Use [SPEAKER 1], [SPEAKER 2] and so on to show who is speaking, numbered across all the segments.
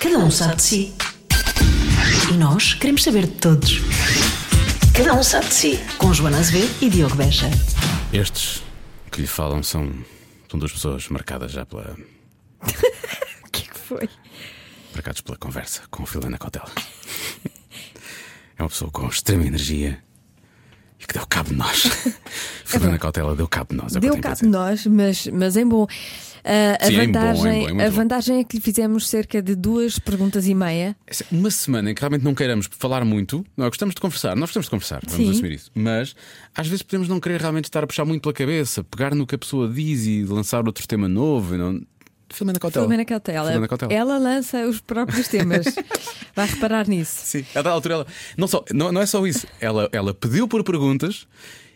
[SPEAKER 1] Cada um sabe de si. E nós queremos saber de todos. Cada um sabe de si. Com Joana Azevedo e Diogo Beja.
[SPEAKER 2] Estes que lhe falam são, são duas pessoas marcadas já pela.
[SPEAKER 3] O que é que foi?
[SPEAKER 2] marcados pela conversa com o Filana Cautela. É uma pessoa com extrema energia e que deu cabo de nós. Filana Cautela deu cabo de nós. é o que
[SPEAKER 3] É
[SPEAKER 2] eu
[SPEAKER 3] Deu
[SPEAKER 2] tenho para
[SPEAKER 3] cabo
[SPEAKER 2] dizer.
[SPEAKER 3] de nós, mas, mas em bom. Ah,
[SPEAKER 2] Sim,
[SPEAKER 3] a
[SPEAKER 2] em bom, em
[SPEAKER 3] vantagem,
[SPEAKER 2] bom, é muito
[SPEAKER 3] a
[SPEAKER 2] bom.
[SPEAKER 3] vantagem é que lhe fizemos cerca de duas perguntas e meia.
[SPEAKER 2] Essa é Uma semana em que realmente não queiramos falar muito, nós gostamos de conversar, nós gostamos de conversar, vamos
[SPEAKER 3] Sim.
[SPEAKER 2] assumir isso. Mas às vezes podemos não querer realmente estar a puxar muito pela cabeça, pegar no que a pessoa diz e lançar outro tema novo. e Não... Filomena Cautela.
[SPEAKER 3] Filomena Cautela.
[SPEAKER 2] Filomena Cautela.
[SPEAKER 3] Ela lança os próprios temas. Vai reparar nisso.
[SPEAKER 2] Sim, a dada altura ela. Não, só, não, não é só isso. Ela, ela pediu por perguntas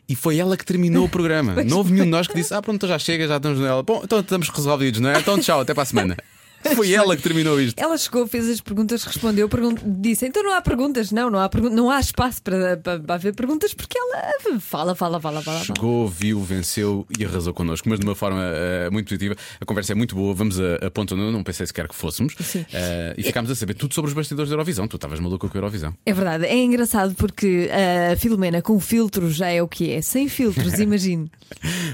[SPEAKER 2] e foi ela que terminou o programa. não houve nenhum de nós que disse: Ah, pronto, então já chega, já estamos nela. Bom, então estamos resolvidos, não é? Então tchau, até para a semana. Foi ela que terminou isto.
[SPEAKER 3] Ela chegou, fez as perguntas, respondeu, pergun- disse: então não há perguntas? Não, não há, pergun- não há espaço para, para, para haver perguntas porque ela fala, fala, fala, fala. fala.
[SPEAKER 2] Chegou, viu, venceu e arrasou connosco, mas de uma forma eh, muito positiva. A conversa é muito boa, vamos a, a ponto onde eu não pensei sequer que fôssemos.
[SPEAKER 3] Sim.
[SPEAKER 2] Eh, e ficámos a saber tudo sobre os bastidores da Eurovisão. Tu estavas maluco com a Eurovisão.
[SPEAKER 3] É verdade, é engraçado porque ah, a Filomena com filtro já é o que é. Sem filtros, imagino.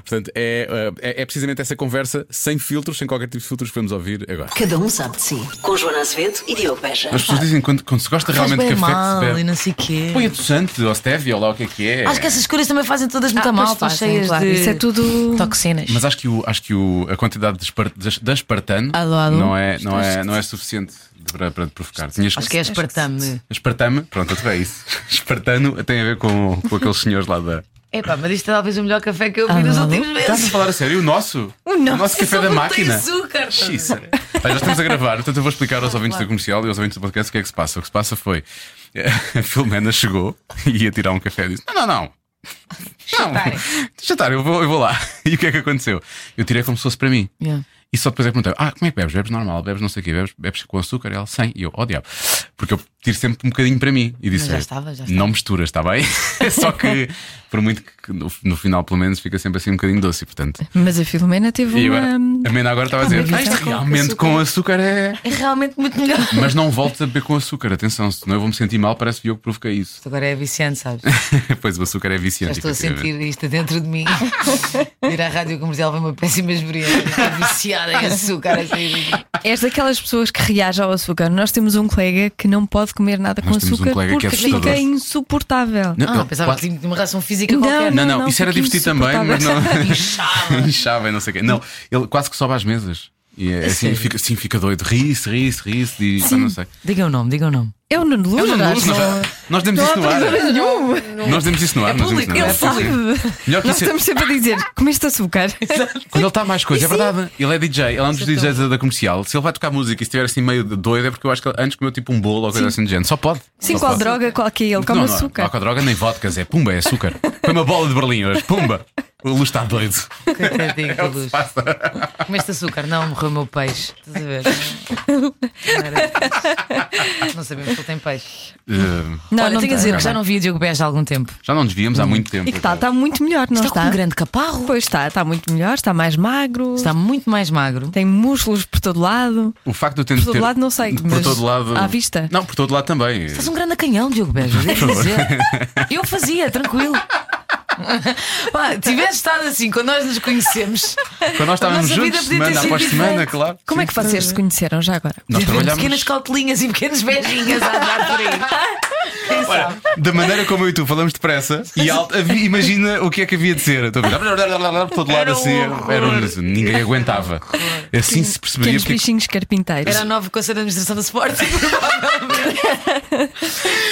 [SPEAKER 2] Portanto, é, eh, é, é precisamente essa conversa sem filtros, sem qualquer tipo de filtros que vamos ouvir agora.
[SPEAKER 1] Cada um sabe de si. Com Joana Azevedo e Diogo Beja.
[SPEAKER 2] As pessoas dizem quando, quando se gosta
[SPEAKER 4] Faz
[SPEAKER 2] realmente de
[SPEAKER 4] bem
[SPEAKER 2] café que se
[SPEAKER 4] mal
[SPEAKER 2] bebe.
[SPEAKER 4] e não sei quê.
[SPEAKER 2] Põe adoçante ou stevia ou lá o que é que é.
[SPEAKER 4] Acho que essas cores também fazem todas muito
[SPEAKER 3] Ah,
[SPEAKER 4] a mal,
[SPEAKER 3] pois fazem,
[SPEAKER 4] estão cheias
[SPEAKER 3] claro.
[SPEAKER 4] de
[SPEAKER 3] Isso é tudo-
[SPEAKER 4] toxinas.
[SPEAKER 2] Mas acho que, o, acho que o, a quantidade de, espar, de, de aspartame
[SPEAKER 4] Alô, alô?
[SPEAKER 2] Não, é, não, é, não é suficiente de- para, para te provocar. Tinhas
[SPEAKER 4] Acho que é aspartame.
[SPEAKER 2] Aspartame, pronto, até é isso. Espartano tem a ver com, com aqueles senhores lá da.
[SPEAKER 4] Epá, mas isto é talvez o melhor café que eu vi nos
[SPEAKER 3] Alô?
[SPEAKER 4] últimos
[SPEAKER 2] Estás a
[SPEAKER 4] meses.
[SPEAKER 2] falar a sério? O nosso? O
[SPEAKER 4] nosso
[SPEAKER 2] café
[SPEAKER 4] só
[SPEAKER 2] da
[SPEAKER 4] não tem
[SPEAKER 2] máquina.
[SPEAKER 4] açúcar.
[SPEAKER 2] Xiça. Bem, nós estamos a gravar, portanto eu vou explicar aos ouvintes da comercial e aos ouvintes do podcast o que é que se passa. O que se passa foi. eh, A Filomena chegou e ia tirar um café e disse: Não, não, não. Não,
[SPEAKER 4] Jantarem.
[SPEAKER 2] jantar, eu vou, eu vou lá. E o que é que aconteceu? Eu tirei como se fosse para mim.
[SPEAKER 4] Yeah.
[SPEAKER 2] E só depois é que perguntei: Ah, como é que bebes? Bebes normal, bebes não sei o quê, bebes, bebes com açúcar? E ela, sem. E eu, oh diabo. Porque eu tiro sempre um bocadinho para mim. E disse:
[SPEAKER 4] já
[SPEAKER 2] "Olha,
[SPEAKER 4] estava, já
[SPEAKER 2] Não misturas, está bem? só que, por muito que no, no final, pelo menos, fica sempre assim um bocadinho doce. e, Portanto,
[SPEAKER 3] Mas a Filomena teve
[SPEAKER 2] e
[SPEAKER 3] uma.
[SPEAKER 2] agora, a Mena agora estava a dizer:
[SPEAKER 4] Hum. mas
[SPEAKER 2] "Ah, isto
[SPEAKER 4] com
[SPEAKER 2] realmente com açúcar é.
[SPEAKER 4] É realmente muito melhor.
[SPEAKER 2] Mas não voltes a beber com açúcar, atenção, senão eu vou me sentir mal, parece que eu que provoquei isso.
[SPEAKER 4] Agora é viciante, sabes?
[SPEAKER 2] pois o açúcar é
[SPEAKER 4] Já
[SPEAKER 2] viciante.
[SPEAKER 4] estou a
[SPEAKER 2] efetivamente.
[SPEAKER 4] sentir isto dentro de mim. Ir à rádio comercial foi uma péssima experiência. Estou viciada em açúcar assim. a sair daqui.
[SPEAKER 3] És daquelas pessoas que reagem ao açúcar. Nós temos um colega que não pode comer nada
[SPEAKER 2] Nós
[SPEAKER 3] com
[SPEAKER 2] temos um
[SPEAKER 3] açúcar
[SPEAKER 2] colega que é
[SPEAKER 3] porque
[SPEAKER 2] assustador.
[SPEAKER 3] fica insuportável.
[SPEAKER 2] Não,
[SPEAKER 4] Ah,
[SPEAKER 2] ele-
[SPEAKER 4] pensava que tinha uma reação física
[SPEAKER 3] Não,
[SPEAKER 4] qualquer.
[SPEAKER 2] Não, não,
[SPEAKER 3] não,
[SPEAKER 2] isso era
[SPEAKER 3] fica
[SPEAKER 2] divertido também, mas não.
[SPEAKER 4] Inchava.
[SPEAKER 2] Inchava e não sei o quê. Não, ele quase que sobe às mesas. E é, assim,
[SPEAKER 4] sério?
[SPEAKER 2] fica, sim, fica doido. Ri-se, ri-se, ri-se. diz, pá, não sei.
[SPEAKER 4] Diga o nome, diga o nome.
[SPEAKER 3] É o Nuno Luz,
[SPEAKER 2] Não, não, nós,
[SPEAKER 3] acho.
[SPEAKER 2] já- nós demos isso no ar. Nós demos isso no ar.
[SPEAKER 4] É
[SPEAKER 2] nós demos
[SPEAKER 4] público,
[SPEAKER 2] isso no ar.
[SPEAKER 4] ele
[SPEAKER 2] Sim, sim. Melhor que
[SPEAKER 3] Nós
[SPEAKER 2] isso. é-
[SPEAKER 3] estamos sempre a dizer: comeste açúcar. Assim,
[SPEAKER 2] Quando ele está mais coisa, é verdade. Ele é DJ, ele é um dos DJs da comercial. Se ele vai tocar música e estiver assim meio doido, é porque eu acho que ele antes comeu tipo um bolo ou coisa assim do género. Só pode.
[SPEAKER 3] Sim,
[SPEAKER 2] Só
[SPEAKER 3] qual
[SPEAKER 2] pode.
[SPEAKER 3] droga, qual que é ele? Come
[SPEAKER 2] não, não, Não,
[SPEAKER 3] açúcar.
[SPEAKER 2] com a droga nem vodkas, é pumba, é açúcar. Foi uma bola de Berlim hoje, pumba. O Lu está doido.
[SPEAKER 4] Coitadinho
[SPEAKER 2] É
[SPEAKER 4] da luz.
[SPEAKER 2] Passa.
[SPEAKER 4] Comeste açúcar? Não, morreu o meu peixe. Estás a ver? Não, era- não sabemos que ele tem peixe.
[SPEAKER 2] Eh,
[SPEAKER 3] Não,
[SPEAKER 4] Olha,
[SPEAKER 3] não tem.
[SPEAKER 4] tenho a dizer que já não vi o Diogo Beja há algum tempo.
[SPEAKER 2] Já não nos víamos há muito
[SPEAKER 4] É
[SPEAKER 2] tempo.
[SPEAKER 3] E
[SPEAKER 4] tá.
[SPEAKER 3] que tal? Está muito melhor, não
[SPEAKER 4] Está, com
[SPEAKER 3] está?
[SPEAKER 4] um grande caparro.
[SPEAKER 3] Pois está, está muito melhor, está mais magro,
[SPEAKER 4] Está muito mais magro.
[SPEAKER 3] tem músculos por todo lado.
[SPEAKER 2] O facto de eu ter
[SPEAKER 3] Por todo
[SPEAKER 2] ter-
[SPEAKER 3] lado não sei,
[SPEAKER 2] Por
[SPEAKER 3] mas
[SPEAKER 2] todo lado.
[SPEAKER 3] à vista.
[SPEAKER 2] Não, por todo lado também.
[SPEAKER 4] Estás um grande canhão, Diogo Beja. Devo
[SPEAKER 2] favor.
[SPEAKER 4] dizer. Eu fazia, tranquilo. Pá, tivesse estado assim quando nós nos conhecemos.
[SPEAKER 2] Quando nós
[SPEAKER 4] A
[SPEAKER 2] estávamos
[SPEAKER 4] nossa vida
[SPEAKER 2] juntos,
[SPEAKER 4] podia ter
[SPEAKER 2] semana
[SPEAKER 4] sido
[SPEAKER 2] após
[SPEAKER 4] diferente.
[SPEAKER 2] semana, claro.
[SPEAKER 3] Como é
[SPEAKER 2] Sim.
[SPEAKER 3] que vocês se conheceram já agora?
[SPEAKER 2] Nós
[SPEAKER 4] Tivemos
[SPEAKER 2] trabalhámos.
[SPEAKER 4] pequenas cautelinhas e pequenos beijinhos a andar por aí. Quem sabe?
[SPEAKER 2] Da maneira como eu e tu falamos depressa e alto, havia- imagina o que é que havia de ser. Eu Estou a ver, por todo lado
[SPEAKER 4] Era um
[SPEAKER 2] assim,
[SPEAKER 4] horror.
[SPEAKER 2] era um- ninguém aguentava. Assim se percebia
[SPEAKER 3] Pequenos
[SPEAKER 2] porque
[SPEAKER 3] bichinhos carpinteiros.
[SPEAKER 4] Era a nova Conselho de Administração do Sporting, provavelmente.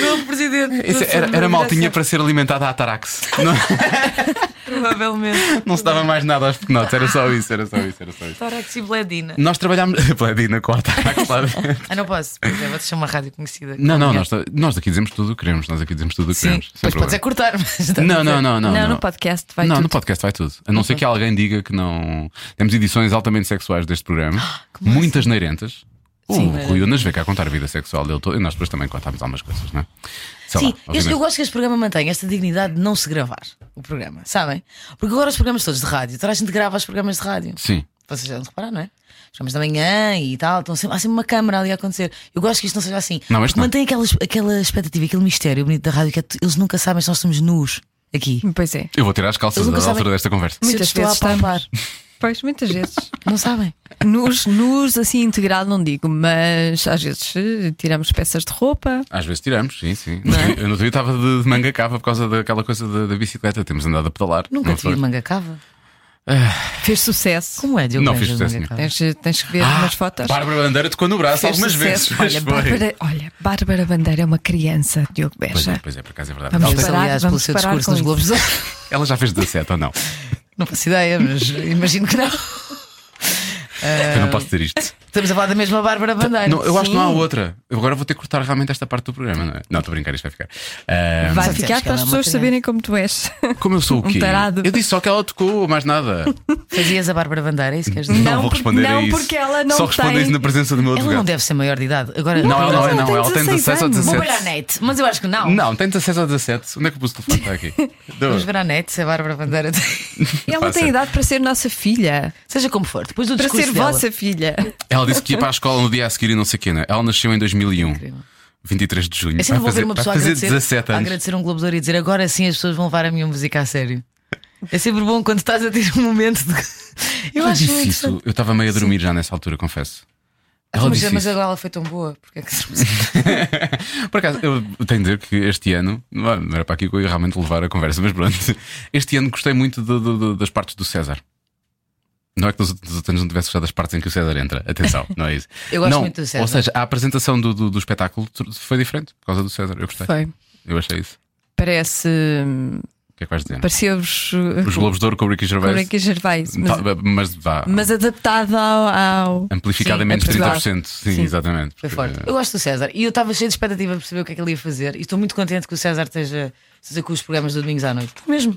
[SPEAKER 4] Novo presidente.
[SPEAKER 2] Esse era, era maltinha para ser alimentada à Tarax. Não,
[SPEAKER 4] Provavelmente.
[SPEAKER 2] não se dava mais nada aos pequenotes, era só isso, era só isso, era só isso.
[SPEAKER 4] Tórax e Bledina.
[SPEAKER 2] Nós trabalhámos. é Pladina, com a Tarax lá dentro.
[SPEAKER 4] Ah, não posso. Pois é, vou deixar uma rádio conhecida.
[SPEAKER 2] Não, não,
[SPEAKER 4] Obrigada.
[SPEAKER 2] nós, nós aqui dizemos tudo o que queremos, nós aqui dizemos tudo o que
[SPEAKER 4] Sim,
[SPEAKER 2] queremos. sem
[SPEAKER 4] depois podes é
[SPEAKER 2] problema.
[SPEAKER 4] cortar, mas. tá.
[SPEAKER 2] Não, não, não, não.
[SPEAKER 3] não, no podcast vai
[SPEAKER 2] Não,
[SPEAKER 3] tudo. Uhum.
[SPEAKER 2] no podcast vai tudo. A não ser que alguém diga que não. Temos edições altamente sexuais deste programa, muitas neirentas.
[SPEAKER 4] Sim,
[SPEAKER 2] o
[SPEAKER 3] é
[SPEAKER 2] Rui Unas veio cá contar a vida sexual dele todo. E nós depois também contámos algumas coisas, não é? Sei
[SPEAKER 4] Sim,
[SPEAKER 2] lá,
[SPEAKER 4] este- eu
[SPEAKER 2] obviamente.
[SPEAKER 4] gosto que este programa mantenha esta dignidade de não se gravar o programa, sabem? Porque agora os programas todos de rádio, toda a gente grava os programas de rádio.
[SPEAKER 2] Sim.
[SPEAKER 4] Vocês já não repararam, não é? Chamamos da manhã e tal, estão sempre, há sempre uma câmara ali a acontecer. Eu gosto que isto não seja assim.
[SPEAKER 2] Não, este
[SPEAKER 4] Porque
[SPEAKER 2] não.
[SPEAKER 4] mantém aquela, aquela expectativa, aquele mistério bonito da rádio que é tu- eles nunca sabem se nós estamos nus aqui.
[SPEAKER 3] Pois é.
[SPEAKER 2] Eu vou tirar as calças
[SPEAKER 4] Eles nunca
[SPEAKER 2] da altura
[SPEAKER 4] sabem.
[SPEAKER 2] desta conversa.
[SPEAKER 4] Se eu te
[SPEAKER 3] Muitas
[SPEAKER 4] estou
[SPEAKER 3] vezes
[SPEAKER 4] a
[SPEAKER 3] estamos.
[SPEAKER 4] palpar,
[SPEAKER 3] Pois, muitas vezes.
[SPEAKER 4] não sabem.
[SPEAKER 3] Nos, nos assim integral não digo, mas às vezes eh, tiramos peças de roupa.
[SPEAKER 2] Às vezes tiramos, sim, sim.
[SPEAKER 3] é?
[SPEAKER 2] Eu no outro dia estava de, de manga cava por causa daquela coisa da, da bicicleta. Temos andado a pedalar.
[SPEAKER 4] Nunca
[SPEAKER 2] não
[SPEAKER 4] te vi
[SPEAKER 2] foi?
[SPEAKER 4] de manga cava.
[SPEAKER 3] Fez sucesso.
[SPEAKER 4] Como é, Diogo?
[SPEAKER 2] Não
[SPEAKER 4] Beja
[SPEAKER 2] fiz
[SPEAKER 4] de
[SPEAKER 2] sucesso
[SPEAKER 4] manga
[SPEAKER 2] nenhum.
[SPEAKER 4] cava?
[SPEAKER 3] Tens, tens que ver umas fotos.
[SPEAKER 2] Ah, Bárbara Bandeira tocou no braço
[SPEAKER 3] Fez
[SPEAKER 2] algumas
[SPEAKER 3] sucesso.
[SPEAKER 2] vezes. mas
[SPEAKER 3] Olha,
[SPEAKER 2] foi.
[SPEAKER 3] Bárbara, olha, Bárbara Bandeira é uma criança, Diogo
[SPEAKER 2] Pois é,
[SPEAKER 3] Beja.
[SPEAKER 2] pois é, por acaso é verdade.
[SPEAKER 3] Vamos
[SPEAKER 2] Ela,
[SPEAKER 4] Mas,
[SPEAKER 3] parar,
[SPEAKER 4] aliás, pelo
[SPEAKER 3] vamos
[SPEAKER 4] seu
[SPEAKER 3] parar
[SPEAKER 4] discurso
[SPEAKER 3] com
[SPEAKER 4] nos Globos.
[SPEAKER 2] ela já fez 17 ou não?
[SPEAKER 4] Não faço ideia, mas imagino que não.
[SPEAKER 2] Eu não posso dizer isto.
[SPEAKER 4] Estamos a falar da mesma Bárbara Bandeira.
[SPEAKER 2] Não, eu acho que não há
[SPEAKER 4] Sim.
[SPEAKER 2] outra. Eu agora vou ter que cortar realmente esta parte do programa, não é? Não, estou a brincar, isto vai ficar. Ah,
[SPEAKER 3] Vai
[SPEAKER 4] Só disseste
[SPEAKER 3] ficar
[SPEAKER 4] que
[SPEAKER 3] para
[SPEAKER 4] ela
[SPEAKER 3] as
[SPEAKER 4] é
[SPEAKER 3] pessoas
[SPEAKER 4] uma criança.
[SPEAKER 3] saberem como tu és.
[SPEAKER 2] como eu sou o
[SPEAKER 3] Um
[SPEAKER 2] quê?
[SPEAKER 3] tarado.
[SPEAKER 2] Eu disse só que ela tocou, mais nada.
[SPEAKER 4] Fazias a Bárbara Bandeira, é isso que queres dizer?
[SPEAKER 2] Não,
[SPEAKER 3] Não,
[SPEAKER 2] vou
[SPEAKER 3] porque-
[SPEAKER 2] responder a
[SPEAKER 3] não,
[SPEAKER 2] isso.
[SPEAKER 3] porque ela não
[SPEAKER 2] Só respondo a
[SPEAKER 3] tem-
[SPEAKER 2] isso na presença do meu
[SPEAKER 4] Ela não
[SPEAKER 2] advogado.
[SPEAKER 4] deve ser maior de idade. Agora,
[SPEAKER 2] Não, ela não é,
[SPEAKER 3] Ela
[SPEAKER 2] não.
[SPEAKER 3] tem
[SPEAKER 2] Ela tem 16 ou
[SPEAKER 3] 16
[SPEAKER 4] Vou
[SPEAKER 2] 17.
[SPEAKER 4] ver à net, mas eu acho que não.
[SPEAKER 2] Não, tem 16 ou 17. Onde é que eu pus o telefone? Está aqui.
[SPEAKER 4] Vamos ver à net se a Bárbara Bandeira tem.
[SPEAKER 3] Ela
[SPEAKER 2] Passa.
[SPEAKER 3] tem idade para ser nossa filha,
[SPEAKER 4] Seja como for, depois do
[SPEAKER 3] para
[SPEAKER 4] discurso
[SPEAKER 3] ser
[SPEAKER 4] dela.
[SPEAKER 3] vossa filha.
[SPEAKER 2] Ela disse que ia para a escola no dia a seguir e não sei o quê, né? Ela nasceu em 2001. 23 de junho.
[SPEAKER 4] Eu
[SPEAKER 2] vai
[SPEAKER 4] sempre Assim vou
[SPEAKER 2] fazer,
[SPEAKER 4] ver uma
[SPEAKER 2] vai
[SPEAKER 4] pessoa
[SPEAKER 2] fazer
[SPEAKER 4] agradecer,
[SPEAKER 2] 17
[SPEAKER 4] a
[SPEAKER 2] anos.
[SPEAKER 4] agradecer um Globo de Ouro e dizer agora sim as pessoas vão levar a minha música a sério. É sempre bom quando estás a ter um momento de. Eu
[SPEAKER 2] Ela
[SPEAKER 4] acho
[SPEAKER 2] disse
[SPEAKER 4] muito
[SPEAKER 2] isso. Eu estava meio a dormir já nessa altura, confesso. Ela
[SPEAKER 4] mas,
[SPEAKER 2] disse
[SPEAKER 4] mas
[SPEAKER 2] isso.
[SPEAKER 4] agora ela foi tão boa. Porque é que...
[SPEAKER 2] Por acaso, eu tenho de dizer que este ano, não é- não era para aqui que eu ia realmente levar a conversa, mas pronto, este ano gostei muito do- do- do- das partes do César. Não é que nos outros nos outros anos não tivesse gostado das partes em que o César entra, atenção, não é isso.
[SPEAKER 4] Eu gosto
[SPEAKER 2] Não,
[SPEAKER 4] muito do César.
[SPEAKER 2] Ou seja, a apresentação do, do, do espetáculo tr- foi diferente por causa do César, eu gostei.
[SPEAKER 3] Foi.
[SPEAKER 2] Eu achei isso.
[SPEAKER 3] Parece. hum,
[SPEAKER 2] O que é que vais dizer?
[SPEAKER 3] Pareceu-vos.
[SPEAKER 2] Os Globos de Ouro com o Ricky
[SPEAKER 3] Como é
[SPEAKER 2] Gervais.
[SPEAKER 3] que Gervais?
[SPEAKER 2] Tá,
[SPEAKER 3] Mas,
[SPEAKER 2] mas vá.
[SPEAKER 3] mas adaptado ao. ao-
[SPEAKER 2] Amplificada
[SPEAKER 3] Sim,
[SPEAKER 2] a menos
[SPEAKER 3] é Portugal.
[SPEAKER 2] 30%. Sim,
[SPEAKER 3] Sim.
[SPEAKER 2] exatamente.
[SPEAKER 4] Foi
[SPEAKER 2] Porque-
[SPEAKER 4] forte. Eu gosto do César e eu estava cheio de expectativa para perceber o que é que ele ia fazer. E estou muito contente que o César esteja, esteja com os programas do domingos à noite. Mesmo.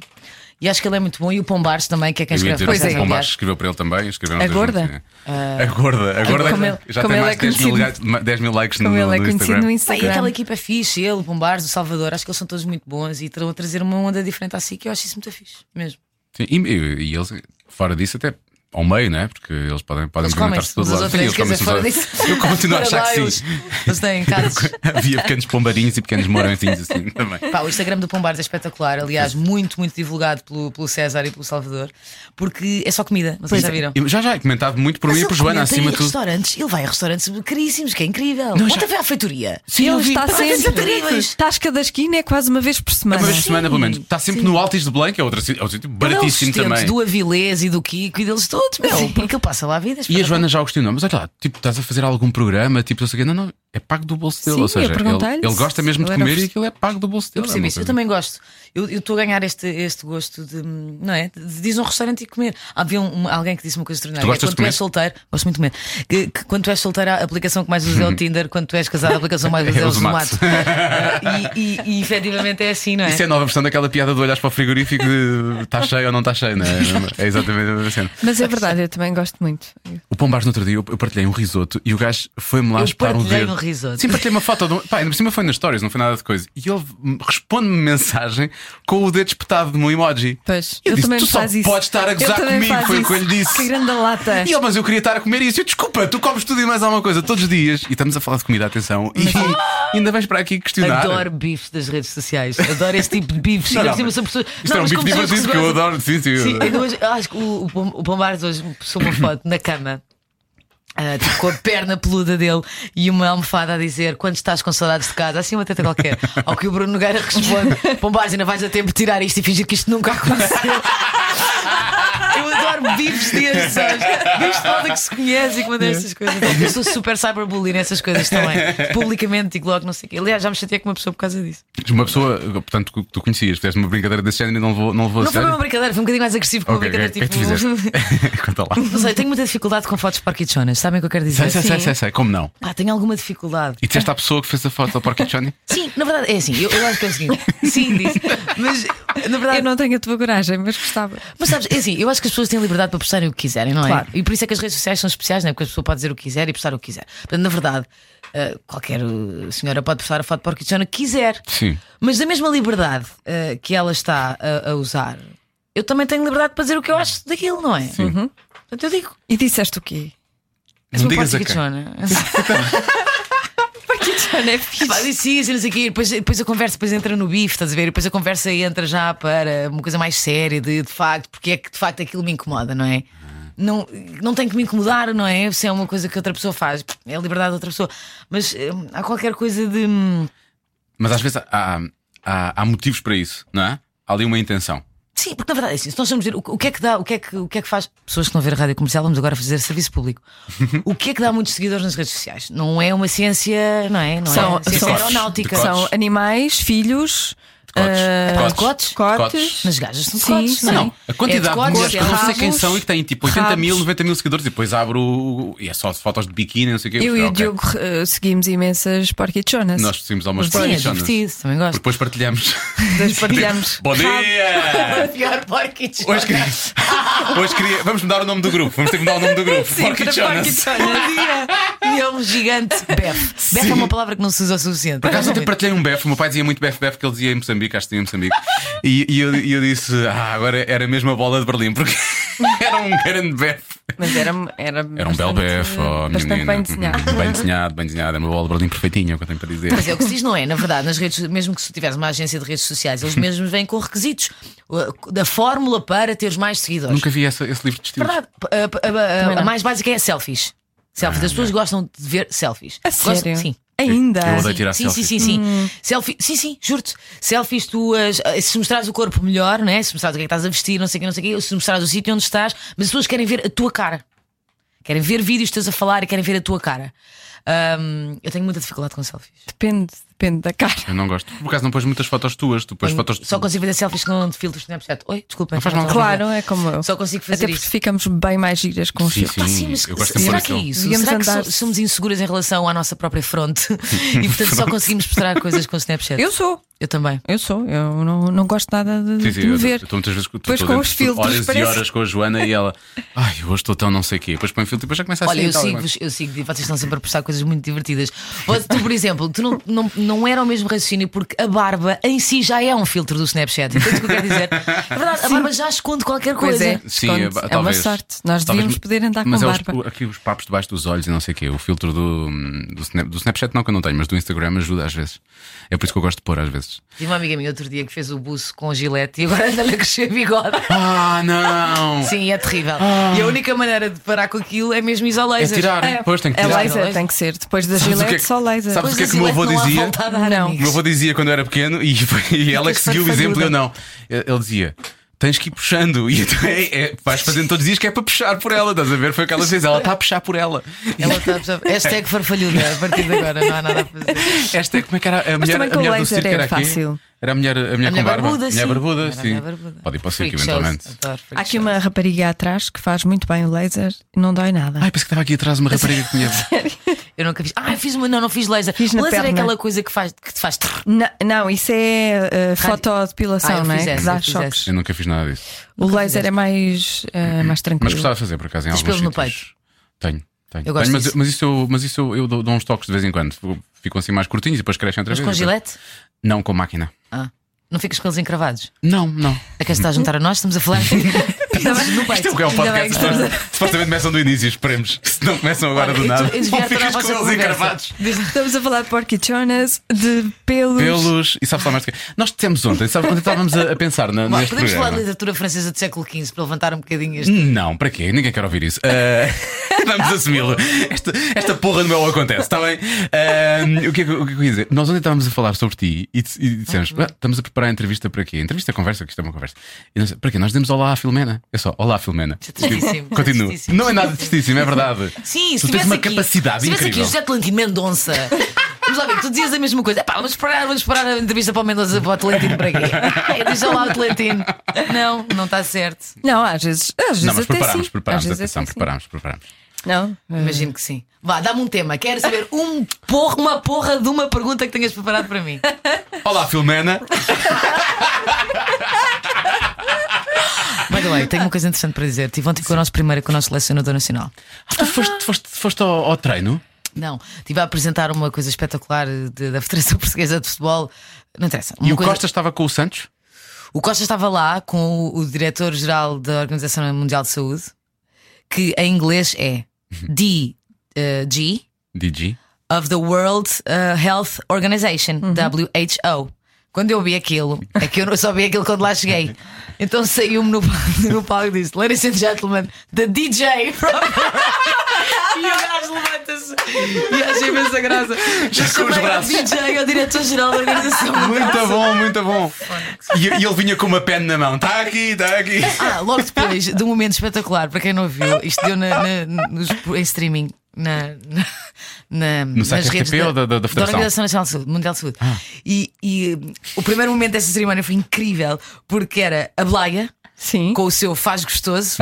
[SPEAKER 4] E acho que ele é muito bom. E o Pombares também, que é quem
[SPEAKER 2] Eu ia
[SPEAKER 4] escreve
[SPEAKER 2] dizer,
[SPEAKER 4] para o
[SPEAKER 3] Pois
[SPEAKER 2] o
[SPEAKER 4] César
[SPEAKER 3] é.
[SPEAKER 2] Pombar
[SPEAKER 4] Pombares.
[SPEAKER 2] um escreveu para ele também. Escreveram
[SPEAKER 3] A
[SPEAKER 2] os dois
[SPEAKER 3] gorda? Ah. É
[SPEAKER 2] juntos, sim. A gorda. A gorda
[SPEAKER 3] como ele-
[SPEAKER 2] já
[SPEAKER 3] como
[SPEAKER 2] tem
[SPEAKER 3] ele
[SPEAKER 2] mais
[SPEAKER 3] é
[SPEAKER 2] de 10 mil,
[SPEAKER 3] conhecido.
[SPEAKER 2] likes- 10 mil likes
[SPEAKER 3] Como
[SPEAKER 2] no,
[SPEAKER 3] ele é
[SPEAKER 2] no
[SPEAKER 3] conhecido no
[SPEAKER 2] Instagram.
[SPEAKER 4] Pá, e
[SPEAKER 3] Instagram.
[SPEAKER 4] aquela equipa é fixe, ele, o Pombares, o Salvador, acho que eles são todos muito bons e estão a trazer uma onda diferente assim que eu acho isso muito fixe, mesmo.
[SPEAKER 2] Sim, e, e- e eles, fora disso, até ao meio, né? Porque eles podem, podem
[SPEAKER 4] Eles comem
[SPEAKER 2] perguntar-se
[SPEAKER 4] se uns aos outros, quer dizer, fora disso.
[SPEAKER 2] Eu continuo a
[SPEAKER 4] Fora
[SPEAKER 2] achar
[SPEAKER 4] lá,
[SPEAKER 2] que
[SPEAKER 4] eles-
[SPEAKER 2] sim.
[SPEAKER 4] Eles têm casos.
[SPEAKER 2] Havia pequenos pombarinhos e pequenos morõezinhos assim também.
[SPEAKER 4] Pá, o Instagram do Pombares é espetacular, aliás, muito, muito divulgado pelo, pelo César e pelo Salvador, porque é só comida, não sei se já viram.
[SPEAKER 2] Eu Já já é comentado muito por mim e
[SPEAKER 4] ele
[SPEAKER 2] por Joana,
[SPEAKER 4] comenta
[SPEAKER 2] acima
[SPEAKER 4] em
[SPEAKER 2] de tudo.
[SPEAKER 4] restaurantes, ele vai a restaurantes caríssimos, que é incrível.
[SPEAKER 2] Não,
[SPEAKER 4] Ontem
[SPEAKER 2] já-
[SPEAKER 4] foi à feitoria.
[SPEAKER 3] ele está sempre.
[SPEAKER 4] incríveis.
[SPEAKER 3] Tasca da esquina é quase uma vez por
[SPEAKER 2] É
[SPEAKER 3] semana.
[SPEAKER 2] uma vez por semana, pelo menos. Está sempre
[SPEAKER 3] sim.
[SPEAKER 2] no Altis de Blanc, é outro sítio é outro
[SPEAKER 3] um
[SPEAKER 2] sítio baratíssimo também.
[SPEAKER 4] Do Avilés e do Kiko e deles todos, meu, porque ele passa lá a vida.
[SPEAKER 2] E a Joana já o questionou, mas olha lá, tipo, estás a fazer algum programa, tipo, não sei o quê, não, não, é pago do bolso dele.
[SPEAKER 3] Sim,
[SPEAKER 2] ou seja,
[SPEAKER 3] eu perguntei-lhe
[SPEAKER 2] ele, ele gosta
[SPEAKER 3] se
[SPEAKER 2] mesmo de
[SPEAKER 3] ele era
[SPEAKER 2] comer e
[SPEAKER 3] oferecido.
[SPEAKER 2] aquilo é pago do bolso
[SPEAKER 4] Eu
[SPEAKER 2] dele.
[SPEAKER 4] percebo
[SPEAKER 2] é uma
[SPEAKER 4] isso, eu
[SPEAKER 2] coisa-
[SPEAKER 4] também gosto. Eu eu estou a ganhar este, este gosto de, hum, não é? De, de ir a um restaurante e comer. Havia um- um- alguém que disse uma coisa extraordinária:
[SPEAKER 2] Tu gostas
[SPEAKER 4] que
[SPEAKER 2] de
[SPEAKER 4] é quando tu
[SPEAKER 2] comer?
[SPEAKER 4] és solteiro, gosto muito de comer. Que, que quando tu és solteiro, a aplicação que mais usas é o Tinder, quando tu és casado, a aplicação mais usas é
[SPEAKER 2] Uhum. É
[SPEAKER 4] o
[SPEAKER 2] o Zomato.
[SPEAKER 4] Zomato. e, e, e efetivamente é assim, não é?
[SPEAKER 2] Isso é a nova versão daquela piada de olhares para o frigorífico de está cheio ou não está cheio, não é? É exatamente a mesma cena.
[SPEAKER 3] Mas é verdade, eu também gosto muito.
[SPEAKER 2] O Pombares no outro dia eu eu partilhei um risoto e o gajo foi-me lá
[SPEAKER 4] Eu
[SPEAKER 2] espetar o
[SPEAKER 4] partilhei
[SPEAKER 2] dedo.
[SPEAKER 4] um risoto.
[SPEAKER 2] Sim, partilhei uma foto. De um... Pá, ainda por cima foi nas stories, não foi nada de coisa. E ele me- responde-me mensagem com o dedo espetado de um emoji.
[SPEAKER 3] Pois,
[SPEAKER 2] eu
[SPEAKER 3] ele
[SPEAKER 2] disse,
[SPEAKER 3] também
[SPEAKER 2] tu só
[SPEAKER 3] faz isso.
[SPEAKER 2] podes estar a
[SPEAKER 3] Ele
[SPEAKER 2] gozar
[SPEAKER 3] também
[SPEAKER 2] comigo,
[SPEAKER 3] faz
[SPEAKER 2] foi o que eu
[SPEAKER 3] isso.
[SPEAKER 2] lhe disse.
[SPEAKER 3] Que grande lata.
[SPEAKER 2] E ele, mas eu queria estar a comer isso. Eu, desculpa, tu comes tudo e mais alguma coisa todos os dias. E estamos a falar de comida, atenção. E ainda vais para aqui questionar.
[SPEAKER 4] Adoro bifes das redes sociais. Adoro esse tipo de bifes.
[SPEAKER 2] Não,
[SPEAKER 4] Ainda
[SPEAKER 2] não,
[SPEAKER 4] por cima
[SPEAKER 2] mas
[SPEAKER 4] são pessoas-
[SPEAKER 2] isto é um
[SPEAKER 4] mas
[SPEAKER 2] bife
[SPEAKER 4] como pessoas
[SPEAKER 2] divertido
[SPEAKER 4] se
[SPEAKER 2] que eu
[SPEAKER 4] gozam-
[SPEAKER 2] adoro. Sim, sim.
[SPEAKER 4] Sim, eu hoje- eu acho que o, o Pom- o Pombares hoje postou uma foto na cama. ah, tipo, com a perna peluda dele e uma almofada a dizer quando estás com saudades de casa, assim uma teta qualquer. Ao que o Bruno Nogueira responde: Pombares, ainda vais a tempo de tirar isto e fingir que isto nunca aconteceu. Eu adoro bifes destes, sabes? Bifes de malta que se conhece e que manda estas coisas. Eu sou super cyberbullying nessas coisas também. Publicamente digo logo, não sei o quê. Aliás, já me chateei com uma pessoa por causa disso.
[SPEAKER 2] Uma pessoa, portanto, que tu conhecias, fizeste uma brincadeira desse género e não levou, não levou
[SPEAKER 4] Não
[SPEAKER 2] a
[SPEAKER 4] foi
[SPEAKER 2] sério.
[SPEAKER 4] uma brincadeira, foi um bocadinho mais agressivo que uma
[SPEAKER 2] Ok, ok, o que é
[SPEAKER 4] brincadeira
[SPEAKER 2] que tu fizeste?
[SPEAKER 4] tipo.
[SPEAKER 2] Conta lá.
[SPEAKER 4] Não sei, tenho muita dificuldade com fotos parquichonas, sabem o que eu quero dizer?
[SPEAKER 2] Sei, sei, sei, sei, sei, como não?
[SPEAKER 4] Ah, tenho alguma dificuldade.
[SPEAKER 2] E disseste à pessoa que fez a foto ao Porky Johnny?
[SPEAKER 4] Sim, na verdade, é assim, eu, eu acho que é o seguinte. Sim, disse. Mas, na verdade,
[SPEAKER 3] Eu não tenho a tua coragem, mas gostava.
[SPEAKER 4] mas sabes, é assim, eu acho que as pessoas têm liberdade para postarem o que quiserem, não é?
[SPEAKER 3] Claro.
[SPEAKER 4] E por isso é que as redes sociais são especiais, não é? Porque a pessoa pode dizer o que quiser e postar o que quiser. Portanto, na verdade, ah, qualquer ah, senhora pode postar a foto parquichona que quiser.
[SPEAKER 2] Sim.
[SPEAKER 4] Mas da mesma liberdade ah, que ela está a, a usar, eu também tenho liberdade para dizer o que eu acho daquilo, não é?
[SPEAKER 2] Sim.
[SPEAKER 4] Portanto, eu digo.
[SPEAKER 3] E disseste o quê?
[SPEAKER 4] És uma
[SPEAKER 2] digas a quem.
[SPEAKER 4] portiquichona.
[SPEAKER 3] Partidiana é
[SPEAKER 4] Pá,
[SPEAKER 3] fixe.
[SPEAKER 4] disse isso, não sei o quê. Depois, depois a conversa depois entra no bife, estás a ver? E Depois a conversa entra já para uma coisa mais séria, de, de facto, porque é que de facto aquilo me incomoda, não é? Não, não tem que me incomodar, não é? Se é uma coisa que outra pessoa faz, é a liberdade de outra pessoa. Mas hum, há qualquer coisa de. hum,
[SPEAKER 2] Mas às vezes há, há- há- há motivos para isso, não é? Há ali uma intenção.
[SPEAKER 4] Sim, porque na verdade, é assim, se nós formos ver o, o que é que dá, o que é que, o que é que faz. Pessoas que não vêem rádio comercial, vamos agora fazer serviço público. O que é que dá muitos seguidores nas redes sociais? Não é uma ciência, não é? Não
[SPEAKER 3] São-
[SPEAKER 4] é ciência
[SPEAKER 3] são-
[SPEAKER 4] aeronáutica.
[SPEAKER 2] decotes.
[SPEAKER 3] São animais, filhos,
[SPEAKER 2] Decotes.
[SPEAKER 3] ah,
[SPEAKER 2] Decotes.
[SPEAKER 4] Decotes?
[SPEAKER 2] Decotes.
[SPEAKER 3] cotes.
[SPEAKER 4] Mas gajas são
[SPEAKER 3] Sim,
[SPEAKER 4] decotes,
[SPEAKER 2] Não,
[SPEAKER 4] é?
[SPEAKER 2] não. A quantidade
[SPEAKER 4] É
[SPEAKER 2] de
[SPEAKER 4] decotes,
[SPEAKER 2] mulheres que eu não sei quem
[SPEAKER 3] rabos,
[SPEAKER 2] são e que têm tipo 80 mil,
[SPEAKER 3] rabos.
[SPEAKER 2] 90 mil seguidores e depois abro o- e é só fotos de biquíni, não sei o quê.
[SPEAKER 3] Eu
[SPEAKER 2] Ah,
[SPEAKER 3] e o
[SPEAKER 2] ok.
[SPEAKER 3] Diogo eh, seguimos imensas porquichonas.
[SPEAKER 2] Nós fizemos algumas
[SPEAKER 4] Sim, é
[SPEAKER 2] partilhas.
[SPEAKER 4] divertido, também gosto.
[SPEAKER 2] Depois partilhamos.
[SPEAKER 3] Nós partilhamos.
[SPEAKER 2] Bom dia!
[SPEAKER 4] Pior porquitos.
[SPEAKER 2] Hoje queria... Hoje queria. Vamos mudar o nome do grupo. Vamos ter que mudar o nome do grupo.
[SPEAKER 3] Sim,
[SPEAKER 2] Porky
[SPEAKER 3] para
[SPEAKER 2] Jonas.
[SPEAKER 3] porquichonas.
[SPEAKER 4] E é um gigante bef. Bef é uma palavra que não se usa o suficiente.
[SPEAKER 2] Por acaso ontem partilhei um BEF, o meu pai dizia muito BEF, BEF, que ele dizia em Moçambique, acho que tinha em Moçambique. E, e eu, e eu disse, ah, agora era mesmo a bola de Berlim, porque era um grande BEF.
[SPEAKER 3] Mas era, era,
[SPEAKER 2] Era um belo BEF, oh, minha
[SPEAKER 3] bastante
[SPEAKER 2] menina.
[SPEAKER 3] bem desenhado.
[SPEAKER 2] Uhum, Bem desenhado, bem desenhado, era uma bola de Berlim perfeitinha, é o que eu tenho para dizer.
[SPEAKER 4] Mas é o que se diz, não é? Na verdade, nas redes, mesmo que se tiveres uma agência de redes sociais, eles mesmos vêm com requisitos uh, da fórmula para teres mais seguidores.
[SPEAKER 2] Nunca vi essa- esse livro de estilos.
[SPEAKER 4] Verdade. A, a- a- eh, a
[SPEAKER 3] não.
[SPEAKER 4] mais básica é selfies. Selfies.
[SPEAKER 2] Ah,
[SPEAKER 4] As
[SPEAKER 2] é.
[SPEAKER 4] pessoas gostam de ver selfies.
[SPEAKER 3] A
[SPEAKER 4] Gostam-
[SPEAKER 3] sério? Hum.
[SPEAKER 4] Sim.
[SPEAKER 3] Ainda.
[SPEAKER 2] Eu odeio tirar
[SPEAKER 4] sim,
[SPEAKER 2] selfies.
[SPEAKER 4] Sim, sim, sim. Selfie, sim, sim, juro-te. Selfies tuas, eh, se mostrares o corpo melhor, né? se mostrares o que é que estás a vestir, não sei o que, não sei o que, se mostrares o sítio onde estás, mas as pessoas querem ver a tua cara. Querem ver vídeos teus a falar e querem ver a tua cara. Ahm, eu tenho muita dificuldade com selfies.
[SPEAKER 3] Depende, depende da cara.
[SPEAKER 2] Eu não gosto. Por acaso não pões muitas fotos tuas, tu pões fotos.
[SPEAKER 4] Só consigo fazer selfies com filtros de Snapchat. Oi, desculpa.
[SPEAKER 2] Não faz mal.
[SPEAKER 3] Claro, é como eu.
[SPEAKER 4] Só consigo
[SPEAKER 3] Até
[SPEAKER 4] fazer
[SPEAKER 3] porque
[SPEAKER 4] isso.
[SPEAKER 3] ficamos bem mais giras com os
[SPEAKER 2] Sim,
[SPEAKER 3] filhos.
[SPEAKER 2] sim,
[SPEAKER 4] Pá, sim, mas
[SPEAKER 2] eu gosto de pôr um-
[SPEAKER 4] será que é
[SPEAKER 2] aquilo.
[SPEAKER 4] isso?
[SPEAKER 3] Devíamos
[SPEAKER 4] será que
[SPEAKER 3] andar-
[SPEAKER 4] so- somos inseguras em relação à nossa própria fronte e portanto só conseguimos mostrar coisas com o Snapchat?
[SPEAKER 3] Eu sou,
[SPEAKER 4] Eu também.
[SPEAKER 3] eu sou. Eu não, não gosto nada de,
[SPEAKER 2] Sim,
[SPEAKER 3] de
[SPEAKER 2] sim,
[SPEAKER 3] me
[SPEAKER 2] eu-
[SPEAKER 3] ver.
[SPEAKER 2] eu estou muitas vezes tu-
[SPEAKER 3] Depois
[SPEAKER 2] tu-
[SPEAKER 3] com
[SPEAKER 2] tu-
[SPEAKER 3] os
[SPEAKER 2] tu-
[SPEAKER 3] filtros,
[SPEAKER 2] Horas e
[SPEAKER 3] parece.
[SPEAKER 2] horas com a Joana e ela, ai, hoje estou tão não sei o quê. Depois põe filtro e depois já começa a
[SPEAKER 4] Olha,
[SPEAKER 2] sair
[SPEAKER 4] eu
[SPEAKER 2] tal,
[SPEAKER 4] sigo-vos, eu sigo, vocês estão sempre a postar coisas muito divertidas. Você, tu, por exemplo, tu não, não, não era o mesmo raciocínio porque a barba em si já é um filtro do Snapchat. Entendes o que eu quero dizer? É verdade, a barba já esconde qualquer
[SPEAKER 3] Pois
[SPEAKER 4] coisa.
[SPEAKER 3] é.
[SPEAKER 2] Sim,
[SPEAKER 3] Esconde.
[SPEAKER 2] é,
[SPEAKER 3] É uma
[SPEAKER 2] talvez,
[SPEAKER 3] sorte. Nós devíamos poder andar com
[SPEAKER 2] mas é
[SPEAKER 3] barba.
[SPEAKER 2] Os, aqui os papos debaixo dos olhos e não sei o quê. O filtro do, do, Snap- do Snapchat não que eu não tenho, mas do Instagram ajuda às vezes. É por isso que eu gosto de pôr às vezes.
[SPEAKER 4] Tive uma amiga minha outro dia que fez o buço com o gilete e agora anda-lhe a crescer bigode.
[SPEAKER 2] Ah, não!
[SPEAKER 4] Sim, é terrível.
[SPEAKER 3] Ah.
[SPEAKER 4] E a única maneira de parar com aquilo é mesmo isolar.
[SPEAKER 2] É tirar, pois tem que
[SPEAKER 3] É
[SPEAKER 2] tirar.
[SPEAKER 4] laser.
[SPEAKER 3] laser, tem que ser. Depois da
[SPEAKER 2] Sabes o que é
[SPEAKER 3] Gillette,
[SPEAKER 2] que-
[SPEAKER 3] só laser.
[SPEAKER 2] sabes-
[SPEAKER 4] Pois
[SPEAKER 2] o que é
[SPEAKER 4] a
[SPEAKER 2] que o meu avô
[SPEAKER 4] Gillette não há
[SPEAKER 2] dizia?
[SPEAKER 4] volta a dar,
[SPEAKER 3] Não.
[SPEAKER 2] O meu
[SPEAKER 4] amigos.
[SPEAKER 2] avô dizia quando eu era pequeno e, foi- e ela é que seguiu o exemplo e eu não. Ele dizia. Tens que ir puxando e então é- é- vais fazendo todos os dias que é para puxar por ela, estás a ver? Foi aquela vez, ela está a puxar por ela.
[SPEAKER 4] Ela está a pessoa- Hashtag farfalhuda, a partir de agora não há nada a fazer.
[SPEAKER 2] Esta é como é que era a mulher,
[SPEAKER 3] também
[SPEAKER 2] a
[SPEAKER 3] com
[SPEAKER 2] mulher do
[SPEAKER 3] laser
[SPEAKER 2] circo
[SPEAKER 3] é
[SPEAKER 2] era aqui?
[SPEAKER 3] fácil.
[SPEAKER 2] Era a mulher, a mulher
[SPEAKER 4] A
[SPEAKER 2] com
[SPEAKER 4] mulher
[SPEAKER 2] barba.
[SPEAKER 4] barbuda,
[SPEAKER 2] mulher
[SPEAKER 4] sim.
[SPEAKER 2] barbuda,
[SPEAKER 4] Era a
[SPEAKER 2] sim.
[SPEAKER 4] mulher barbuda.
[SPEAKER 2] Pode ir para o circo
[SPEAKER 4] Freak shows,
[SPEAKER 2] eventualmente.
[SPEAKER 4] adoro freak
[SPEAKER 3] Há aqui
[SPEAKER 2] é?
[SPEAKER 4] shows.
[SPEAKER 3] uma rapariga atrás que faz muito bem o laser, não dói nada.
[SPEAKER 2] Ai, pensei que estava aqui atrás uma rapariga que tinha.
[SPEAKER 4] Eu nunca fiz. Ah, eu fiz uma. Não, não fiz laser.
[SPEAKER 3] um- Fiz na
[SPEAKER 4] laser é
[SPEAKER 3] perna.
[SPEAKER 4] aquela coisa que, faz, que te faz. trrr.
[SPEAKER 3] Na- não, isso é uh,
[SPEAKER 4] Ah,
[SPEAKER 3] fotodepilação,
[SPEAKER 4] eu
[SPEAKER 3] não é?
[SPEAKER 4] fiz
[SPEAKER 3] Que
[SPEAKER 4] essa,
[SPEAKER 3] dá
[SPEAKER 4] eu fiz
[SPEAKER 3] choques.
[SPEAKER 2] Eu nunca fiz nada disso.
[SPEAKER 3] O laser é mais, eh, mais
[SPEAKER 2] Uhum. Mas
[SPEAKER 3] tranquilo.
[SPEAKER 2] gostava de fazer, por acaso, em
[SPEAKER 4] Tens
[SPEAKER 2] alguns
[SPEAKER 4] pelo no
[SPEAKER 2] sítios. Tenho, tenho.
[SPEAKER 4] Eu gosto
[SPEAKER 2] Tenho, mas,
[SPEAKER 4] disso.
[SPEAKER 2] mas isso, eu, mas isso eu, eu dou, dou uns toques de vez em quando. Ficam assim mais curtinhos e depois crescem outra
[SPEAKER 4] Mas
[SPEAKER 2] vez.
[SPEAKER 4] com
[SPEAKER 2] e depois-
[SPEAKER 4] gilete?
[SPEAKER 2] Não, com máquina.
[SPEAKER 4] Ah. Não ficas com eles encravados?
[SPEAKER 2] Não, não.
[SPEAKER 4] A quem se está a juntar a nós? Estamos a falar. Pisos no peito.
[SPEAKER 2] Isto é o que é um
[SPEAKER 3] Ainda bem
[SPEAKER 2] podcast.
[SPEAKER 3] que
[SPEAKER 2] Supostamente supostamente começam do início, esperemos. Se não começam agora
[SPEAKER 4] Olha,
[SPEAKER 2] do
[SPEAKER 4] eu
[SPEAKER 2] nada.
[SPEAKER 4] estou- eu desviar
[SPEAKER 2] Ou
[SPEAKER 4] toda a
[SPEAKER 2] ficas com
[SPEAKER 4] vossa
[SPEAKER 2] eles
[SPEAKER 4] conversa.
[SPEAKER 2] encravados.
[SPEAKER 3] Estamos a falar de porquichonas, de pelos.
[SPEAKER 2] Pelos. E sabes lá mais do que. Nós dissemos ontem, sabes quando estávamos a, a pensar na,
[SPEAKER 4] Bom,
[SPEAKER 2] neste
[SPEAKER 4] podemos falar
[SPEAKER 2] programa.
[SPEAKER 4] de literatura francesa do século XV para levantar um bocadinho este.
[SPEAKER 2] Não, para quê? Ninguém quer ouvir isso. Ah, vamos assumi-lo. Esta, esta porra no meu acontece, está bem? Ah, o, que é que, o que é que eu ia dizer? Nós ontem estávamos a falar sobre ti e, dis- e dissemos: "Ah, estamos a preparar a entrevista para quê? Entrevista, conversa, que isto é uma conversa. E nós, para quê? Nós dizemos olá à Filomena. É só, olá Filomena.
[SPEAKER 4] é tristíssimo, é
[SPEAKER 2] Continuo.
[SPEAKER 4] tristíssimo.
[SPEAKER 2] Não é nada tristíssimo, é verdade.
[SPEAKER 4] Sim,
[SPEAKER 2] tu tens
[SPEAKER 4] se tivesse
[SPEAKER 2] uma
[SPEAKER 4] aqui,
[SPEAKER 2] capacidade
[SPEAKER 4] se tivesse
[SPEAKER 2] incrível.
[SPEAKER 4] aqui o José Tolentino Mendonça. Vamos lá ver, tu dizias a mesma coisa. Epá, vamos esperar, vamos esperar a entrevista para o Mendonça para o Tolentino para quê? Deixa lá o Tolentino. Não, não está certo.
[SPEAKER 3] Não, às vezes. Às vezes
[SPEAKER 2] Não, mas
[SPEAKER 3] até
[SPEAKER 2] preparámos,
[SPEAKER 3] sim.
[SPEAKER 2] preparámos,
[SPEAKER 3] Às vezes
[SPEAKER 2] atenção,
[SPEAKER 3] até sim.
[SPEAKER 2] preparámos, preparámos.
[SPEAKER 3] Não,
[SPEAKER 4] Imagino que sim. Vá, dá-me um tema. Quero saber um porra, uma porra de uma pergunta que tenhas preparado para mim.
[SPEAKER 2] Olá, Filomena.
[SPEAKER 4] By the way, tenho uma coisa interessante para dizer. Tive ontem com o nosso primeiro, com o nosso selecionador nacional.
[SPEAKER 2] Ah, tu foste, foste, foste ao, ao treino?
[SPEAKER 4] Não, estive a apresentar uma coisa espetacular de- da Federação Portuguesa de Futebol. Não interessa.
[SPEAKER 2] E
[SPEAKER 4] Uma
[SPEAKER 2] o
[SPEAKER 4] coisa-
[SPEAKER 2] Costa estava com o Santos?
[SPEAKER 4] o Costa estava lá com o, o diretor-geral da Organização Mundial de Saúde, que em inglês é D, eh, G
[SPEAKER 2] DG.
[SPEAKER 4] of the World eh, Health Organization, WHO. Quando eu vi aquilo, é que eu não- só vi aquilo quando lá cheguei. Então saiu-me no, pal- no palco e disse: Ladies and gentlemen, the DJ from E o gajo levanta-se e acha imensa graça. Já
[SPEAKER 2] com os braços.
[SPEAKER 4] DJ, ao é diretor-geral da organização.
[SPEAKER 2] Muito bom, muito bom. E, e ele vinha com uma pena na mão. Está aqui, está aqui.
[SPEAKER 4] Ah, logo depois de um momento espetacular, para quem não viu, isto deu na, na- nos- em streaming. Na, na, na, nas
[SPEAKER 2] site
[SPEAKER 4] redes
[SPEAKER 2] RTP ou da- da- da Federação? Ah.
[SPEAKER 4] Organização Nacional de Saúde, Mundial de Saúde. E, e, hum, o primeiro momento dessa cerimónia foi incrível, porque era a Blaia
[SPEAKER 3] Sim.
[SPEAKER 4] com o seu faz gostoso.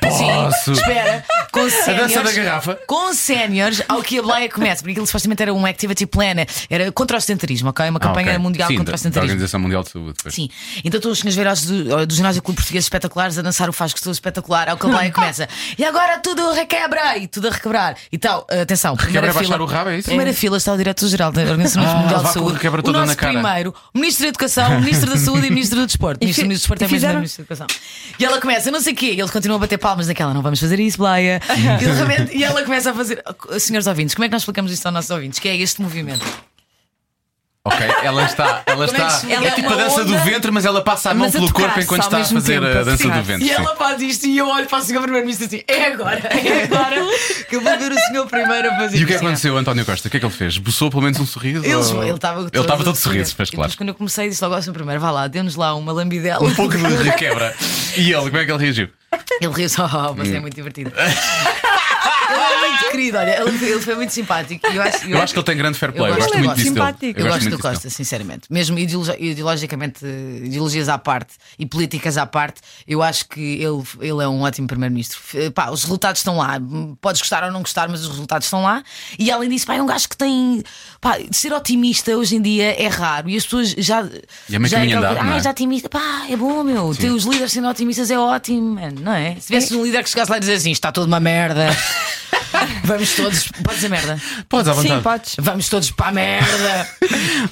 [SPEAKER 2] posso.
[SPEAKER 4] Sim, espera. Com séniores-
[SPEAKER 2] da garrafa.
[SPEAKER 4] Com séniores, ao que a Blaia começa, porque aquilo supostamente era um activity plan, era contra o sedentarismo, ok? Uma campanha
[SPEAKER 2] Ah, ok.
[SPEAKER 4] mundial
[SPEAKER 2] Sim,
[SPEAKER 4] contra
[SPEAKER 2] da,
[SPEAKER 4] o
[SPEAKER 2] da
[SPEAKER 4] sedentarismo.
[SPEAKER 2] Organização Mundial de Saúde. pois.
[SPEAKER 4] Sim, então tu os senhores verás do, do ginásio Clube Português espetaculares a dançar o faz gostoso espetacular, ao que a Leia começa. E agora tudo requebra e tudo a requebrar. E tal, eh, atenção, primeira
[SPEAKER 2] é baixar
[SPEAKER 4] fila.
[SPEAKER 2] o rabo, é isso?
[SPEAKER 4] Primeira fila está o diretor-geral da Organização
[SPEAKER 2] Ah,
[SPEAKER 4] Mundial de
[SPEAKER 2] vá com o
[SPEAKER 4] Saúde.
[SPEAKER 2] requebra
[SPEAKER 4] o
[SPEAKER 2] toda
[SPEAKER 4] nosso
[SPEAKER 2] na cara.
[SPEAKER 4] primeiro, o Ministro da Educação, o Ministro da Saúde e o Ministro do Desporto.
[SPEAKER 3] E
[SPEAKER 4] Ministro,
[SPEAKER 3] fi-
[SPEAKER 4] Ministro do Desporto é
[SPEAKER 3] e
[SPEAKER 4] mesmo o
[SPEAKER 3] fizeram-
[SPEAKER 4] Ministro da Educação. E ela começa, não sei o quê, e ele continua a bater palmas naquela, não vamos fazer isso, Blaia. E, de repente- e ela começa a fazer. Senhores ouvintes, como é que nós explicamos isto aos nossos ouvintes? Que é este movimento.
[SPEAKER 2] Ok, ela está. Ela
[SPEAKER 4] Como é que
[SPEAKER 2] está
[SPEAKER 4] se-
[SPEAKER 2] é
[SPEAKER 4] ela é
[SPEAKER 2] tipo a
[SPEAKER 4] uma
[SPEAKER 2] dança do
[SPEAKER 4] onda,
[SPEAKER 2] ventre, mas ela passa a mão
[SPEAKER 3] mas a
[SPEAKER 2] pelo corpo
[SPEAKER 3] tocar-se
[SPEAKER 2] enquanto
[SPEAKER 3] ao
[SPEAKER 2] está a
[SPEAKER 3] mesmo
[SPEAKER 2] fazer
[SPEAKER 3] tempo,
[SPEAKER 2] a dança
[SPEAKER 3] assim.
[SPEAKER 2] do ventre.
[SPEAKER 4] E
[SPEAKER 2] sim.
[SPEAKER 4] ela faz isto e eu olho para o senhor primeiro-ministro assim: é agora, é agora que eu vou ver o senhor primeiro a fazer
[SPEAKER 2] E o que é que
[SPEAKER 4] isto."
[SPEAKER 2] aconteceu, António Costa? O que é que ele fez? Buçou pelo menos um sorriso?
[SPEAKER 4] Ele
[SPEAKER 2] ou-
[SPEAKER 4] ele estava
[SPEAKER 2] Ele estava todo sorriso, pois
[SPEAKER 4] E depois
[SPEAKER 2] claro.
[SPEAKER 4] Então, quando eu comecei, disse logo ao senhor primeiro: vá lá, dê-nos lá uma lambidela.
[SPEAKER 2] Um pouco de requebra. E ele, como é que ele reagiu?
[SPEAKER 4] Ele riu só, oh,
[SPEAKER 2] Hum.
[SPEAKER 4] mas é muito divertido. ele é muito querido, olha, ele, ele foi muito simpático. E Eu acho,
[SPEAKER 2] Eu acho que ele tem grande fair play. Eu
[SPEAKER 4] gosto
[SPEAKER 2] gosto
[SPEAKER 4] dele.
[SPEAKER 2] muito disso. dele.
[SPEAKER 3] Simpático.
[SPEAKER 4] Eu, gosto
[SPEAKER 2] muito
[SPEAKER 4] do
[SPEAKER 2] disso dele.
[SPEAKER 4] Costa, sinceramente. Mesmo ideolo- ideologicamente, eh, ideologias à parte e políticas à parte, eu acho que ele, ele é um ótimo primeiro-ministro. F- eh, pá, os resultados estão lá. Hum, Podes gostar ou não gostar, mas os resultados estão lá. E além disso, pá, é um gajo que tem. Pá, de ser otimista hoje em dia é raro. E as pessoas já.
[SPEAKER 2] E é meio
[SPEAKER 4] já
[SPEAKER 2] caminho
[SPEAKER 4] aquela
[SPEAKER 2] andado,
[SPEAKER 4] coisa,
[SPEAKER 2] não
[SPEAKER 4] "Ah,
[SPEAKER 2] é?"
[SPEAKER 4] és otimista. Pá, é bom, meu. Ter os líderes sendo otimistas é ótimo, mano, não é? Se tivesse um líder que chegasse lá e dizia assim: está tudo uma merda. Vamos todos. Pode dizer merda.
[SPEAKER 2] Podes à
[SPEAKER 3] Sim,
[SPEAKER 2] vontade.
[SPEAKER 3] podes.
[SPEAKER 4] Vamos todos para a merda.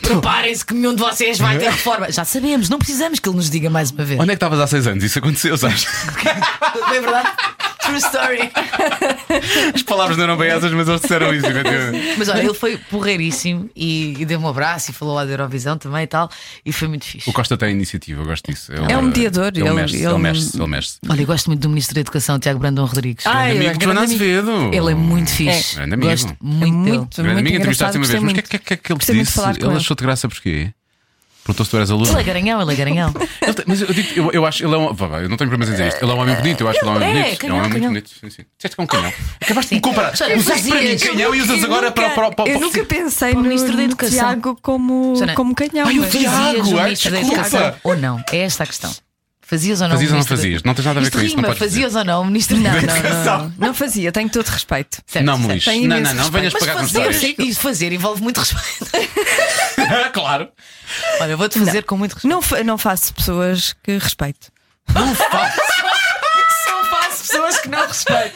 [SPEAKER 4] Preparem-se que nenhum de vocês vai ter reforma. Já sabemos, não precisamos que ele nos diga mais uma vez.
[SPEAKER 2] Onde é que estavas há seis anos? Isso aconteceu, sabes?
[SPEAKER 4] Não é verdade? True story.
[SPEAKER 2] As palavras não eram bem essas, mas eles disseram isso. efetivamente.
[SPEAKER 4] Mas olha, ele foi porreiríssimo e, e deu-me um abraço e falou lá da Eurovisão também e tal. E foi muito fixe.
[SPEAKER 2] O Costa tem iniciativa, eu gosto disso. Ele,
[SPEAKER 3] É um mediador,
[SPEAKER 2] Ele,
[SPEAKER 3] ele-
[SPEAKER 2] mexe, ele,
[SPEAKER 3] ele-
[SPEAKER 2] mexe, ele mexe.
[SPEAKER 4] Olha, eu gosto muito do Ministro da Educação, Tiago Brandão Rodrigues.
[SPEAKER 3] Ah, ele é
[SPEAKER 2] amigo
[SPEAKER 3] grande
[SPEAKER 2] de Joana
[SPEAKER 3] amigo.
[SPEAKER 2] Azevedo.
[SPEAKER 4] ele é muito fixe.
[SPEAKER 2] Grande amigo.
[SPEAKER 4] gosto muito,
[SPEAKER 3] É
[SPEAKER 4] dele.
[SPEAKER 3] muito.
[SPEAKER 2] Grande amigo, entrevistaste uma
[SPEAKER 3] engraçado,
[SPEAKER 2] vez. Mas o que, é-
[SPEAKER 3] gostei
[SPEAKER 2] que, é- que é que ele te
[SPEAKER 3] Gostei muito de
[SPEAKER 2] disse?
[SPEAKER 3] falar com
[SPEAKER 2] Ele
[SPEAKER 3] ele.
[SPEAKER 2] achou de graça porquê? Perguntou se tu eras aluno.
[SPEAKER 4] Ele é garanhão, ele é garanhão.
[SPEAKER 2] Ele tem- mas eu, digo, eu, eu acho, ele é um, vá, vá, eu não tenho problemas em dizer isto. Ele é um homem bonito, eu acho que ele é um homem
[SPEAKER 4] Ele é,
[SPEAKER 2] bonito. é
[SPEAKER 4] canhão,
[SPEAKER 2] um homem muito
[SPEAKER 4] canhão.
[SPEAKER 2] bonito. Sim, sim. Disseste que é um canhão. Acabaste de me comparar.
[SPEAKER 4] Só eu é
[SPEAKER 2] Usaste para
[SPEAKER 4] um fazia-
[SPEAKER 2] mim canhão e usas agora é para, para, para,
[SPEAKER 3] Eu nunca pensei
[SPEAKER 4] para o
[SPEAKER 3] no
[SPEAKER 4] Ministro da
[SPEAKER 3] no
[SPEAKER 4] Educação.
[SPEAKER 3] Tiago como,
[SPEAKER 4] Joana,
[SPEAKER 3] como canhão.
[SPEAKER 2] Ai, o
[SPEAKER 3] mas-
[SPEAKER 2] Tiago!
[SPEAKER 4] Fazias
[SPEAKER 2] ai,
[SPEAKER 4] o ministro da
[SPEAKER 2] desculpa.
[SPEAKER 4] Educação ou não? É esta a questão. Fazias ou não? o
[SPEAKER 2] Fazias ou não
[SPEAKER 4] ministro da-
[SPEAKER 2] fazias? Não tens nada a ver
[SPEAKER 4] Isto
[SPEAKER 2] com isso, não
[SPEAKER 4] rima,
[SPEAKER 2] podes
[SPEAKER 4] Fazias ou não? o Ministro
[SPEAKER 3] Não,
[SPEAKER 4] da
[SPEAKER 3] não,
[SPEAKER 2] Educação.
[SPEAKER 3] não, não. Não fazia, tenho todo respeito.
[SPEAKER 4] Certo,
[SPEAKER 2] Não,
[SPEAKER 4] certo.
[SPEAKER 2] Luís.
[SPEAKER 3] Tem
[SPEAKER 2] Não, não,
[SPEAKER 3] imenso
[SPEAKER 2] não. Venhas
[SPEAKER 4] Mas
[SPEAKER 2] pagar com
[SPEAKER 4] fazer,
[SPEAKER 2] histórias.
[SPEAKER 4] e fazer envolve muito respeito.
[SPEAKER 2] Claro.
[SPEAKER 4] Olha, eu vou-te fazer com muito respeito.
[SPEAKER 3] Não, fa- não faço pessoas que respeito.
[SPEAKER 2] Não faz.
[SPEAKER 4] Só faço pessoas que não respeito.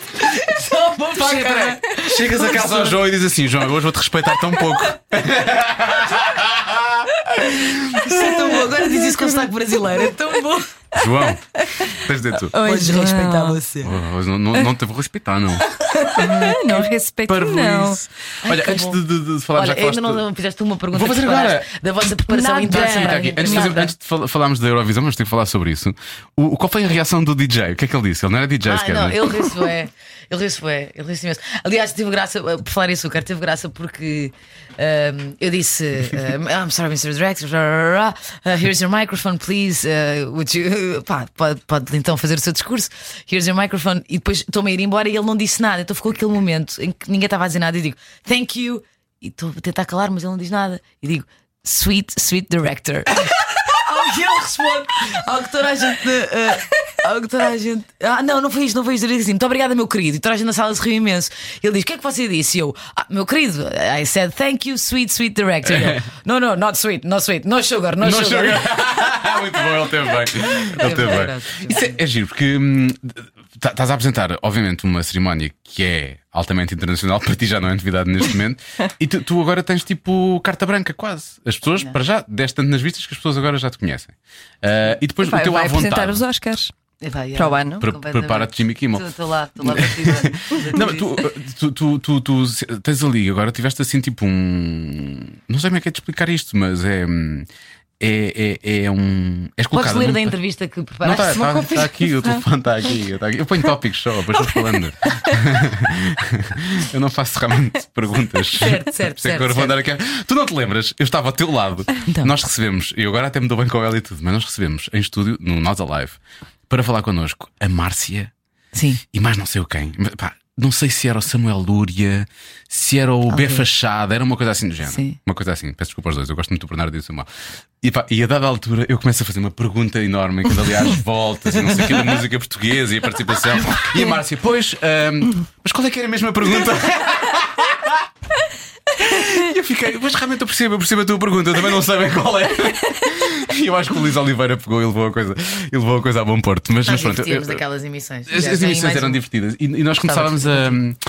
[SPEAKER 4] Só vou
[SPEAKER 2] Pá,
[SPEAKER 4] é?
[SPEAKER 2] cara, Chegas a casa ao João e dizes assim: João, eu hoje vou-te respeitar tão pouco.
[SPEAKER 4] é Agora diz isso com sotaque brasileiro. É tão bom.
[SPEAKER 2] João, tens de dizer tu.
[SPEAKER 4] Podes
[SPEAKER 3] não.
[SPEAKER 4] respeitar você.
[SPEAKER 2] Hoje não, não, não te vou respeitar, não.
[SPEAKER 3] Ah, Não respeito,
[SPEAKER 2] Para
[SPEAKER 3] não.
[SPEAKER 2] Olha,
[SPEAKER 4] que
[SPEAKER 2] antes
[SPEAKER 4] bom.
[SPEAKER 2] de, de, de falar,
[SPEAKER 4] Olha,
[SPEAKER 2] já que falaste.
[SPEAKER 4] ainda não fizeste uma pergunta
[SPEAKER 2] Vou fazer
[SPEAKER 4] que preparaste
[SPEAKER 2] agora.
[SPEAKER 4] da vossa preparação
[SPEAKER 3] Nada.
[SPEAKER 4] intensa.
[SPEAKER 2] Fica
[SPEAKER 4] para a
[SPEAKER 2] Tá aqui.
[SPEAKER 4] minha
[SPEAKER 2] Antes de, fazer-
[SPEAKER 4] entrevista.
[SPEAKER 2] antes de fal- falarmos da Eurovisão, vamos ter que falar sobre isso. O, o- qual foi a reação do DJ? O que é que ele disse? Ele não era DJ
[SPEAKER 4] Ah,
[SPEAKER 2] sequer,
[SPEAKER 4] não,
[SPEAKER 2] né?
[SPEAKER 4] ele riu-se bué. Ele riu-se bué, ele riu-se imenso. Aliás, tive graça, eh, por falar em açúcar, teve graça porque ehm, eu disse: ehm, I'm sorry, Mr. Director, rá, rá, rá, rá, uh, here's your microphone, please. uh, would you. Pá, pode, pode então fazer o seu discurso, here's your microphone. E depois estou-me a ir embora e ele não disse nada. Então ficou aquele momento em que ninguém estava a dizer nada e digo: Thank you. E estou a tentar calar, mas ele não diz nada. E digo: Sweet, sweet director. Ao que ele responde, ao que toda a gente. eh, ao que toda a gente. Ah, não, não foi isto, não foi isto. Ele diz assim, muito obrigada, meu querido. E toda a gente na sala se riu imenso. Ele diz: O que é que você disse? E eu, ah, meu querido, I said thank you, sweet, sweet director. E ele, no, no, not sweet, not sweet, no sugar, no,
[SPEAKER 2] Não
[SPEAKER 4] sugar.
[SPEAKER 2] chega. Muito bom, ele teve bem. Ele teve bem.
[SPEAKER 4] verdade.
[SPEAKER 2] Isso é, é giro, porque hum, tá- estás a apresentar, obviamente, uma cerimónia que é altamente internacional, para ti já não é novidade neste momento, e tu, tu agora tens tipo carta branca, quase. As pessoas, para já, deste tanto nas vistas que as pessoas agora já te conhecem. Ah, e depois o
[SPEAKER 3] Vai,
[SPEAKER 2] teu à
[SPEAKER 3] vai
[SPEAKER 2] vontade.
[SPEAKER 3] apresentar os Oscars.
[SPEAKER 4] Epá,
[SPEAKER 5] Para o ano.
[SPEAKER 2] Pre-
[SPEAKER 4] completamente.
[SPEAKER 2] Prepara-te, Jimmy Kimmel.
[SPEAKER 4] Estou lá, estou lá batida.
[SPEAKER 2] Não, mas tu, tu, tu, tu- tu se- tens ali, agora tiveste assim tipo um. Não sei como é que é de explicar isto, mas é. hum, É, é, é um. És
[SPEAKER 4] Podes
[SPEAKER 2] colocada
[SPEAKER 4] ler
[SPEAKER 2] num-
[SPEAKER 4] da entrevista que
[SPEAKER 2] Não tá,
[SPEAKER 4] preparaste?
[SPEAKER 2] está,
[SPEAKER 4] uma
[SPEAKER 2] está,
[SPEAKER 4] confissão.
[SPEAKER 2] aqui, o telefone está aqui, está aqui. Eu ponho tópicos só, depois estou falando. eu não faço realmente perguntas. Por
[SPEAKER 4] Certo, certo,
[SPEAKER 2] isso é que
[SPEAKER 4] certo,
[SPEAKER 2] agora vou
[SPEAKER 4] certo. Então.
[SPEAKER 2] andar aqui. a- Tu não te lembras? Eu estava ao teu lado. Nós recebemos, e eu agora até me dou bem com ela e tudo, mas nós recebemos em estúdio, no Nós Alive, para falar connosco, a Márcia
[SPEAKER 5] Sim.
[SPEAKER 2] e mais não sei o quem. Mas, pá, não sei se era o Samuel Lúria, se era o B Fachada, era uma coisa assim do género.
[SPEAKER 5] Sim.
[SPEAKER 2] Uma coisa assim, peço desculpa aos dois, eu gosto muito do Bernardo e do Samuel. E, pá, e a dada altura eu começo a fazer uma pergunta enorme, que aliás voltas e não sei o que da música portuguesa e a participação. E a Márcia, pois, ahm, mas qual é que era a mesma pergunta? E eu fiquei, mas realmente eu percebo, eu percebo a tua pergunta, eu também não sei bem qual é. E eu acho que o Luís Oliveira pegou e levou a coisa, e levou a coisa a bom porto. Mas, mas
[SPEAKER 4] Nós
[SPEAKER 2] pronto, eu-
[SPEAKER 4] divertíamos aquelas emissões.
[SPEAKER 2] as,
[SPEAKER 4] Já
[SPEAKER 2] as
[SPEAKER 4] tem
[SPEAKER 2] emissões
[SPEAKER 4] mais
[SPEAKER 2] eram
[SPEAKER 4] um.
[SPEAKER 2] divertidas e, e nós
[SPEAKER 4] Gostava de
[SPEAKER 2] começávamos a.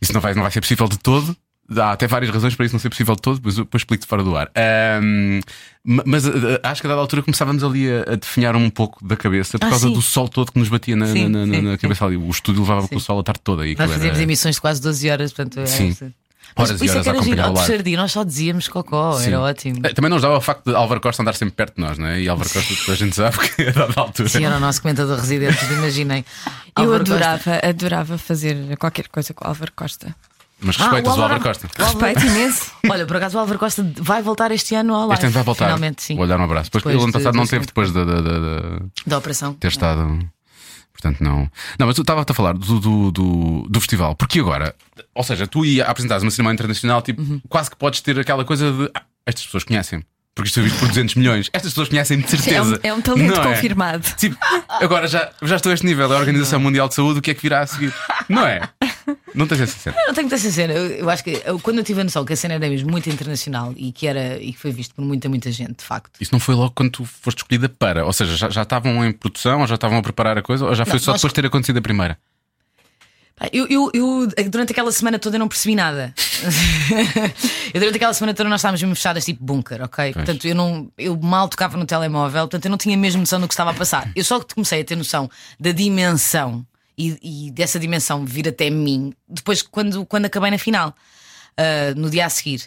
[SPEAKER 2] Isso não vai, não vai ser possível de todo. Há até várias razões para isso não ser possível de todo, depois, depois explico-te fora do ar. Ahm, ma- mas ah, ah, acho que a dada altura começávamos ali a, a definhar um pouco da cabeça por
[SPEAKER 5] Ah,
[SPEAKER 2] causa
[SPEAKER 5] sim.
[SPEAKER 2] do sol todo que nos batia na,
[SPEAKER 5] Sim,
[SPEAKER 2] na- na-
[SPEAKER 5] sim,
[SPEAKER 2] na
[SPEAKER 5] sim.
[SPEAKER 2] cabeça ali. O estúdio levava com o sol a tarde toda. E
[SPEAKER 4] Nós
[SPEAKER 2] aquilo
[SPEAKER 4] fazíamos
[SPEAKER 2] era-
[SPEAKER 4] emissões de quase 12 horas, portanto.
[SPEAKER 2] é? Sim.
[SPEAKER 4] Era...
[SPEAKER 2] Horas
[SPEAKER 4] Mas
[SPEAKER 2] e
[SPEAKER 4] por isso é
[SPEAKER 2] horas
[SPEAKER 4] que
[SPEAKER 2] a
[SPEAKER 4] era giro.
[SPEAKER 2] acompanhar
[SPEAKER 4] Ao
[SPEAKER 2] o ar.
[SPEAKER 4] Sardim, nós só dizíamos cocó,
[SPEAKER 2] Sim.
[SPEAKER 4] era ótimo.
[SPEAKER 2] Eh, Também não nos dava o facto de Álvaro Costa andar sempre perto de nós, não é? E Álvaro Costa, toda a gente sabe que a dada altura.
[SPEAKER 4] Sim, era o nosso comentador residente, imaginem.
[SPEAKER 5] Eu
[SPEAKER 4] Álvaro
[SPEAKER 5] adorava,
[SPEAKER 4] Costa.
[SPEAKER 5] adorava fazer qualquer coisa com o Álvaro Costa.
[SPEAKER 2] Mas respeitas
[SPEAKER 4] Ah,
[SPEAKER 2] o Álvaro Costa.
[SPEAKER 4] O Álvaro-
[SPEAKER 5] Respeito imenso.
[SPEAKER 4] Olha, por acaso o Álvaro Costa vai voltar este ano ao live.
[SPEAKER 2] Este ano vai voltar.
[SPEAKER 4] Finalmente, sim.
[SPEAKER 2] Vou lhe dar um abraço. Depois,
[SPEAKER 4] Depois
[SPEAKER 2] o ano
[SPEAKER 4] de-
[SPEAKER 2] passado não
[SPEAKER 4] desse
[SPEAKER 2] teve,
[SPEAKER 4] momento.
[SPEAKER 2] depois da- da- da, da...
[SPEAKER 4] Da operação.
[SPEAKER 2] ter estado. Portanto, não. Não, mas tu estava a falar do, do, do, do festival, porque agora, ou seja, tu ia apresentares uma cinema internacional, tipo,
[SPEAKER 5] Uhum.
[SPEAKER 2] quase que podes ter aquela coisa de "Ah, estas pessoas conhecem, porque isto foi visto por 200 milhões, estas pessoas conhecem de
[SPEAKER 5] É um,
[SPEAKER 2] certeza.
[SPEAKER 5] é um talento
[SPEAKER 2] Não
[SPEAKER 5] confirmado.
[SPEAKER 2] Tipo, agora já, já estou a este nível, é a Organização Mundial de Saúde, o que é que virá a seguir? Não é? Não tens essa cena.
[SPEAKER 4] Eu tenho que ser sincera, eu, eu acho que eu- quando eu tive a noção que a cena era mesmo muito internacional e que, era, e que foi visto por muita, muita gente, de facto.
[SPEAKER 2] Isso não foi logo quando tu foste escolhida para, ou seja, já, já estavam em produção, ou já estavam a preparar a coisa, ou já foi
[SPEAKER 4] Não,
[SPEAKER 2] só
[SPEAKER 4] nós-
[SPEAKER 2] depois de ter acontecido a primeira?
[SPEAKER 4] Pá, Eu, eu- eu, eh, durante aquela semana toda eu não percebi nada. eu durante aquela semana toda nós estávamos mesmo fechadas tipo bunker, ok? Portanto, eu não eu mal tocava no telemóvel, portanto eu não tinha mesmo noção do que estava a passar. Eu só comecei a ter noção da dimensão e, e dessa dimensão vir até mim depois quando, quando acabei na final, ah, no dia a seguir.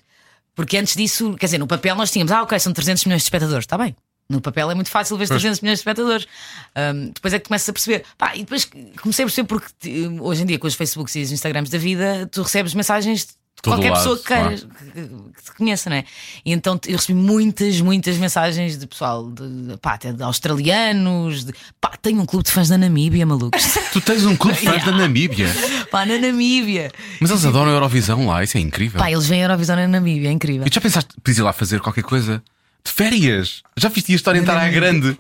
[SPEAKER 4] Porque antes disso, quer dizer, no papel nós tínhamos, ah, ok, são 300 milhões de espectadores, está bem. No papel é muito fácil ver 300 milhões de espectadores. Ahm, depois é que começas a perceber. Pá, e depois comecei a perceber porque eh, hoje em dia, com os Facebooks e os Instagrams da vida, tu recebes mensagens de
[SPEAKER 2] Todo
[SPEAKER 4] qualquer
[SPEAKER 2] lado,
[SPEAKER 4] pessoa que
[SPEAKER 2] claro.
[SPEAKER 4] queiras que, que te conheça, não é? E então eu recebi muitas, muitas mensagens de pessoal, de, pá, até de australianos, de, pá, tenho um clube de fãs da Namíbia, malucos.
[SPEAKER 2] Tu tens um clube de fãs da Namíbia.
[SPEAKER 4] pá, na Namíbia.
[SPEAKER 2] Mas eles adoram a Eurovisão lá, isso é incrível.
[SPEAKER 4] Pá, eles vêm à Eurovisão na Namíbia, é incrível.
[SPEAKER 2] E tu já pensaste, podias ir lá fazer qualquer coisa? De férias? Já viste isto orientar à grande?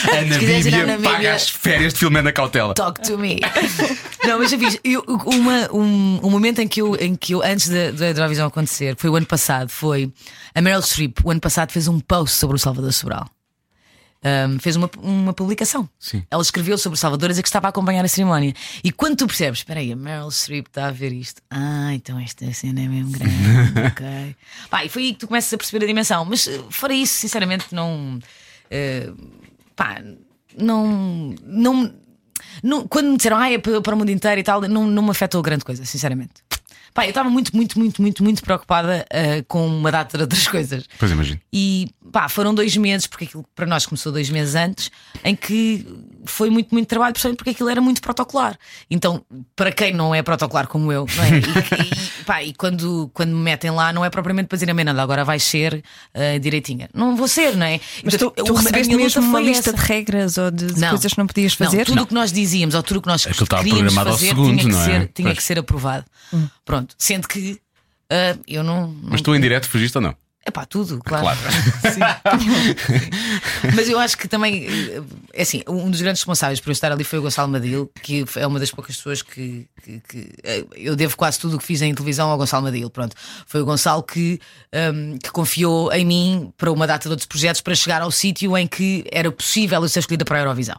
[SPEAKER 2] Ana
[SPEAKER 4] Se quiseres ir à
[SPEAKER 2] Bíblia
[SPEAKER 4] Namíbia-
[SPEAKER 2] paga as férias de Filomena Cautela.
[SPEAKER 4] Talk to me. Não, mas já fiz. Eu, uma, um, um momento em que eu, em que eu antes da, da Eurovisão acontecer, que foi o ano passado, foi a Meryl Streep, o ano passado, fez um post sobre o Salvador Sobral. Um, fez uma, uma publicação.
[SPEAKER 2] Sim.
[SPEAKER 4] Ela escreveu sobre o Salvador a dizer que estava a acompanhar a cerimónia. E quando tu percebes, espera aí, a Meryl Streep está a ver isto. Ah, então esta cena é mesmo grande. ok. Pá, e foi aí que tu começas a perceber a dimensão. Mas eh, fora isso, sinceramente, não. eh, pá, não. não, não- quando me disseram, ah, é para, para o mundo inteiro e tal, não, não me afetou grande coisa, sinceramente. Pá, eu estava muito, muito, muito, muito, muito preocupada eh, com uma data de outras coisas.
[SPEAKER 2] Pois imagino.
[SPEAKER 4] E pá, foram dois meses, porque aquilo para nós começou dois meses antes, em que foi muito, muito trabalho, principalmente porque aquilo era muito protocolar. Então, para quem não é protocolar como eu, não é? E, e, pá, e quando, quando me metem lá, não é propriamente para dizer a nada, agora vais ser ah, direitinha. Não vou ser, não é?
[SPEAKER 5] Mas tu,
[SPEAKER 4] Então,
[SPEAKER 5] tu
[SPEAKER 4] a minha
[SPEAKER 5] recebeste
[SPEAKER 4] luta
[SPEAKER 5] mesmo uma
[SPEAKER 4] foi
[SPEAKER 5] lista
[SPEAKER 4] essa.
[SPEAKER 5] de regras ou de de coisas que não podias fazer?
[SPEAKER 4] tudo o que nós dizíamos ou tudo o que nós
[SPEAKER 2] Aquilo estava
[SPEAKER 4] queríamos
[SPEAKER 2] programado ao
[SPEAKER 4] fazer
[SPEAKER 2] segundo,
[SPEAKER 4] tinha, que
[SPEAKER 2] não é?
[SPEAKER 4] ser, tinha
[SPEAKER 2] Pois.
[SPEAKER 4] que ser aprovado.
[SPEAKER 5] Hum.
[SPEAKER 4] Pronto, sendo que ah, eu não. não
[SPEAKER 2] Mas tu em direto fugiste ou não?
[SPEAKER 4] é pá, tudo, claro.
[SPEAKER 2] Claro.
[SPEAKER 4] Mas eu acho que também, eh, é assim, um dos grandes responsáveis por eu estar ali foi o Gonçalo Madil, que é uma das poucas pessoas que, que- que, eh, eu devo quase tudo o que fiz em televisão ao Gonçalo Madil. Pronto, foi o Gonçalo que, ehm, que confiou em mim para uma data de outros projetos para chegar ao sítio em que era possível eu ser escolhida para a Eurovisão.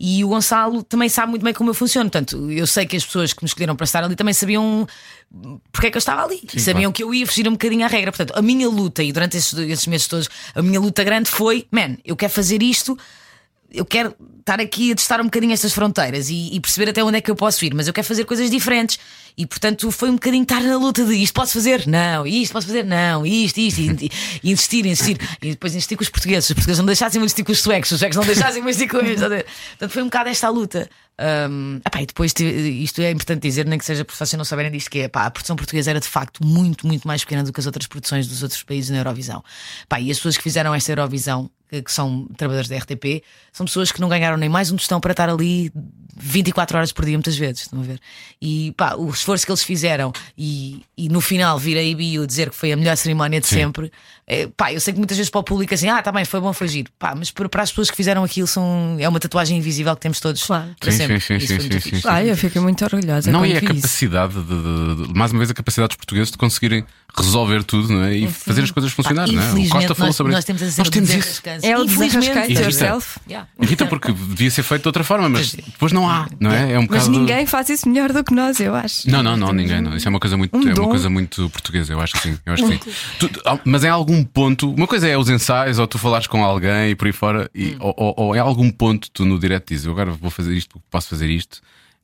[SPEAKER 4] E o Gonçalo também sabe muito bem como eu funciono. Portanto, eu sei que as pessoas que me escolheram para estar ali também sabiam porque é que eu estava ali. Sabiam que eu ia fugir um bocadinho à regra. Portanto, a minha luta, e durante esses, esses meses todos, a minha luta grande foi: man, eu quero fazer isto. eu quero estar aqui a testar um bocadinho estas fronteiras e, e perceber até onde é que eu posso ir, mas eu quero fazer coisas diferentes. E portanto foi um bocadinho estar na luta de isto posso fazer? Não, isto posso fazer? Não, isto, isto, e, e insistir, insistir. E depois insistir com os portugueses. Os portugueses não deixassem me insistir com os suecos, os suecos não deixassem me insistir com eles. Portanto foi um bocado esta a luta. Hum, epá, e depois, isto é importante dizer, nem que seja por vocês não saberem disto, que é, pá, a produção portuguesa era de facto muito, muito mais pequena do que as outras produções dos outros países na Eurovisão. Pá, e as pessoas que fizeram esta Eurovisão, que, que são trabalhadores da RTP, são pessoas que não ganharam nem mais um tostão para estar ali 24 horas por dia, muitas vezes, estão a ver? E pá, o esforço que eles fizeram e, e no final vir a IBU dizer que foi a melhor cerimónia de
[SPEAKER 2] Sim.
[SPEAKER 4] sempre, é, pá, eu sei que muitas vezes para o público é assim, ah, tá bem, foi bom, foi giro, pá, mas para, para as pessoas que fizeram aquilo são, é uma tatuagem invisível que temos todos
[SPEAKER 3] Claro.
[SPEAKER 4] para
[SPEAKER 2] Sim,
[SPEAKER 4] sempre.
[SPEAKER 2] sim, sim,
[SPEAKER 4] Isso foi
[SPEAKER 2] sim,
[SPEAKER 4] muito
[SPEAKER 2] sim,
[SPEAKER 4] fixe.
[SPEAKER 2] sim.
[SPEAKER 5] Ai, eu fiquei muito orgulhosa.
[SPEAKER 2] Não, é
[SPEAKER 5] quando
[SPEAKER 2] e a
[SPEAKER 5] vi isso.
[SPEAKER 2] capacidade, de, de- de- mais uma vez, a capacidade dos portugueses de conseguirem resolver tudo não é? e fazer as coisas funcionar. não é? O
[SPEAKER 4] Infelizmente,
[SPEAKER 2] Costa falou
[SPEAKER 4] nós,
[SPEAKER 2] sobre
[SPEAKER 4] nós
[SPEAKER 2] isso.
[SPEAKER 4] temos essa
[SPEAKER 2] Nós
[SPEAKER 4] cena
[SPEAKER 2] temos
[SPEAKER 4] do
[SPEAKER 2] isso.
[SPEAKER 4] desenrascanço.
[SPEAKER 5] É o
[SPEAKER 4] Infelizmente.
[SPEAKER 5] desarrascate
[SPEAKER 2] Irrita.
[SPEAKER 5] yourself.
[SPEAKER 4] Yeah.
[SPEAKER 2] Irrita porque devia ser feito de outra forma, mas depois não há, não é? É um
[SPEAKER 5] Mas
[SPEAKER 2] bocado-
[SPEAKER 5] ninguém faz isso melhor do que nós, eu acho.
[SPEAKER 2] Não, não, não, ninguém não. Isso é uma coisa muito,
[SPEAKER 5] Um
[SPEAKER 2] é uma
[SPEAKER 5] dom.
[SPEAKER 2] coisa muito portuguesa, eu acho que sim. Eu acho que sim. Tu- tu- al- mas em algum ponto, uma coisa é os ensaios, ou tu falares com alguém e por aí fora, e,
[SPEAKER 4] Hum.
[SPEAKER 2] ou, ou, ou em algum ponto tu no direto dizes eu agora vou fazer isto porque posso fazer isto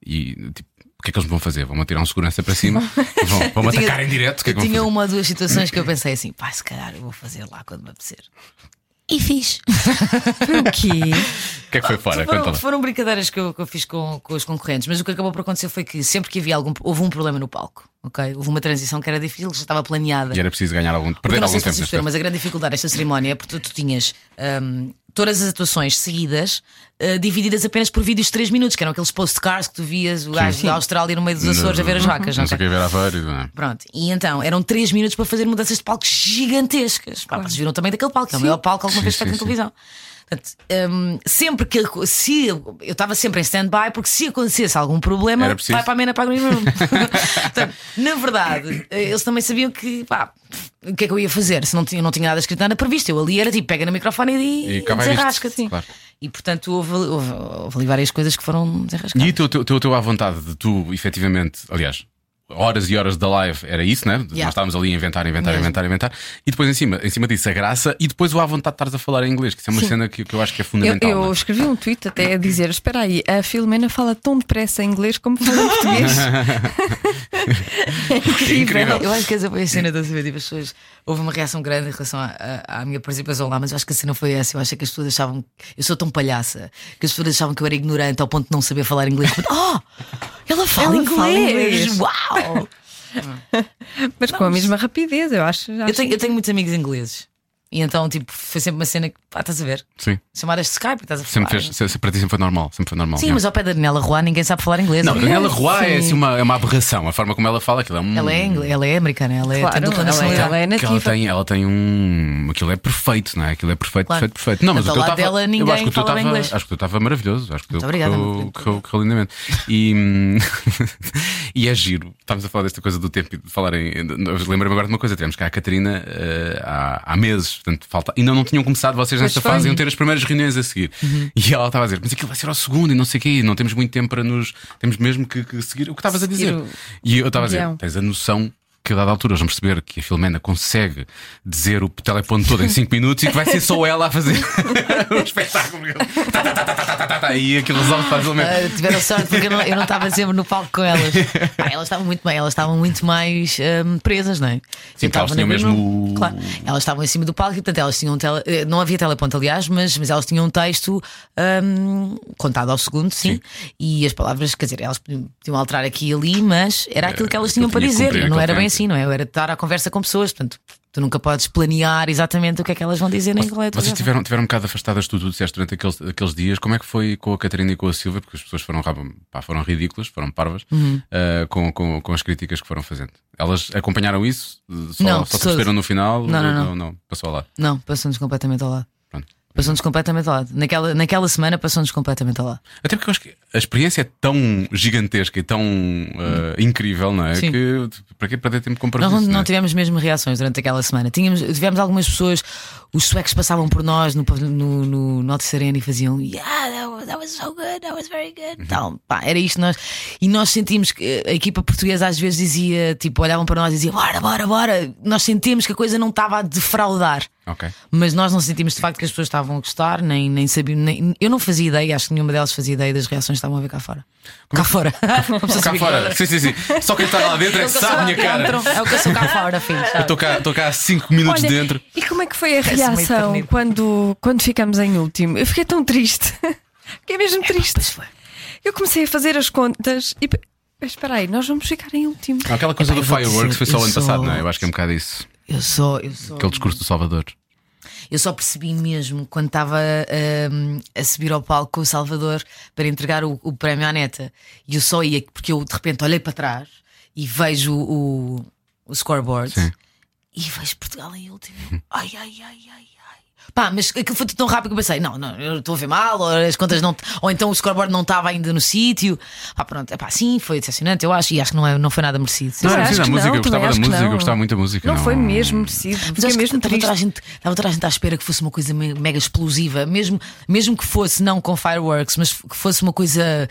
[SPEAKER 2] e tipo. O que é que eles vão fazer? Vão-me tirar um segurança para cima? Vão- Vão-me
[SPEAKER 4] Eu tinha-
[SPEAKER 2] atacar em direto? O que é
[SPEAKER 4] eu
[SPEAKER 2] que vão
[SPEAKER 4] tinha um-
[SPEAKER 2] fazer?
[SPEAKER 4] uma ou duas situações que eu pensei assim, pá, se calhar eu vou fazer lá quando me apetecer. E fiz.
[SPEAKER 5] O quê?
[SPEAKER 2] O que é que foi fora? Conta
[SPEAKER 4] Foram,
[SPEAKER 2] lá.
[SPEAKER 4] foram brincadeiras que eu, que eu fiz com, com os concorrentes, mas o que acabou por acontecer foi que sempre que havia algum. houve um problema no palco, ok? Houve uma transição que era difícil, que já estava planeada.
[SPEAKER 2] E era preciso ganhar algum,
[SPEAKER 4] Porque eu
[SPEAKER 2] perder
[SPEAKER 4] não sei
[SPEAKER 2] algum
[SPEAKER 4] se
[SPEAKER 2] tempo.
[SPEAKER 4] vocês
[SPEAKER 2] neste
[SPEAKER 4] perceberam,
[SPEAKER 2] tempo.
[SPEAKER 4] mas a grande dificuldade desta cerimónia é porque tu, tu tinhas hum, todas as atuações seguidas, eh, divididas apenas por vídeos de 3 minutos, que eram aqueles postcards que tu vias o gajo da Austrália no meio dos Açores a ver as vacas,
[SPEAKER 2] Não
[SPEAKER 4] não
[SPEAKER 2] sei o que é ver a vários, não é?
[SPEAKER 4] Pronto, e então eram 3 minutos para fazer mudanças de palco gigantescas.
[SPEAKER 2] Ah,
[SPEAKER 4] Pá, Vocês viram também daquele palco, é o maior palco alguma vez feito na televisão. Portanto, hum, sempre que se eu estava sempre em stand-by, porque se acontecesse algum problema,
[SPEAKER 2] Era preciso.
[SPEAKER 4] vai para a mena para a green room. Portanto, na verdade, eh, eles também sabiam que pá, o que é que eu ia fazer se não tinha, não tinha nada escrito nada previsto. Eu ali era tipo, pega no microfone e,
[SPEAKER 2] E
[SPEAKER 4] e
[SPEAKER 2] cá vai isto.
[SPEAKER 4] desenrasca. Sim.
[SPEAKER 2] Claro.
[SPEAKER 4] E portanto houve, houve, houve ali várias coisas que foram desenrascadas.
[SPEAKER 2] E aí teu, teu, teu, teu à vontade de tu, efetivamente, aliás, horas e horas da live era isso, né? Nós estávamos ali a inventar, inventar,
[SPEAKER 4] Mesmo.
[SPEAKER 2] inventar, inventar. E depois em cima, em cima disso, a graça, e depois o à vontade de estares a falar em inglês, que isso é uma cena que, que eu acho que é
[SPEAKER 5] Eu,
[SPEAKER 2] fundamental.
[SPEAKER 5] eu
[SPEAKER 2] não é?
[SPEAKER 5] escrevi um tweet até a dizer: Espera aí, a Filomena fala tão depressa em inglês como fala em português.
[SPEAKER 2] É Incrível.
[SPEAKER 4] Eu acho que essa foi a cena da CBT. As pessoas. Houve uma reação grande em relação à- à, à minha participação lá, mas eu acho que a cena foi essa. Eu acho que as pessoas achavam. Eu sou tão palhaça que as pessoas achavam que eu era ignorante ao ponto de não saber falar inglês. Mas, Oh! Ela fala
[SPEAKER 5] Ela
[SPEAKER 4] inglês!
[SPEAKER 5] fala inglês.
[SPEAKER 4] Uau!
[SPEAKER 5] Mas com a mesma rapidez, eu acho.
[SPEAKER 4] eu, tenho, eu tenho muitos amigos ingleses. E então, tipo, foi sempre uma cena que. Pá, estás a ver?
[SPEAKER 2] Sim,
[SPEAKER 4] Chamadas de Skype, estás a falar.
[SPEAKER 2] sempre fez, se- se- para ti sempre foi normal, sempre foi normal.
[SPEAKER 4] Sim, mas ao pé da Daniela Roa ninguém sabe falar inglês.
[SPEAKER 2] Não, Daniela Roy é,
[SPEAKER 5] Sim.
[SPEAKER 2] assim, uma, é uma aberração, a forma como ela fala aquilo é um.
[SPEAKER 4] Ela é, ingle- ela é americana, ela é. tem
[SPEAKER 5] Claro,
[SPEAKER 4] dupla
[SPEAKER 5] ela é-
[SPEAKER 4] nacionalidade.
[SPEAKER 5] ela é
[SPEAKER 2] que ela
[SPEAKER 5] nativa.
[SPEAKER 2] tem, ela tem um. Aquilo é perfeito, não é? Aquilo é perfeito,
[SPEAKER 4] Claro.
[SPEAKER 2] perfeito, perfeito. Não, mas
[SPEAKER 4] Portanto,
[SPEAKER 2] o
[SPEAKER 4] ao
[SPEAKER 2] teu estava.
[SPEAKER 4] lado dela,
[SPEAKER 2] eu acho que o
[SPEAKER 4] ninguém
[SPEAKER 2] teu
[SPEAKER 4] falava
[SPEAKER 2] estava.
[SPEAKER 4] inglês.
[SPEAKER 2] Acho que o teu estava maravilhoso. Acho que o teu
[SPEAKER 4] Muito obrigada,
[SPEAKER 2] correu,
[SPEAKER 4] muito
[SPEAKER 2] correu, correu lindamente. E, hum, e é giro. Estávamos a falar desta coisa do tempo e de falar em. eu Lembrei-me agora de uma coisa. Tivemos cá a Catarina eh, há, há meses. Portanto, falta. Ainda não tinham começado vocês nesta
[SPEAKER 5] foi.
[SPEAKER 2] fase. Iam ter as primeiras reuniões a seguir.
[SPEAKER 4] Uhum.
[SPEAKER 2] E ela estava a dizer: Mas aquilo vai ser ao segundo e não sei o quê. e Não temos muito tempo para nos. Temos mesmo que, que seguir o que estavas a
[SPEAKER 5] Seguir
[SPEAKER 2] dizer.
[SPEAKER 5] o-
[SPEAKER 2] E eu estava a dizer:
[SPEAKER 5] Guião.
[SPEAKER 2] Tens a noção que a dada altura eles vão perceber que a Filomena consegue dizer o telefone todo em 5 minutos e que vai ser só ela a fazer o espetáculo. Tá, tá, tá, tá, tá, tá, tá, tá. E aquilo resolve facilmente.
[SPEAKER 4] Ah, tiveram sorte porque eu não, eu não estava sempre no palco com elas. Pá, elas estavam muito bem, elas estavam muito mais ahm, presas, não é?
[SPEAKER 2] Sim,
[SPEAKER 4] Eu
[SPEAKER 2] porque elas
[SPEAKER 4] estava
[SPEAKER 2] tinham
[SPEAKER 4] na-
[SPEAKER 2] mesmo o-
[SPEAKER 4] Claro, elas estavam em cima do palco e, portanto, elas tinham. um Tele... eh, Não havia teleponto, aliás, mas, mas elas tinham um texto ahm, contado ao segundo, sim, E as palavras, quer dizer, elas podiam podiam alterar aqui e ali, mas era aquilo que elas
[SPEAKER 2] aquilo
[SPEAKER 4] tinham para
[SPEAKER 2] É, tinha que
[SPEAKER 4] dizer.
[SPEAKER 2] cumprir,
[SPEAKER 4] não
[SPEAKER 2] aquilo
[SPEAKER 4] era
[SPEAKER 2] tinha
[SPEAKER 4] bem
[SPEAKER 2] que-
[SPEAKER 4] assim, não é? Eu era estar à conversa com pessoas, portanto. Tu nunca podes planear exatamente o que é que elas vão dizer nem qual é a tua
[SPEAKER 2] Vocês
[SPEAKER 4] reação.
[SPEAKER 2] tiveram, tiveram um bocado afastadas de tudo, tu disseste durante aqueles, aqueles dias. Como é que foi com a Catarina e com a Silvia? Porque as pessoas foram, rabo- pá, foram ridículas, foram parvas
[SPEAKER 4] Uhum.
[SPEAKER 2] ah, com, com, com as críticas que foram fazendo. Elas acompanharam isso? Só,
[SPEAKER 4] Não,
[SPEAKER 2] só se
[SPEAKER 4] todas.
[SPEAKER 2] perceberam no final?
[SPEAKER 4] Não, não, não.
[SPEAKER 2] Passou lá.
[SPEAKER 4] Não, passou-nos completamente ao lado.
[SPEAKER 2] Pronto.
[SPEAKER 4] Passou-nos completamente ao lado. Naquela, naquela semana passou-nos completamente ao lado.
[SPEAKER 2] Até porque eu acho que a experiência é tão gigantesca e tão ah, incrível, não é?
[SPEAKER 4] Sim.
[SPEAKER 2] Que para que perder tempo com
[SPEAKER 4] Nós
[SPEAKER 2] parvoíce,
[SPEAKER 4] não,
[SPEAKER 2] não
[SPEAKER 4] não
[SPEAKER 2] é?
[SPEAKER 4] tivemos mesmo reações durante aquela semana. Tínhamos, tivemos algumas pessoas, os suecos passavam por nós no, pavilhão- no, no Norte Serena e faziam Yeah, that was, that was so good, that was very good.
[SPEAKER 2] Uhum.
[SPEAKER 4] Então, pá, era isto. Nós, e nós sentimos que a equipa portuguesa às vezes dizia, tipo, olhavam para nós e diziam bora, bora, bora. Nós sentimos que a coisa não estava a defraudar.
[SPEAKER 2] Ok.
[SPEAKER 4] Mas nós não sentimos de facto que as pessoas estavam a gostar, nem, nem sabiam. Nem, eu não fazia ideia, acho que nenhuma delas fazia ideia das reações que estavam a ver cá fora. Cá fora.
[SPEAKER 2] Cá fora. Sim, sim, sim. Só quem está lá dentro é que sabe a minha cara.
[SPEAKER 4] É o que eu sou cá fora, filho.
[SPEAKER 2] Eu estou cá, estou cá há 5 minutos
[SPEAKER 5] Olha,
[SPEAKER 2] dentro.
[SPEAKER 5] E como é que foi a
[SPEAKER 4] Parece uma
[SPEAKER 5] reação
[SPEAKER 4] eternidade.
[SPEAKER 5] quando, quando ficamos em último? Eu fiquei tão triste. Fiquei mesmo triste.
[SPEAKER 4] Pois foi.
[SPEAKER 5] Eu comecei a fazer as contas e. pe- Mas espera aí, nós vamos ficar em último.
[SPEAKER 2] Há Aquela coisa
[SPEAKER 4] Epá,
[SPEAKER 2] do
[SPEAKER 4] eu vou
[SPEAKER 2] fireworks
[SPEAKER 4] dizer,
[SPEAKER 2] foi só
[SPEAKER 4] eu
[SPEAKER 2] o ano passado,
[SPEAKER 4] sou-
[SPEAKER 2] não é? Eu acho que é um bocado isso.
[SPEAKER 4] Eu só, eu só,
[SPEAKER 2] Aquele discurso do Salvador.
[SPEAKER 4] eu só percebi mesmo quando estava hum, a subir ao palco com o Salvador para entregar o, o prémio à neta. E eu só ia, porque eu de repente olhei para trás e vejo o, o scoreboard
[SPEAKER 2] Sim.
[SPEAKER 4] e vejo Portugal em último. Ai, ai, ai, ai, ai. Pá, mas aquilo foi tudo tão rápido que eu pensei: não, não, eu estou a ver mal, ou as contas não. Ou então o scoreboard não estava ainda no sítio. Pá, pronto, pá, sim, foi decepcionante, eu acho, e acho que não, é, não foi nada merecido.
[SPEAKER 5] Não,
[SPEAKER 2] era
[SPEAKER 5] acho
[SPEAKER 2] preciso a
[SPEAKER 5] que
[SPEAKER 2] música, eu
[SPEAKER 5] não,
[SPEAKER 2] gostava
[SPEAKER 5] também
[SPEAKER 2] da
[SPEAKER 5] acho que
[SPEAKER 2] música, eu
[SPEAKER 5] não.
[SPEAKER 2] gostava muito da música.
[SPEAKER 5] Não, foi mesmo merecido.
[SPEAKER 4] Mas
[SPEAKER 5] Fiquei
[SPEAKER 4] acho que
[SPEAKER 5] é mesmo
[SPEAKER 4] estava
[SPEAKER 5] triste.
[SPEAKER 4] toda, a gente, estava toda a gente à espera que fosse uma coisa me- mega explosiva, mesmo, mesmo que fosse não com fireworks, mas que fosse uma coisa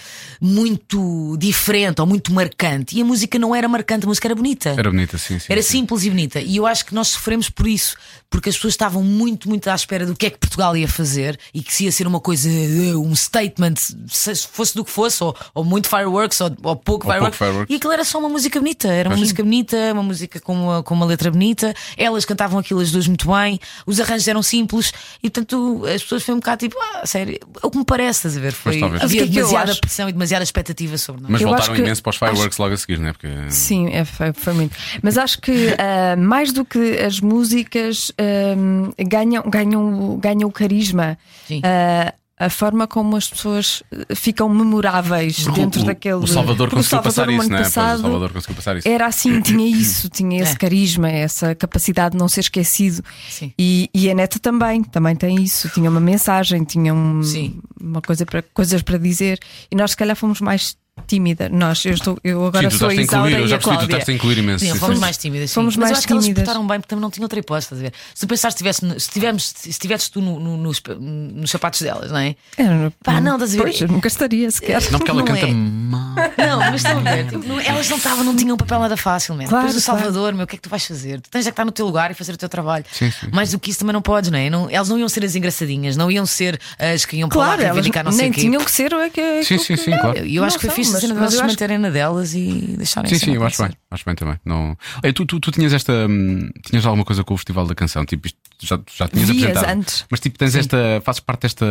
[SPEAKER 4] muito diferente ou muito marcante. E a música não era marcante, a música era bonita.
[SPEAKER 2] Era bonita, sim, sim.
[SPEAKER 4] Era
[SPEAKER 2] sim.
[SPEAKER 4] simples e bonita. E eu acho que nós sofremos por isso, porque as pessoas estavam muito, muito à espera do que é que Portugal ia fazer e que se ia ser uma coisa, eh, um statement, se fosse do que fosse, ou, ou muito fireworks, ou, ou pouco
[SPEAKER 2] Ou
[SPEAKER 4] fireworks.
[SPEAKER 2] pouco fireworks.
[SPEAKER 4] E aquilo era só uma música bonita. Era uma música bonita, uma música com uma, com uma letra bonita. Elas cantavam aquilo as duas muito bem, os arranjos eram simples e, portanto, as pessoas foi um bocado tipo, ah, sério, é o que me parece, estás a ver? Foi,
[SPEAKER 2] talvez.
[SPEAKER 4] havia
[SPEAKER 5] Mas o que é que eu
[SPEAKER 4] demasiada
[SPEAKER 5] acho?
[SPEAKER 4] pressão e demasiada expectativa sobre nós.
[SPEAKER 2] Mas
[SPEAKER 5] Eu
[SPEAKER 2] voltaram
[SPEAKER 5] acho que-
[SPEAKER 2] imenso para os fireworks logo a seguir, não é? Porque.
[SPEAKER 5] Sim, é, foi, foi muito. Mas acho que ah, mais do que as músicas ahm, ganham, ganham, o- ganham o carisma.
[SPEAKER 4] Sim.
[SPEAKER 5] Ah, a forma como as pessoas eh, ficam memoráveis
[SPEAKER 2] Porque
[SPEAKER 5] dentro
[SPEAKER 2] o,
[SPEAKER 5] daquele.
[SPEAKER 2] o Salvador
[SPEAKER 5] Porque o
[SPEAKER 2] conseguiu passar
[SPEAKER 5] Salvador,
[SPEAKER 2] isso,
[SPEAKER 5] no ano
[SPEAKER 2] não é? Pois,
[SPEAKER 5] passado,
[SPEAKER 2] o Salvador conseguiu passar isso.
[SPEAKER 5] Era assim, tinha isso, tinha esse
[SPEAKER 4] É.
[SPEAKER 5] carisma, essa capacidade de não ser esquecido.
[SPEAKER 4] Sim.
[SPEAKER 5] E, e a neta também, também tem isso. Tinha uma mensagem, tinha um-
[SPEAKER 4] Sim.
[SPEAKER 5] uma coisa para, coisas para dizer. E nós, se calhar, fomos mais tímidas. Nós, eu, estou, eu
[SPEAKER 2] Sim, tu
[SPEAKER 5] agora sou
[SPEAKER 2] estás
[SPEAKER 5] a
[SPEAKER 2] a
[SPEAKER 5] Isaura
[SPEAKER 2] incluir, eu
[SPEAKER 5] e
[SPEAKER 2] já
[SPEAKER 5] a
[SPEAKER 2] percebi, tu
[SPEAKER 5] Cláudia.
[SPEAKER 2] estás a incluir imenso.
[SPEAKER 4] Sim, fomos mais tímidas. Sim.
[SPEAKER 5] Fomos
[SPEAKER 4] mas
[SPEAKER 5] mais
[SPEAKER 4] eu acho que elas
[SPEAKER 5] tímidas.
[SPEAKER 4] portaram bem porque também não tinham outra hipótese. estás a ver? Se tu pensares, tivesse, no- se tivemos- se estivesse tu no- no- nos, nos sapatos delas, não é?
[SPEAKER 5] Era-
[SPEAKER 4] Pá, não, estás a ver?
[SPEAKER 5] Pois, eu nunca estaria sequer.
[SPEAKER 2] Não, porque ela
[SPEAKER 4] Não
[SPEAKER 2] canta
[SPEAKER 4] é.
[SPEAKER 2] mal.
[SPEAKER 4] Não, mas estão a ver. tipo, não- elas não estavam, não tinham um papel nada fácil, mesmo.
[SPEAKER 5] Claro,
[SPEAKER 4] Depois do
[SPEAKER 5] claro.
[SPEAKER 4] Salvador, meu, o que é que tu vais fazer? Tu tens é que estar no teu lugar e fazer o teu trabalho.
[SPEAKER 2] Sim, sim.
[SPEAKER 4] Mais do que isso também não podes, não é? Não- elas não iam ser as engraçadinhas, não iam ser as que iam
[SPEAKER 5] Claro,
[SPEAKER 4] para lá
[SPEAKER 5] elas
[SPEAKER 4] reivindicar não sei
[SPEAKER 5] nem
[SPEAKER 4] o quê.
[SPEAKER 5] tinham que ser. é que-
[SPEAKER 2] Sim, sim, sim, claro.
[SPEAKER 4] Eu acho
[SPEAKER 5] Não
[SPEAKER 4] que foi
[SPEAKER 5] são,
[SPEAKER 4] fixe a
[SPEAKER 5] mas-
[SPEAKER 4] cena
[SPEAKER 5] mas
[SPEAKER 4] delas
[SPEAKER 5] eu
[SPEAKER 4] se
[SPEAKER 5] acho-
[SPEAKER 4] manterem na delas e deixarem
[SPEAKER 2] Sim,
[SPEAKER 4] isso
[SPEAKER 2] sim, eu acho
[SPEAKER 4] acontecer.
[SPEAKER 2] bem, acho bem também. Não... Olha, tu, tu, tu tinhas esta. hum, Tinhas alguma coisa com o Festival da Canção, tipo, isto já, já tinhas
[SPEAKER 5] Dias
[SPEAKER 2] apresentado.
[SPEAKER 5] antes.
[SPEAKER 2] Mas tipo, tens esta. Fazes parte desta.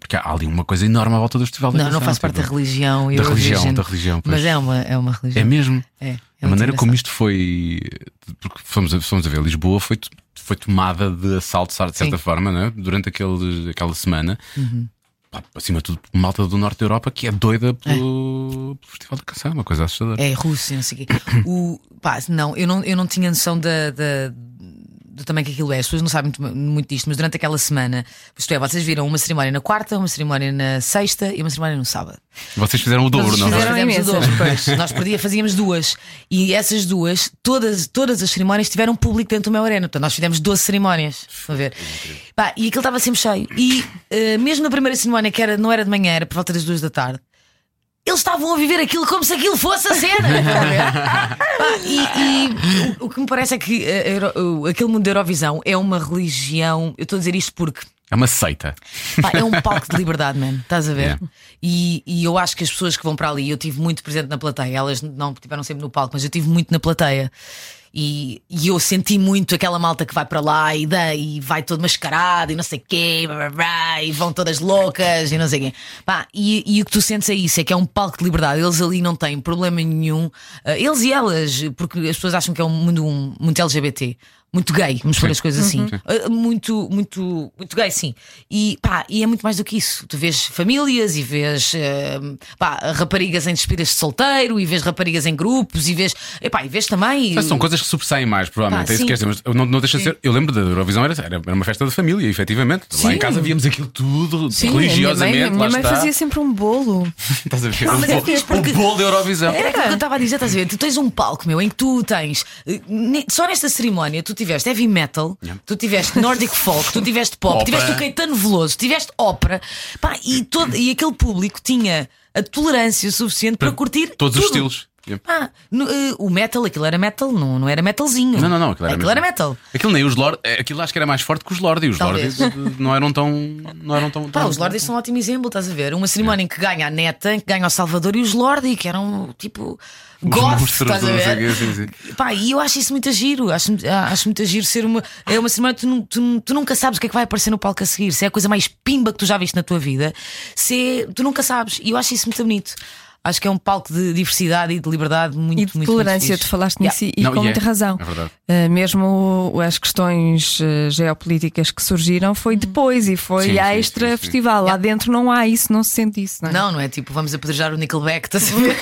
[SPEAKER 2] Porque há ali uma coisa enorme à volta do Festival da
[SPEAKER 4] Não,
[SPEAKER 2] Canção.
[SPEAKER 4] não faço parte da
[SPEAKER 2] tipo,
[SPEAKER 4] religião.
[SPEAKER 2] Da
[SPEAKER 4] Eurovision,
[SPEAKER 2] religião, da religião. pois.
[SPEAKER 4] Mas é uma, é uma religião.
[SPEAKER 2] É mesmo.
[SPEAKER 4] É, é
[SPEAKER 2] a
[SPEAKER 4] muito
[SPEAKER 2] maneira como
[SPEAKER 4] engraçado.
[SPEAKER 2] isto foi. Porque fomos a, fomos a ver Lisboa, foi, to- foi tomada de assalto, de certa
[SPEAKER 4] Sim. Uhum.
[SPEAKER 2] forma, né? durante aquele, aquela semana. Pá, acima de tudo, malta do norte da Europa que é doida pelo, pelo Festival da Canção, uma coisa assustadora.
[SPEAKER 4] É russo, e não sei o quê. O, pá, não, eu não, eu não tinha noção da, da- do tamanho que aquilo é. As pessoas não sabem muito, muito disto, mas durante aquela semana, isto é, vocês viram uma cerimónia na quarta, uma cerimónia na sexta e uma cerimónia no sábado.
[SPEAKER 2] Vocês fizeram o dobro,
[SPEAKER 4] Nós
[SPEAKER 2] não
[SPEAKER 4] fizemos
[SPEAKER 2] é?
[SPEAKER 5] fizeram-
[SPEAKER 4] o
[SPEAKER 5] imensas.
[SPEAKER 4] dobro, pois. Nós por dia fazíamos duas. E essas duas, todas, todas as cerimónias tiveram público dentro do meu arena. Portanto, nós fizemos 12 cerimónias. Estão a ver? Pá, e aquilo estava sempre cheio. E eh, mesmo na primeira cerimónia, que era, não era de manhã, era por volta das duas da tarde. Eles estavam a viver aquilo como se aquilo fosse a cena. estão a ver? Pá, e, e o, o que me parece é que eh, a Euro- o- aquele mundo da Eurovisão é uma religião. Eu estou a dizer isto porque
[SPEAKER 2] É uma seita.
[SPEAKER 4] Pá, é um palco de liberdade, man. Estás a ver?
[SPEAKER 2] Yeah.
[SPEAKER 4] E, e eu acho que as pessoas que vão para ali, eu tive muito presente na plateia, elas não estiveram sempre no palco, mas eu tive muito na plateia. E, e eu senti muito aquela malta que vai para lá e, dá, e vai todo mascarado e não sei o quê, blá, blá, blá, e vão todas loucas e não sei o quê. Pá, e, e o que tu sentes é isso: é que é um palco de liberdade. Eles ali não têm problema nenhum, eh, eles e elas, porque as pessoas acham que é um mundo um- muito LGBT, muito gay, vamos pôr as coisas assim.
[SPEAKER 2] Uhum.
[SPEAKER 4] Uh, Muito, muito, muito gay, sim. E, pá, e é muito mais do que isso. Tu vês famílias e vês eh, pá, raparigas em despidas de solteiro e vês raparigas em grupos e vês. Epá, e vês também.
[SPEAKER 2] Mas são coisas que sobressaem mais, provavelmente.
[SPEAKER 4] Pá,
[SPEAKER 2] é isso
[SPEAKER 4] sim.
[SPEAKER 2] que quer dizer, mas eu não, não deixa de ser. Eu lembro da Eurovisão, era, era uma festa de família, efetivamente. Lá em casa víamos aquilo tudo
[SPEAKER 4] Sim, a minha mãe-
[SPEAKER 2] religiosamente.
[SPEAKER 5] Minha mãe,
[SPEAKER 2] lá está.
[SPEAKER 5] fazia sempre um bolo.
[SPEAKER 2] Estás a ver?
[SPEAKER 4] Não,
[SPEAKER 2] o,
[SPEAKER 4] mas é que-
[SPEAKER 2] bolo,
[SPEAKER 4] porque-
[SPEAKER 2] o bolo da Eurovisão.
[SPEAKER 4] Era É, aquilo que eu estava a dizer, estás a ver? Tu tens um palco, meu, em que tu tens. eh, ne- Só nesta cerimónia tu tiveste heavy metal, tu tiveste Nordic folk, tu tiveste pop,
[SPEAKER 2] Ópera.
[SPEAKER 4] tiveste o Caetano Veloso, tiveste ópera, pá, e, todo, e aquele público tinha a tolerância suficiente para, curtir
[SPEAKER 2] Todos os
[SPEAKER 4] tudo.
[SPEAKER 2] estilos.
[SPEAKER 4] Ah, no, eh, o metal, aquilo era metal, não, não era metalzinho.
[SPEAKER 2] Não, não, não, aquilo era,
[SPEAKER 4] metal.
[SPEAKER 2] Aquilo nem os Lord, eh, aquilo acho que era mais forte que os Lordi. Os
[SPEAKER 4] Talvez.
[SPEAKER 2] Lordi não eram tão. Não eram tão,
[SPEAKER 4] Pá,
[SPEAKER 2] tão-
[SPEAKER 4] os Lordis são um ótimo exemplo, estás a ver? Uma cerimónia em que ganha a neta, em que ganha o Salvador e os Lordi, que eram tipo. Goth,
[SPEAKER 2] monstros
[SPEAKER 4] estás a
[SPEAKER 2] do não sei quê,
[SPEAKER 4] ver?
[SPEAKER 2] sim,
[SPEAKER 4] Pá, e eu acho isso muito giro. Acho, acho muito giro ser uma. É uma semana que tu, nu- tu, tu nunca sabes o que é que vai aparecer no palco a seguir. Se é a coisa mais pimba que tu já viste na tua vida, se é- tu nunca sabes. E eu acho isso muito bonito. Acho que é um palco de diversidade e de liberdade muito,
[SPEAKER 5] E de
[SPEAKER 4] muito,
[SPEAKER 5] tolerância,
[SPEAKER 4] muito
[SPEAKER 5] tu
[SPEAKER 4] fixe.
[SPEAKER 5] falaste nisso e- e
[SPEAKER 2] Não,
[SPEAKER 5] com
[SPEAKER 2] e é,
[SPEAKER 5] muita razão.
[SPEAKER 2] é verdade.
[SPEAKER 5] Uh, mesmo as questões uh, geopolíticas que surgiram
[SPEAKER 4] Hum.
[SPEAKER 5] foi depois e foi
[SPEAKER 2] Sim,
[SPEAKER 5] a
[SPEAKER 2] sim,
[SPEAKER 5] extra
[SPEAKER 2] sim, sim.
[SPEAKER 5] festival. Lá dentro não há isso, não se sente isso, não é?
[SPEAKER 4] Não, não é tipo, vamos apedrejar o Nickelback, estás a ver?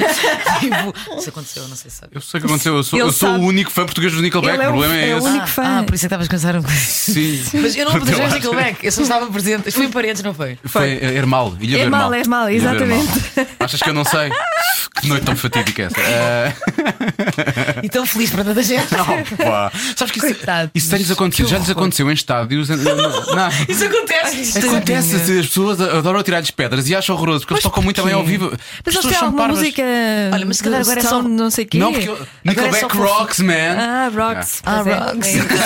[SPEAKER 4] tipo, isso aconteceu, não sei se sabe.
[SPEAKER 2] Eu sei o que aconteceu. Eu sou,
[SPEAKER 5] Ele
[SPEAKER 2] eu sou
[SPEAKER 5] sabe.
[SPEAKER 2] o único fã português do Nickelback.
[SPEAKER 5] Ele
[SPEAKER 2] O
[SPEAKER 5] é o-
[SPEAKER 2] problema é,
[SPEAKER 5] é o
[SPEAKER 2] esse.
[SPEAKER 5] único fã.
[SPEAKER 4] Ah, por isso é que estavas a pensar uma coisa.
[SPEAKER 2] Sim.
[SPEAKER 4] Mas eu não apedrejei
[SPEAKER 2] Eu
[SPEAKER 4] o
[SPEAKER 2] acho.
[SPEAKER 4] Nickelback, eu só estava presente. Isto Foi em paredes, não foi?
[SPEAKER 2] Foi Hermal, Ilha do
[SPEAKER 5] Hermal,
[SPEAKER 2] Hermal.
[SPEAKER 5] Hermal,
[SPEAKER 2] Ilha do Hermal.
[SPEAKER 5] exatamente.
[SPEAKER 2] Achas que eu não sei? Que noite tão fatídica é essa? Eh,
[SPEAKER 4] E tão feliz para tanta gente.
[SPEAKER 2] não, pá. Sabes que isso,
[SPEAKER 4] Coitados.
[SPEAKER 2] isso tem-lhes acontecido. Já lhes aconteceu em estádios. em- na- na-
[SPEAKER 4] Isso
[SPEAKER 5] é
[SPEAKER 4] acontece.
[SPEAKER 2] Acontece, assim, as pessoas adoram tirar-lhes pedras e acham horroroso porque eles tocam muito bem ao vivo.
[SPEAKER 5] Mas
[SPEAKER 2] as
[SPEAKER 5] eles
[SPEAKER 2] pessoas
[SPEAKER 5] têm
[SPEAKER 2] são
[SPEAKER 5] alguma
[SPEAKER 2] parvas.
[SPEAKER 5] música.
[SPEAKER 4] Olha, mas se calhar
[SPEAKER 5] do
[SPEAKER 4] agora é
[SPEAKER 5] Stone,
[SPEAKER 4] só-
[SPEAKER 5] não sei quê.
[SPEAKER 2] Não, porque eu-
[SPEAKER 4] é só
[SPEAKER 2] Nickelback
[SPEAKER 4] fofo.
[SPEAKER 2] Rocks, man.
[SPEAKER 5] Ah, Rocks.
[SPEAKER 4] Ah,
[SPEAKER 5] pois é.
[SPEAKER 4] Rocks.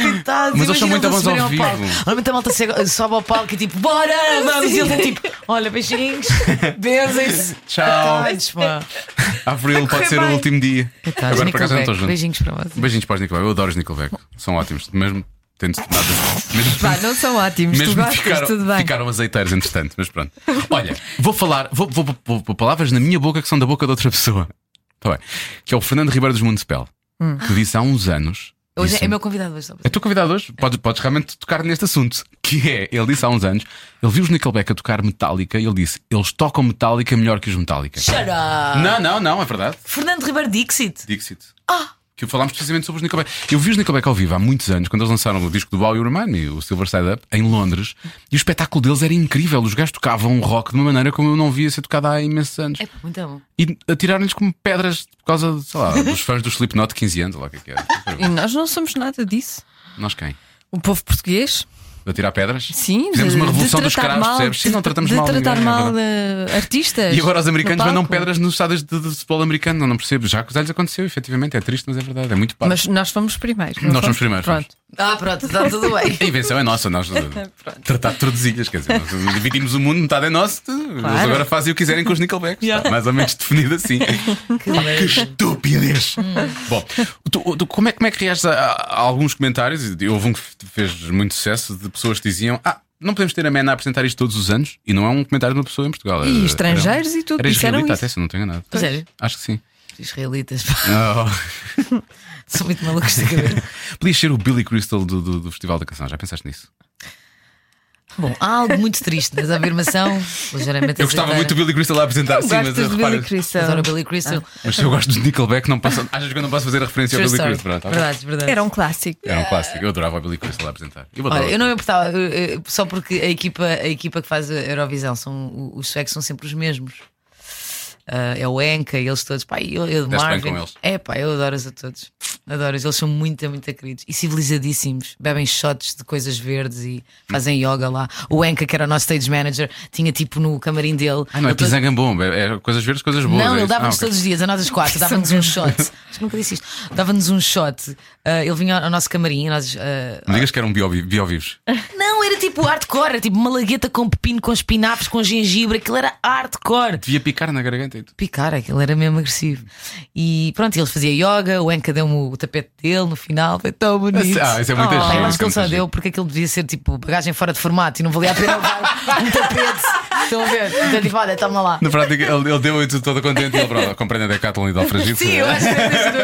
[SPEAKER 4] Coitados,
[SPEAKER 2] Mas eles são
[SPEAKER 4] imagina
[SPEAKER 2] muito
[SPEAKER 4] eles
[SPEAKER 2] bons ao
[SPEAKER 4] subirem
[SPEAKER 2] vivo.
[SPEAKER 4] palco. Olha, muita malta chega- sobe ao palco e tipo, bora, vamos. E ele é tipo, olha, beijinhos, é benzem-se.
[SPEAKER 2] Tchau.
[SPEAKER 4] Coitados, pá.
[SPEAKER 2] É. Avril pode ser o
[SPEAKER 5] bem.
[SPEAKER 2] último dia.
[SPEAKER 4] Coitados,
[SPEAKER 2] Agora por acaso não
[SPEAKER 4] Nickelback,
[SPEAKER 2] estão juntos.
[SPEAKER 4] beijinhos para vocês.
[SPEAKER 2] Beijinhos para os Nickelback. Eu adoro os Nickelback. São ótimos. Mesmo tendo nada. Mesmo,
[SPEAKER 5] Pá, não são ótimos, tu
[SPEAKER 2] mesmo
[SPEAKER 5] gostas,
[SPEAKER 2] ficaram,
[SPEAKER 5] tudo bem.
[SPEAKER 2] ficaram azeiteiros, entretanto. Mas pronto. Olha, vou falar, vou, vou, vou- vou palavras na minha boca que são da boca de outra pessoa. Está bem. Que é o Fernando Ribeiro dos Mundespel,
[SPEAKER 5] Hum.
[SPEAKER 2] que disse há uns anos.
[SPEAKER 4] Hoje é
[SPEAKER 2] disse-me-
[SPEAKER 4] meu convidado hoje. só para
[SPEAKER 2] É teu convidado hoje, podes, podes realmente tocar neste assunto. Que é, ele disse há uns anos, ele viu os Nickelback a tocar Metallica e ele disse: eles tocam Metallica melhor que os Metallica.
[SPEAKER 4] dizer. Xará.
[SPEAKER 5] Ah.
[SPEAKER 2] Não, não, não, é verdade.
[SPEAKER 4] Fernando Ribeiro Dixit.
[SPEAKER 2] Dixit. Ah! Que falámos precisamente sobre os Nickelback. Eu vi os Nickelback ao vivo há muitos anos, quando eles lançaram o disco do Wow Your Man e o Silver Side Up, em Londres, e o espetáculo deles era incrível. Os gajos tocavam um rock de uma maneira como eu não via ser tocada há imensos anos.
[SPEAKER 4] É muito bom.
[SPEAKER 2] E atiraram-lhes como pedras por causa, sei lá, dos fãs do Slipknot de 15 anos, lá o que é que era.
[SPEAKER 5] E nós não somos nada disso.
[SPEAKER 2] Nós quem?
[SPEAKER 5] O Um povo português,
[SPEAKER 2] De atirar pedras?
[SPEAKER 5] sim.
[SPEAKER 2] Fizemos
[SPEAKER 5] de-
[SPEAKER 2] uma
[SPEAKER 5] de
[SPEAKER 2] revolução dos
[SPEAKER 5] tratar
[SPEAKER 2] caras,
[SPEAKER 5] mal-
[SPEAKER 2] percebes? Sim,
[SPEAKER 5] de-
[SPEAKER 2] não tratamos
[SPEAKER 5] de
[SPEAKER 2] mal
[SPEAKER 5] tratar
[SPEAKER 2] ninguém, é
[SPEAKER 5] mal eh, artistas.
[SPEAKER 2] E agora os
[SPEAKER 5] no
[SPEAKER 2] americanos mandam
[SPEAKER 5] palco.
[SPEAKER 2] pedras nos estádios de, de futebol americano, não, não percebo. Já, já lhes aconteceu, efetivamente. É triste, mas é verdade. É muito pá.
[SPEAKER 5] Mas nós fomos primeiros. não
[SPEAKER 2] Nós fomos
[SPEAKER 5] fomos?
[SPEAKER 2] primeiros,
[SPEAKER 5] Pronto.
[SPEAKER 4] Ah, pronto, está tudo bem.
[SPEAKER 2] A invenção é nossa, nós tratar de tordesilhas, quer dizer, nós dividimos o mundo, metade é nosso, eles agora fazem o que quiserem com os Nickelbacks. Está mais ou menos definido assim. que estupidez!
[SPEAKER 5] Hum.
[SPEAKER 2] Bom, tu- tu- como, é, como é que reages a, a- a alguns comentários? Houve um que f- fez muito sucesso de pessoas que diziam: Ah, não podemos ter a MENA a apresentar isto todos os anos, e não é um comentário de uma pessoa em Portugal.
[SPEAKER 5] E estrangeiros e
[SPEAKER 2] Eh,
[SPEAKER 5] tudo,
[SPEAKER 2] Era
[SPEAKER 5] disseram
[SPEAKER 2] israelita,
[SPEAKER 5] isso.
[SPEAKER 2] até se eu não tenho nada.
[SPEAKER 4] Sério?
[SPEAKER 2] Acho que sim.
[SPEAKER 4] Os israelitas, pá,
[SPEAKER 2] Oh,
[SPEAKER 4] são muito malucos de cabeça.
[SPEAKER 2] podias ser o Billy Crystal do, do- do Festival da Canção, já pensaste nisso?
[SPEAKER 4] Bom, há algo muito triste, mas a afirmação, ligeiramente
[SPEAKER 2] Eu
[SPEAKER 5] é.
[SPEAKER 2] gostava muito do
[SPEAKER 4] azeiteira.
[SPEAKER 2] Billy Crystal a apresentar, sim, mas
[SPEAKER 5] Gostas de
[SPEAKER 2] repara-
[SPEAKER 5] Billy Crystal?
[SPEAKER 4] Adoro Billy Crystal.
[SPEAKER 2] Mas se eu gosto de Nickelback, não posso, achas que eu não posso fazer a referência
[SPEAKER 4] True
[SPEAKER 2] ao Billy
[SPEAKER 4] story.
[SPEAKER 2] Crystal? Pronto, ok.
[SPEAKER 4] Verdade, verdade.
[SPEAKER 5] Era um clássico.
[SPEAKER 2] Era um clássico. Eu adorava o Billy Crystal a apresentar. Eu adorava.
[SPEAKER 4] Olha, eu não me importava, eu- eu- só porque a equipa, a equipa que faz a Eurovisão, são, o- os suecos são sempre os mesmos. Ah, é o Enka e eles todos. Pá, e eu, eu de
[SPEAKER 2] bem
[SPEAKER 4] Marvin.
[SPEAKER 2] com eles.
[SPEAKER 4] É pá, eu adoro-os a todos. Adoro-os, eles são muito, muito queridos e civilizadíssimos. Bebem shots de coisas verdes e fazem yoga lá. O Enka, que era o nosso stage manager, tinha tipo no camarim dele.
[SPEAKER 2] Ah, não, é
[SPEAKER 4] ele todo-
[SPEAKER 2] pisangambombo. É, é coisas verdes, coisas boas.
[SPEAKER 4] Não,
[SPEAKER 2] é
[SPEAKER 4] ele
[SPEAKER 2] isso.
[SPEAKER 4] dava-nos
[SPEAKER 2] Ah, ok.
[SPEAKER 4] todos os dias, a nós os quatro, dava-nos um shot. Acho que nunca disse isto. Dava-nos um shot. Ah, ele vinha ao ao nosso camarim, nós. ah,
[SPEAKER 2] Não digas que um eram biovi- biovios.
[SPEAKER 4] não, era tipo hardcore, era tipo malagueta com pepino, com espinafres, com gengibre, aquilo era hardcore.
[SPEAKER 2] Devia picar na garganta e tudo.
[SPEAKER 4] Picar, aquilo era mesmo agressivo. E pronto, ele fazia yoga, o Enka deu-me o tapete dele no final, foi tão bonito.
[SPEAKER 2] Ah, isso é muito
[SPEAKER 4] Pá, eu acho
[SPEAKER 2] giro.
[SPEAKER 4] que Oh, ele
[SPEAKER 2] isso é
[SPEAKER 4] só
[SPEAKER 2] muito
[SPEAKER 4] deu
[SPEAKER 2] giro.
[SPEAKER 4] porque aquilo devia ser tipo bagagem fora de formato e não valia a pena levar um tapete. Estão a ver? Então, tipo, olha, toma lá.
[SPEAKER 2] Na prática, ele, ele deu e tu toda contente e ele, pronto, compreende a Decathlon e Dalfragil.
[SPEAKER 4] Sim, eu acho que era isso que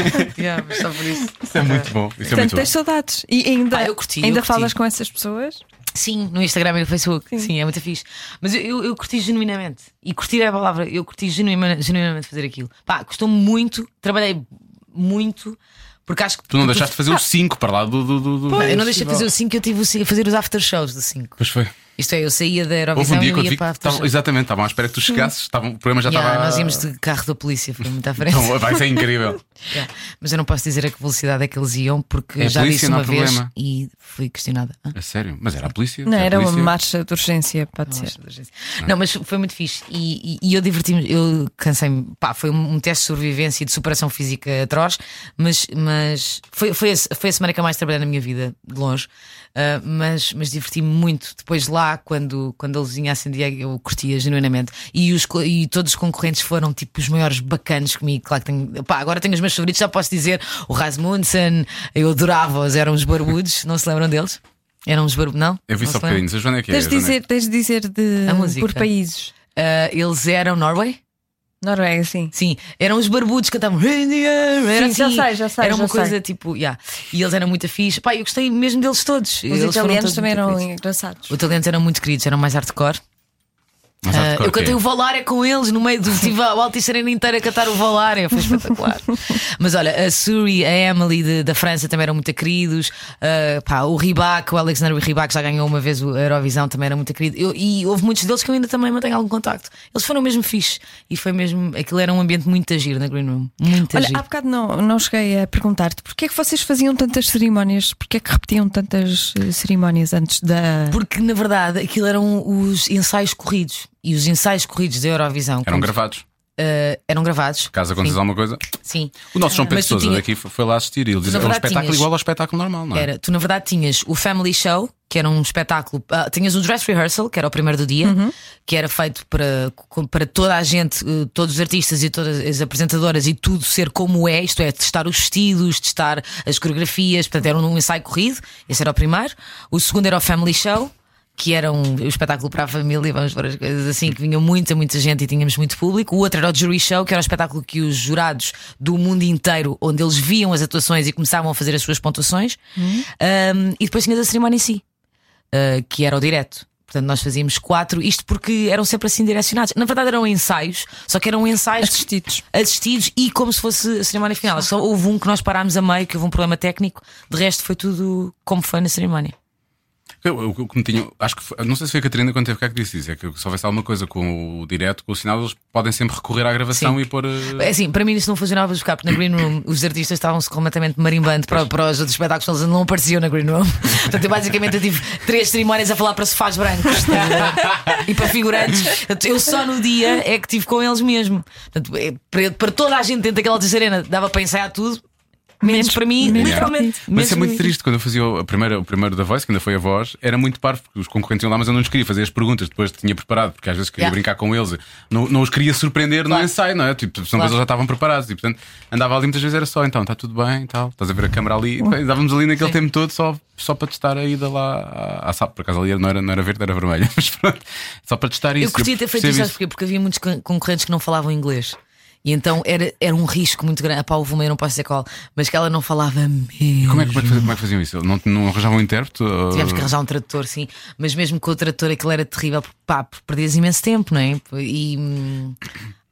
[SPEAKER 4] eu quero. yeah, mas só por isso.
[SPEAKER 2] Isso é muito bom. Isso é
[SPEAKER 5] Portanto,
[SPEAKER 2] muito bom.
[SPEAKER 5] tens saudades. E ainda,
[SPEAKER 4] Pá, Ah, eu curti, eu
[SPEAKER 5] ainda
[SPEAKER 4] curti.
[SPEAKER 5] falas com essas pessoas?
[SPEAKER 4] Sim, no Instagram e no Facebook. Sim, é muito fixe. Mas eu, eu, eu curti genuinamente. E curtir é a palavra. Eu curti genuinamente, genuinamente fazer aquilo. Pá, custou muito. Trabalhei muito. Porque acho que.
[SPEAKER 2] Tu não
[SPEAKER 4] porque-
[SPEAKER 2] deixaste de fazer o 5 para lá do. do, do, do
[SPEAKER 4] Eu não deixei de fazer o 5, eu tive o cinco- a fazer os after shows do 5.
[SPEAKER 2] Pois foi.
[SPEAKER 4] Isto é, eu saía da
[SPEAKER 2] Houve
[SPEAKER 4] Eurovisão
[SPEAKER 2] um dia que
[SPEAKER 4] e
[SPEAKER 2] eu te
[SPEAKER 4] eu ia
[SPEAKER 2] vi.
[SPEAKER 4] para
[SPEAKER 2] que
[SPEAKER 4] after
[SPEAKER 2] Estavam,
[SPEAKER 4] shows.
[SPEAKER 2] exatamente, estavam à espera que tu chegasses. Estavam, o programa já
[SPEAKER 4] Yeah,
[SPEAKER 2] estava.
[SPEAKER 4] Nós íamos de carro da polícia, foi muito à frente.
[SPEAKER 2] Então, vai ser incrível.
[SPEAKER 4] Yeah. Mas eu não posso dizer a que velocidade é que eles iam, porque
[SPEAKER 2] É
[SPEAKER 4] eu já
[SPEAKER 2] polícia,
[SPEAKER 4] disse
[SPEAKER 2] não há
[SPEAKER 4] uma vez
[SPEAKER 2] problema.
[SPEAKER 4] e fui questionada. Ah,
[SPEAKER 2] A sério? Mas era a polícia?
[SPEAKER 5] Não, era uma
[SPEAKER 2] polícia?
[SPEAKER 5] marcha de urgência, pode
[SPEAKER 2] É.
[SPEAKER 4] não,
[SPEAKER 5] ser.
[SPEAKER 4] acho que seja isso. Não, mas foi muito fixe e, e- e eu diverti-me. Eu cansei-me, pá, foi um um teste de sobrevivência e de superação física atroz, mas, mas foi, foi, a, se- foi a semana que eu mais trabalhei na minha vida, de longe. Ah, mas mas diverti-me muito. Depois lá, quando, quando a luzinha acendia, eu curtia genuinamente. E, os, co- e todos os concorrentes foram tipo os maiores bacanas comigo. Claro que tenho, pá, agora tenho os meus favoritos, já posso dizer. O Rasmussen, eu adorava-os, eram os barbudos, não se lembram deles? Eram os barbudos, não?
[SPEAKER 2] Eu vi
[SPEAKER 4] Não
[SPEAKER 2] só
[SPEAKER 4] se lembram?
[SPEAKER 2] bocadinhos. A Joana é que é.
[SPEAKER 5] Tens de
[SPEAKER 2] a Joana é-
[SPEAKER 5] dizer, tens de dizer de,
[SPEAKER 4] A música.
[SPEAKER 5] por países.
[SPEAKER 4] Ah, eles eram Norway?
[SPEAKER 5] Noruega, sim.
[SPEAKER 4] Sim, eram os barbudos que cantavam. "In the air", Era
[SPEAKER 5] Sim, já
[SPEAKER 4] assim.
[SPEAKER 5] sei, já sei,
[SPEAKER 4] Era
[SPEAKER 5] já
[SPEAKER 4] uma
[SPEAKER 5] sei.
[SPEAKER 4] coisa tipo. Yeah. E eles eram muito fixe. Pá, eu gostei mesmo deles todos.
[SPEAKER 5] Os italianos também eram
[SPEAKER 4] Os
[SPEAKER 5] engraçados.
[SPEAKER 4] italianos eram muito queridos, eram mais hardcore.
[SPEAKER 2] Mas
[SPEAKER 4] Ah,
[SPEAKER 2] há de cor
[SPEAKER 4] eu
[SPEAKER 2] que é.
[SPEAKER 4] cantei o Valária com eles no meio do. Tive a Alta Serena inteira a cantar o Valária, foi espetacular. Mas olha, a Suri, a Emily de- da França também eram muito queridos. Ah, pá, o Ribac, o Alexander Ribac já ganhou uma vez o- a Eurovisão, também era muito querido. Eu- e houve muitos deles que eu ainda também mantenho algum contacto. Eles foram mesmo fixe e foi mesmo. Aquilo era um ambiente muito agir na Green Room. Muito
[SPEAKER 5] Olha,
[SPEAKER 4] giro.
[SPEAKER 5] há bocado não, não cheguei a perguntar-te porque é que vocês faziam tantas cerimónias, porque é que repetiam tantas eh, cerimónias antes da.
[SPEAKER 4] Porque na verdade aquilo eram os ensaios corridos. E os ensaios corridos da Eurovisão
[SPEAKER 2] Eram
[SPEAKER 4] quando-
[SPEAKER 2] gravados.
[SPEAKER 4] ah, eram gravados.
[SPEAKER 2] Caso aconteça
[SPEAKER 4] Sim.
[SPEAKER 2] alguma coisa.
[SPEAKER 4] Sim.
[SPEAKER 2] O nosso João Pedro
[SPEAKER 4] Mas tu
[SPEAKER 2] Sousa
[SPEAKER 4] tinha-
[SPEAKER 2] daqui foi foi lá assistir e ele diz é
[SPEAKER 4] Na
[SPEAKER 2] um
[SPEAKER 4] verdade,
[SPEAKER 2] espetáculo
[SPEAKER 4] tinhas-
[SPEAKER 2] igual ao espetáculo normal, não é?
[SPEAKER 4] Era, tu na verdade tinhas o Family Show, que era um espetáculo, ah, tinhas o Dress Rehearsal, que era o primeiro do dia, que era feito para, com- para toda a gente, eh, todos os artistas e todas as apresentadoras e tudo ser como é, isto é, testar os vestidos, testar as coreografias, portanto era um ensaio corrido, esse era o primeiro. O segundo era o Family Show. Que era um, um espetáculo para a família, vamos ver as coisas assim, que vinha muita, muita gente e tínhamos muito público. O outro era o Jury Show, que era um espetáculo que os jurados do mundo inteiro, onde eles viam as atuações e começavam a fazer as suas pontuações. Um, e depois tinhas a cerimónia em si, uh, que era o direto. Portanto, nós fazíamos quatro, isto porque eram sempre assim direcionados. Na verdade, eram ensaios, só que eram ensaios
[SPEAKER 5] Assistidos.
[SPEAKER 4] assistidos e como se fosse a cerimónia final. Só houve um que nós parámos a meio, que houve um problema técnico. De resto, foi tudo como foi na cerimónia.
[SPEAKER 2] Eu, eu, eu, como tinha- acho que foi- não sei se foi a Catarina quando teve cá que disse isso, é que se houvesse alguma coisa com o direto, com o sinal, eles podem sempre recorrer à gravação
[SPEAKER 4] Sim.
[SPEAKER 2] e pôr. eh,
[SPEAKER 4] É assim, para mim isso não funcionava de porque na Green Room os artistas estavam-se completamente marimbando para, para os outros espetáculos, eles não apareciam na Green Room. Portanto, eu basicamente eu tive três cerimónias a falar para sofás brancos tá? e para figurantes. Portanto, Eu só no dia é que estive com eles mesmo. Portanto, é, para, para toda a gente dentro daquela alta serena dava para ensaiar tudo, menos, para mim,
[SPEAKER 2] Yeah.
[SPEAKER 4] literalmente.
[SPEAKER 2] Mas isso é
[SPEAKER 4] menos
[SPEAKER 2] muito
[SPEAKER 4] para mim.
[SPEAKER 2] triste. Quando eu fazia o- a primeira, o primeiro da voz, que ainda foi a voz, era muito parvo, porque os concorrentes iam lá, mas eu não lhes queria fazer as perguntas. Depois tinha preparado, porque às vezes queria
[SPEAKER 4] Yeah.
[SPEAKER 2] brincar com eles. Não, não os queria surpreender no ensaio, não é? Tipo, senão
[SPEAKER 4] Claro.
[SPEAKER 2] eles já estavam preparados. E portanto, andava ali muitas vezes, era só então, está tudo bem e tal. Estás a ver a câmara ali. E depois andávamos ali naquele tempo todo só, só para testar a ida lá à, à sala. Por acaso ali não era, não era verde, era vermelha. Mas pronto, só para testar isso.
[SPEAKER 4] Eu curtia ter feito
[SPEAKER 2] percebo
[SPEAKER 4] isso, sabes porquê? Porque havia muitos con- concorrentes que não falavam inglês. E então era, era um risco muito grande. Pá, houve uma, eu não posso dizer qual, mas que ela não falava mesmo.
[SPEAKER 2] Como é, que- como é que faziam- como é que faziam isso? Não, não arranjavam um intérprete? Ou-
[SPEAKER 4] Tivemos que arranjar um tradutor, sim, mas mesmo com o tradutor aquilo era terrível, porque, pá, porque perdias imenso tempo, não é? E. hum,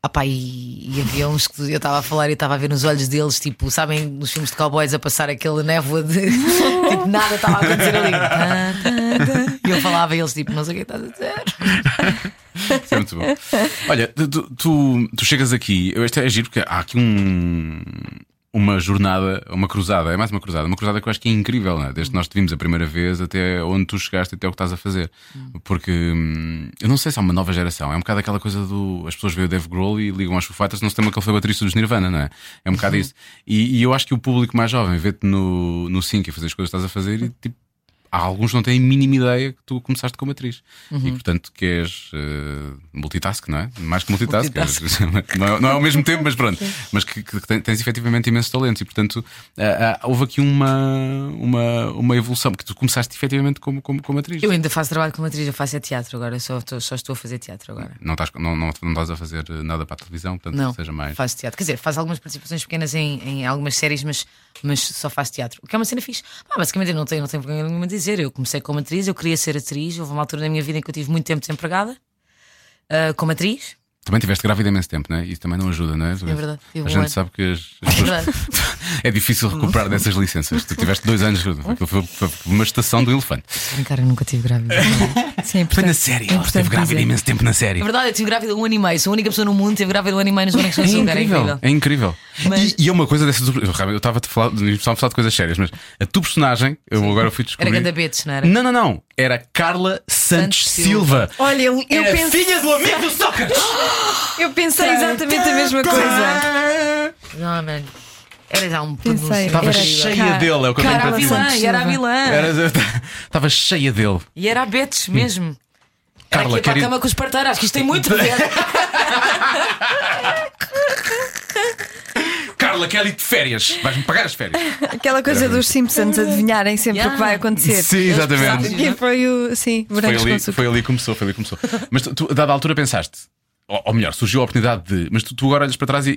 [SPEAKER 4] Ah pá, e, e havia uns que eu estava a falar e estava a ver nos olhos deles, tipo, sabem, nos filmes de cowboys a passar aquela névoa de. tipo, nada estava a acontecer ali. Tá, tá, tá. E eu falava e eles, tipo, não sei o que estás a dizer.
[SPEAKER 2] Isso é muito bom. Olha, tu, tu- tu- tu chegas aqui, eu- este é giro porque há aqui um- uma jornada, uma cruzada, é mais uma cruzada, uma cruzada que eu acho que é incrível, não é? desde que nós te vimos a primeira vez até onde tu chegaste, até o que estás a fazer. Porque hum, eu não sei se há uma nova geração, é um bocado aquela coisa do. As pessoas veem o Dave Grohl e ligam às fufatas, não se tema que ele foi baterista dos Nirvana, não é? É um bocado isso. E, e eu acho que o público mais jovem vê-te no, no 5 a fazer as coisas que estás a fazer e tipo. Há alguns que não têm a mínima ideia que tu começaste como atriz.
[SPEAKER 4] Uhum.
[SPEAKER 2] E portanto que és eh, multitask, não é? Mais que multitask. não, é, não é ao mesmo tempo, mas pronto. Mas que, que ten- tens efetivamente imensos talentos. E portanto ah, ah, houve aqui uma, uma, uma evolução, porque tu começaste efetivamente como, como, como atriz.
[SPEAKER 4] Eu ainda faço trabalho como atriz, eu faço é teatro agora, eu só, tô- só estou a fazer teatro agora.
[SPEAKER 2] Não, estás, não, não, não estás a fazer nada para a televisão, portanto
[SPEAKER 4] Não,
[SPEAKER 2] seja mais.
[SPEAKER 4] faço teatro. Quer dizer, faço algumas participações pequenas em, em algumas séries, mas mas só faço teatro. O que é uma cena fixe. Pá, basicamente eu não tenho, não tenho vergonha nenhuma a dizer. Eu comecei como atriz, eu queria ser atriz. Houve uma altura na minha vida em que eu tive muito tempo desempregada ah, como atriz.
[SPEAKER 2] Também tiveste grávida há imenso tempo, não é? Isso também não ajuda, não é?
[SPEAKER 4] É verdade, tive
[SPEAKER 2] A
[SPEAKER 4] um
[SPEAKER 2] gente
[SPEAKER 4] ano.
[SPEAKER 2] sabe que as, as pessoas-
[SPEAKER 4] verdade.
[SPEAKER 2] é difícil recuperar dessas licenças. Tu tiveste dois anos, aquilo foi, foi uma estação do elefante.
[SPEAKER 4] Brincar, eu nunca tive grávida.
[SPEAKER 5] Sim, é
[SPEAKER 2] Foi na
[SPEAKER 5] importante-
[SPEAKER 2] série,
[SPEAKER 5] é
[SPEAKER 2] ela
[SPEAKER 5] importante
[SPEAKER 2] esteve grávida
[SPEAKER 5] dizer.
[SPEAKER 2] imenso tempo na série.
[SPEAKER 4] É verdade, eu tive grávida um ano e meio. Sou a única pessoa no mundo que teve grávida um ano e meio nos anos que
[SPEAKER 2] É
[SPEAKER 4] nasceu. Era
[SPEAKER 2] incrível,
[SPEAKER 4] incrível.
[SPEAKER 2] é incrível.
[SPEAKER 4] Mas-
[SPEAKER 2] E, e é uma coisa dessas. Eu estava a falar, estava a falar de coisas sérias, mas a tua personagem, eu agora fui
[SPEAKER 4] Era
[SPEAKER 2] descobrir.
[SPEAKER 4] ganda betes, não era?
[SPEAKER 2] Não, não, não. Era Carla Santos,
[SPEAKER 4] Santos
[SPEAKER 2] Silva.
[SPEAKER 4] Silva.
[SPEAKER 5] Olha, eu, eu
[SPEAKER 2] Era
[SPEAKER 5] pensei,
[SPEAKER 2] filha do amigo Sócrates.
[SPEAKER 5] eu pensei exatamente a mesma coisa.
[SPEAKER 4] Não, mano. Era já um
[SPEAKER 5] Pensei.
[SPEAKER 4] pronúncio
[SPEAKER 2] Estava
[SPEAKER 5] Estava Ah! Era
[SPEAKER 2] cheia
[SPEAKER 5] Car-
[SPEAKER 2] dele, é o que eu tenho
[SPEAKER 4] Era a
[SPEAKER 2] para ti.
[SPEAKER 5] Carla
[SPEAKER 4] vilã,
[SPEAKER 5] Santos
[SPEAKER 4] e era a
[SPEAKER 5] Silva.
[SPEAKER 4] vilã.
[SPEAKER 2] Era- Estava cheia dele.
[SPEAKER 4] E era a Betes mesmo.
[SPEAKER 2] Carla,
[SPEAKER 4] era aqui para
[SPEAKER 2] quer
[SPEAKER 4] a
[SPEAKER 2] ir-
[SPEAKER 4] cama com os parteiros. Acho que isto tem muito a ver.
[SPEAKER 2] Carla, quero ir de férias. Vais-me pagar as férias.
[SPEAKER 5] Aquela coisa dos Simpsons adivinharem sempre
[SPEAKER 4] Yeah.
[SPEAKER 5] o que vai acontecer.
[SPEAKER 2] Sim, exatamente.
[SPEAKER 5] E foi o. Sim,
[SPEAKER 2] Foi
[SPEAKER 5] morangos com
[SPEAKER 2] ali,
[SPEAKER 5] açúcar.
[SPEAKER 2] foi ali que começou, foi ali que começou. Mas tu, tu, a dada altura, pensaste. Ou, ou melhor, surgiu a oportunidade de. Mas tu, tu agora olhas para trás e, e-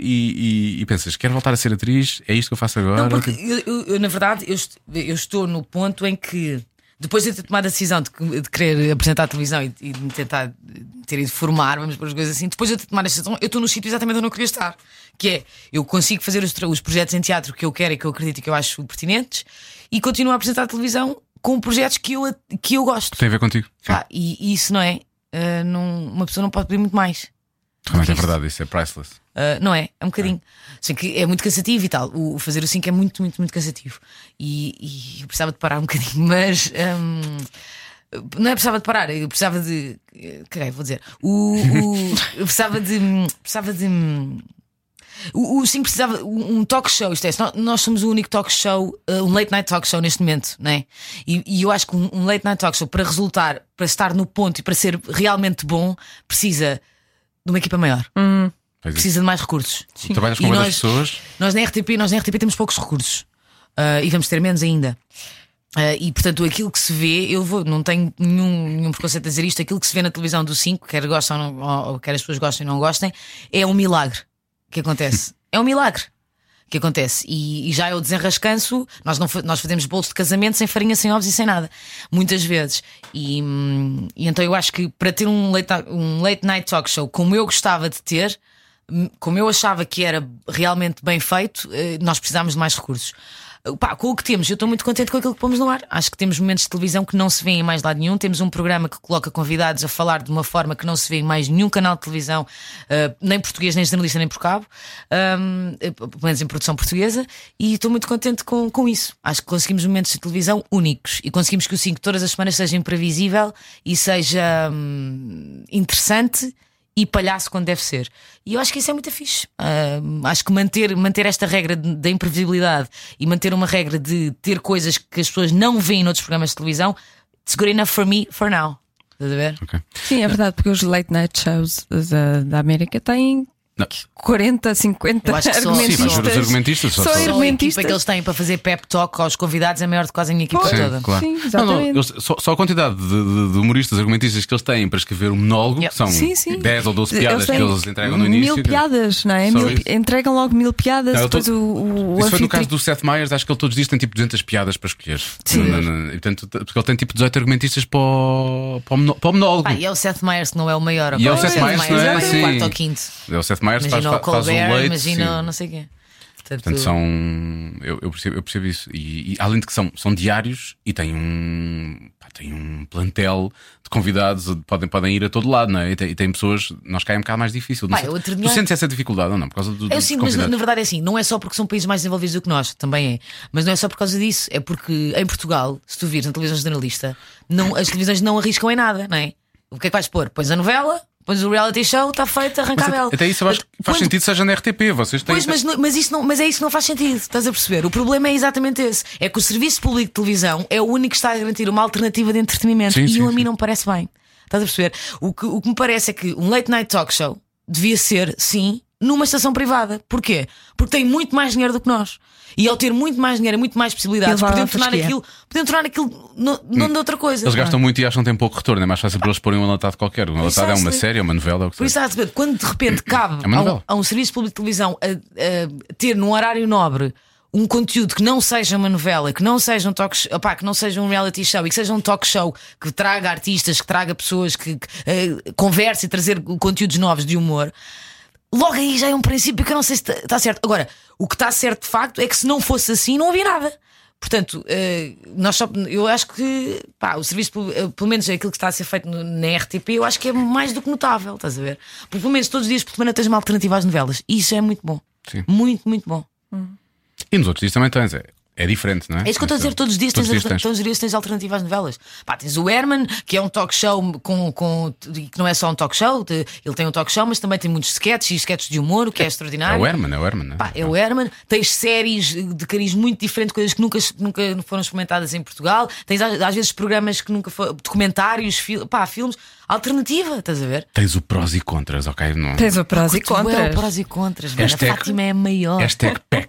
[SPEAKER 2] e- e pensas: quero voltar a ser atriz? É isto que eu faço agora?
[SPEAKER 4] Não, porque eu, eu- eu, na verdade, eu, est- eu estou no ponto em que, depois de ter tomado a decisão de, que- de querer apresentar a televisão e, e de me tentar de ter ido formar, vamos pôr as coisas assim, depois de eu ter tomado a decisão, eu estou no sítio exatamente onde eu queria estar. Que é, eu consigo fazer os, tra- os projetos em teatro que eu quero e que eu acredito e que eu acho pertinentes e continuo a apresentar a televisão com projetos que eu, a- que eu gosto.
[SPEAKER 2] Tem a ver contigo. Ah,
[SPEAKER 4] Pá, e, e isso não é? Ah, não- uma pessoa não pode pedir muito mais.
[SPEAKER 2] Realmente é verdade, isso é priceless.
[SPEAKER 4] Uh, não é? É um bocadinho. Sei que é muito cansativo e tal. O o fazer o 5 é muito, muito, muito cansativo. E, e eu precisava de parar um bocadinho, mas. hum, não é precisava de parar, eu precisava de. eh, Caguei, vou dizer. O, o- eu precisava de. hum, Precisava de. hum, o, o sim precisava um um talk show, isto é, se nó- nós somos o único talk show, eh, um late night talk show neste momento, não é? E, e eu acho que um, um late night talk show para resultar, para estar no ponto e para ser realmente bom, precisa de uma equipa maior
[SPEAKER 2] Faz isso.
[SPEAKER 4] precisa de mais recursos.
[SPEAKER 2] Tu é. trabalhas com
[SPEAKER 4] E
[SPEAKER 2] outras
[SPEAKER 4] nós-
[SPEAKER 2] pessoas.
[SPEAKER 4] Nós na RTP, nós na RTP temos poucos recursos Ah, e vamos ter menos ainda. Ah, e portanto, aquilo que se vê, eu vou, não tenho nenhum, nenhum preconceito a dizer isto, aquilo que se vê na televisão do 5, quer gostam ou, não- ou- ou quer as pessoas gostem ou não gostem, é um milagre que acontece. é um milagre que acontece. E, e já é o desenrascanço, nós, não, fa- nós fazemos bolos de casamento sem farinha, sem ovos e sem nada, muitas vezes. E, hum, e então eu acho que para ter um late, um late night talk show como eu gostava de ter, hum, como eu achava que era realmente bem feito, eh, nós precisámos de mais recursos. Eh, Pá, com o que temos, eu estou muito contente com aquilo que pomos no ar. Acho que temos momentos de televisão que não se vê em mais lado nenhum. Temos um programa que coloca convidados a falar de uma forma que não se vê em mais nenhum canal de televisão, eh, nem português, nem jornalista, nem por cabo, Ahm, eh, pelo menos em produção portuguesa. E estou muito contente com, com isso. Acho que conseguimos momentos de televisão únicos e conseguimos que o 5 todas as semanas seja imprevisível e seja hum, interessante e palhaço quando deve ser. E eu acho que isso é muito fixe. Ah, acho que manter, manter esta regra de- da imprevisibilidade e manter uma regra de ter coisas que as pessoas não veem noutros programas de televisão, it's good enough for me for now. Estás a ver?
[SPEAKER 2] Ok.
[SPEAKER 5] Sim, é verdade, porque os late night shows da, da América têm
[SPEAKER 2] Não.
[SPEAKER 5] 40, 50
[SPEAKER 4] Eu acho que só-
[SPEAKER 5] argumentistas.
[SPEAKER 4] Sim, mas
[SPEAKER 2] os argumentistas só- só-
[SPEAKER 5] Só
[SPEAKER 4] Só a equipa
[SPEAKER 5] argumentistas.
[SPEAKER 4] que eles têm para fazer pep talk aos convidados é maior do que quase a minha equipa
[SPEAKER 5] Pois.
[SPEAKER 4] toda.
[SPEAKER 2] claro.
[SPEAKER 5] Sim,
[SPEAKER 2] Não, não,
[SPEAKER 5] exatamente.
[SPEAKER 2] eles- só, só a quantidade de, de- de humoristas, argumentistas que eles têm para escrever um monólogo,
[SPEAKER 4] Yeah.
[SPEAKER 2] que são
[SPEAKER 5] Sim, sim.
[SPEAKER 2] 10 ou 12 piadas que
[SPEAKER 5] têm
[SPEAKER 2] eles entregam no início.
[SPEAKER 5] Mil piadas, não é?
[SPEAKER 2] Só
[SPEAKER 5] Mil-
[SPEAKER 2] isso.
[SPEAKER 5] entregam logo mil piadas,
[SPEAKER 2] Não, eu tô-
[SPEAKER 5] depois o, o, o
[SPEAKER 2] Isso foi no
[SPEAKER 5] anfitrião-
[SPEAKER 2] caso do Seth Meyers, acho que ele todos os dias tem tipo 200 piadas para escolher. Na- na- na- e, portanto, t- porque ele tem tipo 18 argumentistas para o, para o mono- para o monólogo.
[SPEAKER 4] Pá, e é o Seth Meyers que não é o maior.
[SPEAKER 2] E é o
[SPEAKER 4] agora.
[SPEAKER 2] Seth Meyers, não é?
[SPEAKER 4] vai do
[SPEAKER 2] Sim.
[SPEAKER 4] quarto ao quinto.
[SPEAKER 2] É o Seth Meyers faz,
[SPEAKER 4] Imagina o
[SPEAKER 2] faz, faz o
[SPEAKER 4] Colbert,
[SPEAKER 2] leite.
[SPEAKER 4] imagina o
[SPEAKER 2] sim.
[SPEAKER 4] não sei o quê. Portanto,
[SPEAKER 2] Portanto, são. Eu, eu percebo, eu percebo isso. E, e além de que são, são diários e têm um. pá, têm um plantel de convidados, onde podem, podem ir a todo lado, não é? E tem, e tem pessoas. Nós cá é um bocado mais difícil. Não
[SPEAKER 4] Pá,
[SPEAKER 2] sei-
[SPEAKER 4] eu outro
[SPEAKER 2] tu
[SPEAKER 4] dia-
[SPEAKER 2] sentes essa dificuldade ou não? Por causa do.
[SPEAKER 4] Eu
[SPEAKER 2] dos
[SPEAKER 4] sinto, mas na,
[SPEAKER 2] convidados?
[SPEAKER 4] na verdade é assim, não é só porque são países mais desenvolvidos do que nós, também é. Mas não é só por causa disso, é porque em Portugal, se tu vires na televisão jornalista, não, as televisões não arriscam em nada, não é? O que é que vais pôr? Pões a novela, pões o reality show, está feito, arranca a
[SPEAKER 2] Mas
[SPEAKER 4] vela.
[SPEAKER 2] até, até isso eu acho que faz
[SPEAKER 4] Quando-
[SPEAKER 2] sentido seja na RTP. Vocês têm.
[SPEAKER 4] Pois, mas, não- mas, isso não, mas é isso que não faz sentido, estás a perceber? O problema é exatamente esse: é que o serviço público de televisão é o único que está a garantir uma alternativa de entretenimento
[SPEAKER 2] Sim,
[SPEAKER 4] e
[SPEAKER 2] sim,
[SPEAKER 4] eu a mim
[SPEAKER 2] sim.
[SPEAKER 4] não me parece bem. Estás a perceber? O que, o que me parece é que um late night talk show devia ser, sim, numa estação privada. Porquê? Porque tem muito mais dinheiro do que nós. E ao ter muito mais dinheiro e muito mais possibilidades,
[SPEAKER 5] Eles vão à
[SPEAKER 4] podemos tornar
[SPEAKER 5] fasquia.
[SPEAKER 4] aquilo, podemos tornar aquilo no- nome de outra coisa.
[SPEAKER 2] Hum. Eles
[SPEAKER 4] não é?
[SPEAKER 2] gastam muito e acham que têm pouco retorno. É mais fácil para eles porem um enlatado qualquer. Um enlatado é uma
[SPEAKER 4] Precisely.
[SPEAKER 2] série, é uma novela, é o que
[SPEAKER 4] Por isso,
[SPEAKER 2] seja.
[SPEAKER 4] estás a perceber, quando de repente cabe
[SPEAKER 2] É uma
[SPEAKER 4] a um,
[SPEAKER 2] novela.
[SPEAKER 4] a um serviço público de televisão a, a ter num horário nobre um conteúdo que não seja uma novela, que não seja um talk show, opá, que não seja um reality show e que seja um talk show que traga artistas, que traga pessoas, que, que eh, converse e trazer conteúdos novos de humor, logo aí já é um princípio que eu não sei se está certo. Agora, o que está certo de facto é que se não fosse assim, não havia nada. Portanto, eh, nós só- eu acho que pá, o serviço, pub- eh, pelo menos aquilo que está a ser feito no- na RTP, eu acho que é mais do que notável, estás a ver? Porque pelo menos todos os dias por semana tens uma alternativa às novelas. E isso é muito bom.
[SPEAKER 2] Sim.
[SPEAKER 4] Muito, muito bom.
[SPEAKER 2] E nos outros dias também tens. É, é diferente, não é?
[SPEAKER 4] É isso que eu estou a dizer, todos os dias tens,
[SPEAKER 2] Todos os
[SPEAKER 4] alter-
[SPEAKER 2] dias tens.
[SPEAKER 4] todos os dias tens alternativa às novelas. Pá, tens o Herman, que é um talk show com, com- que não é só um talk show, de- ele tem um talk show, mas também tem muitos sketches e sketches de humor, o que é,
[SPEAKER 2] É
[SPEAKER 4] extraordinário.
[SPEAKER 2] o Herman, é o Herman, não é?
[SPEAKER 4] Pá, é o Herman, tens séries de cariz muito diferente, coisas que nunca, nunca foram experimentadas em Portugal, tens às, às vezes programas que nunca foram, documentários, fil- pá, filmes, alternativa, estás a ver?
[SPEAKER 2] Tens o prós e contras, ok? Não...
[SPEAKER 5] Tens o prós e
[SPEAKER 4] Ué,
[SPEAKER 5] contras.
[SPEAKER 4] é prós e contras, mano.
[SPEAKER 2] Hashtag-
[SPEAKER 4] a Fátima é a maior.
[SPEAKER 2] Hashtag PEC.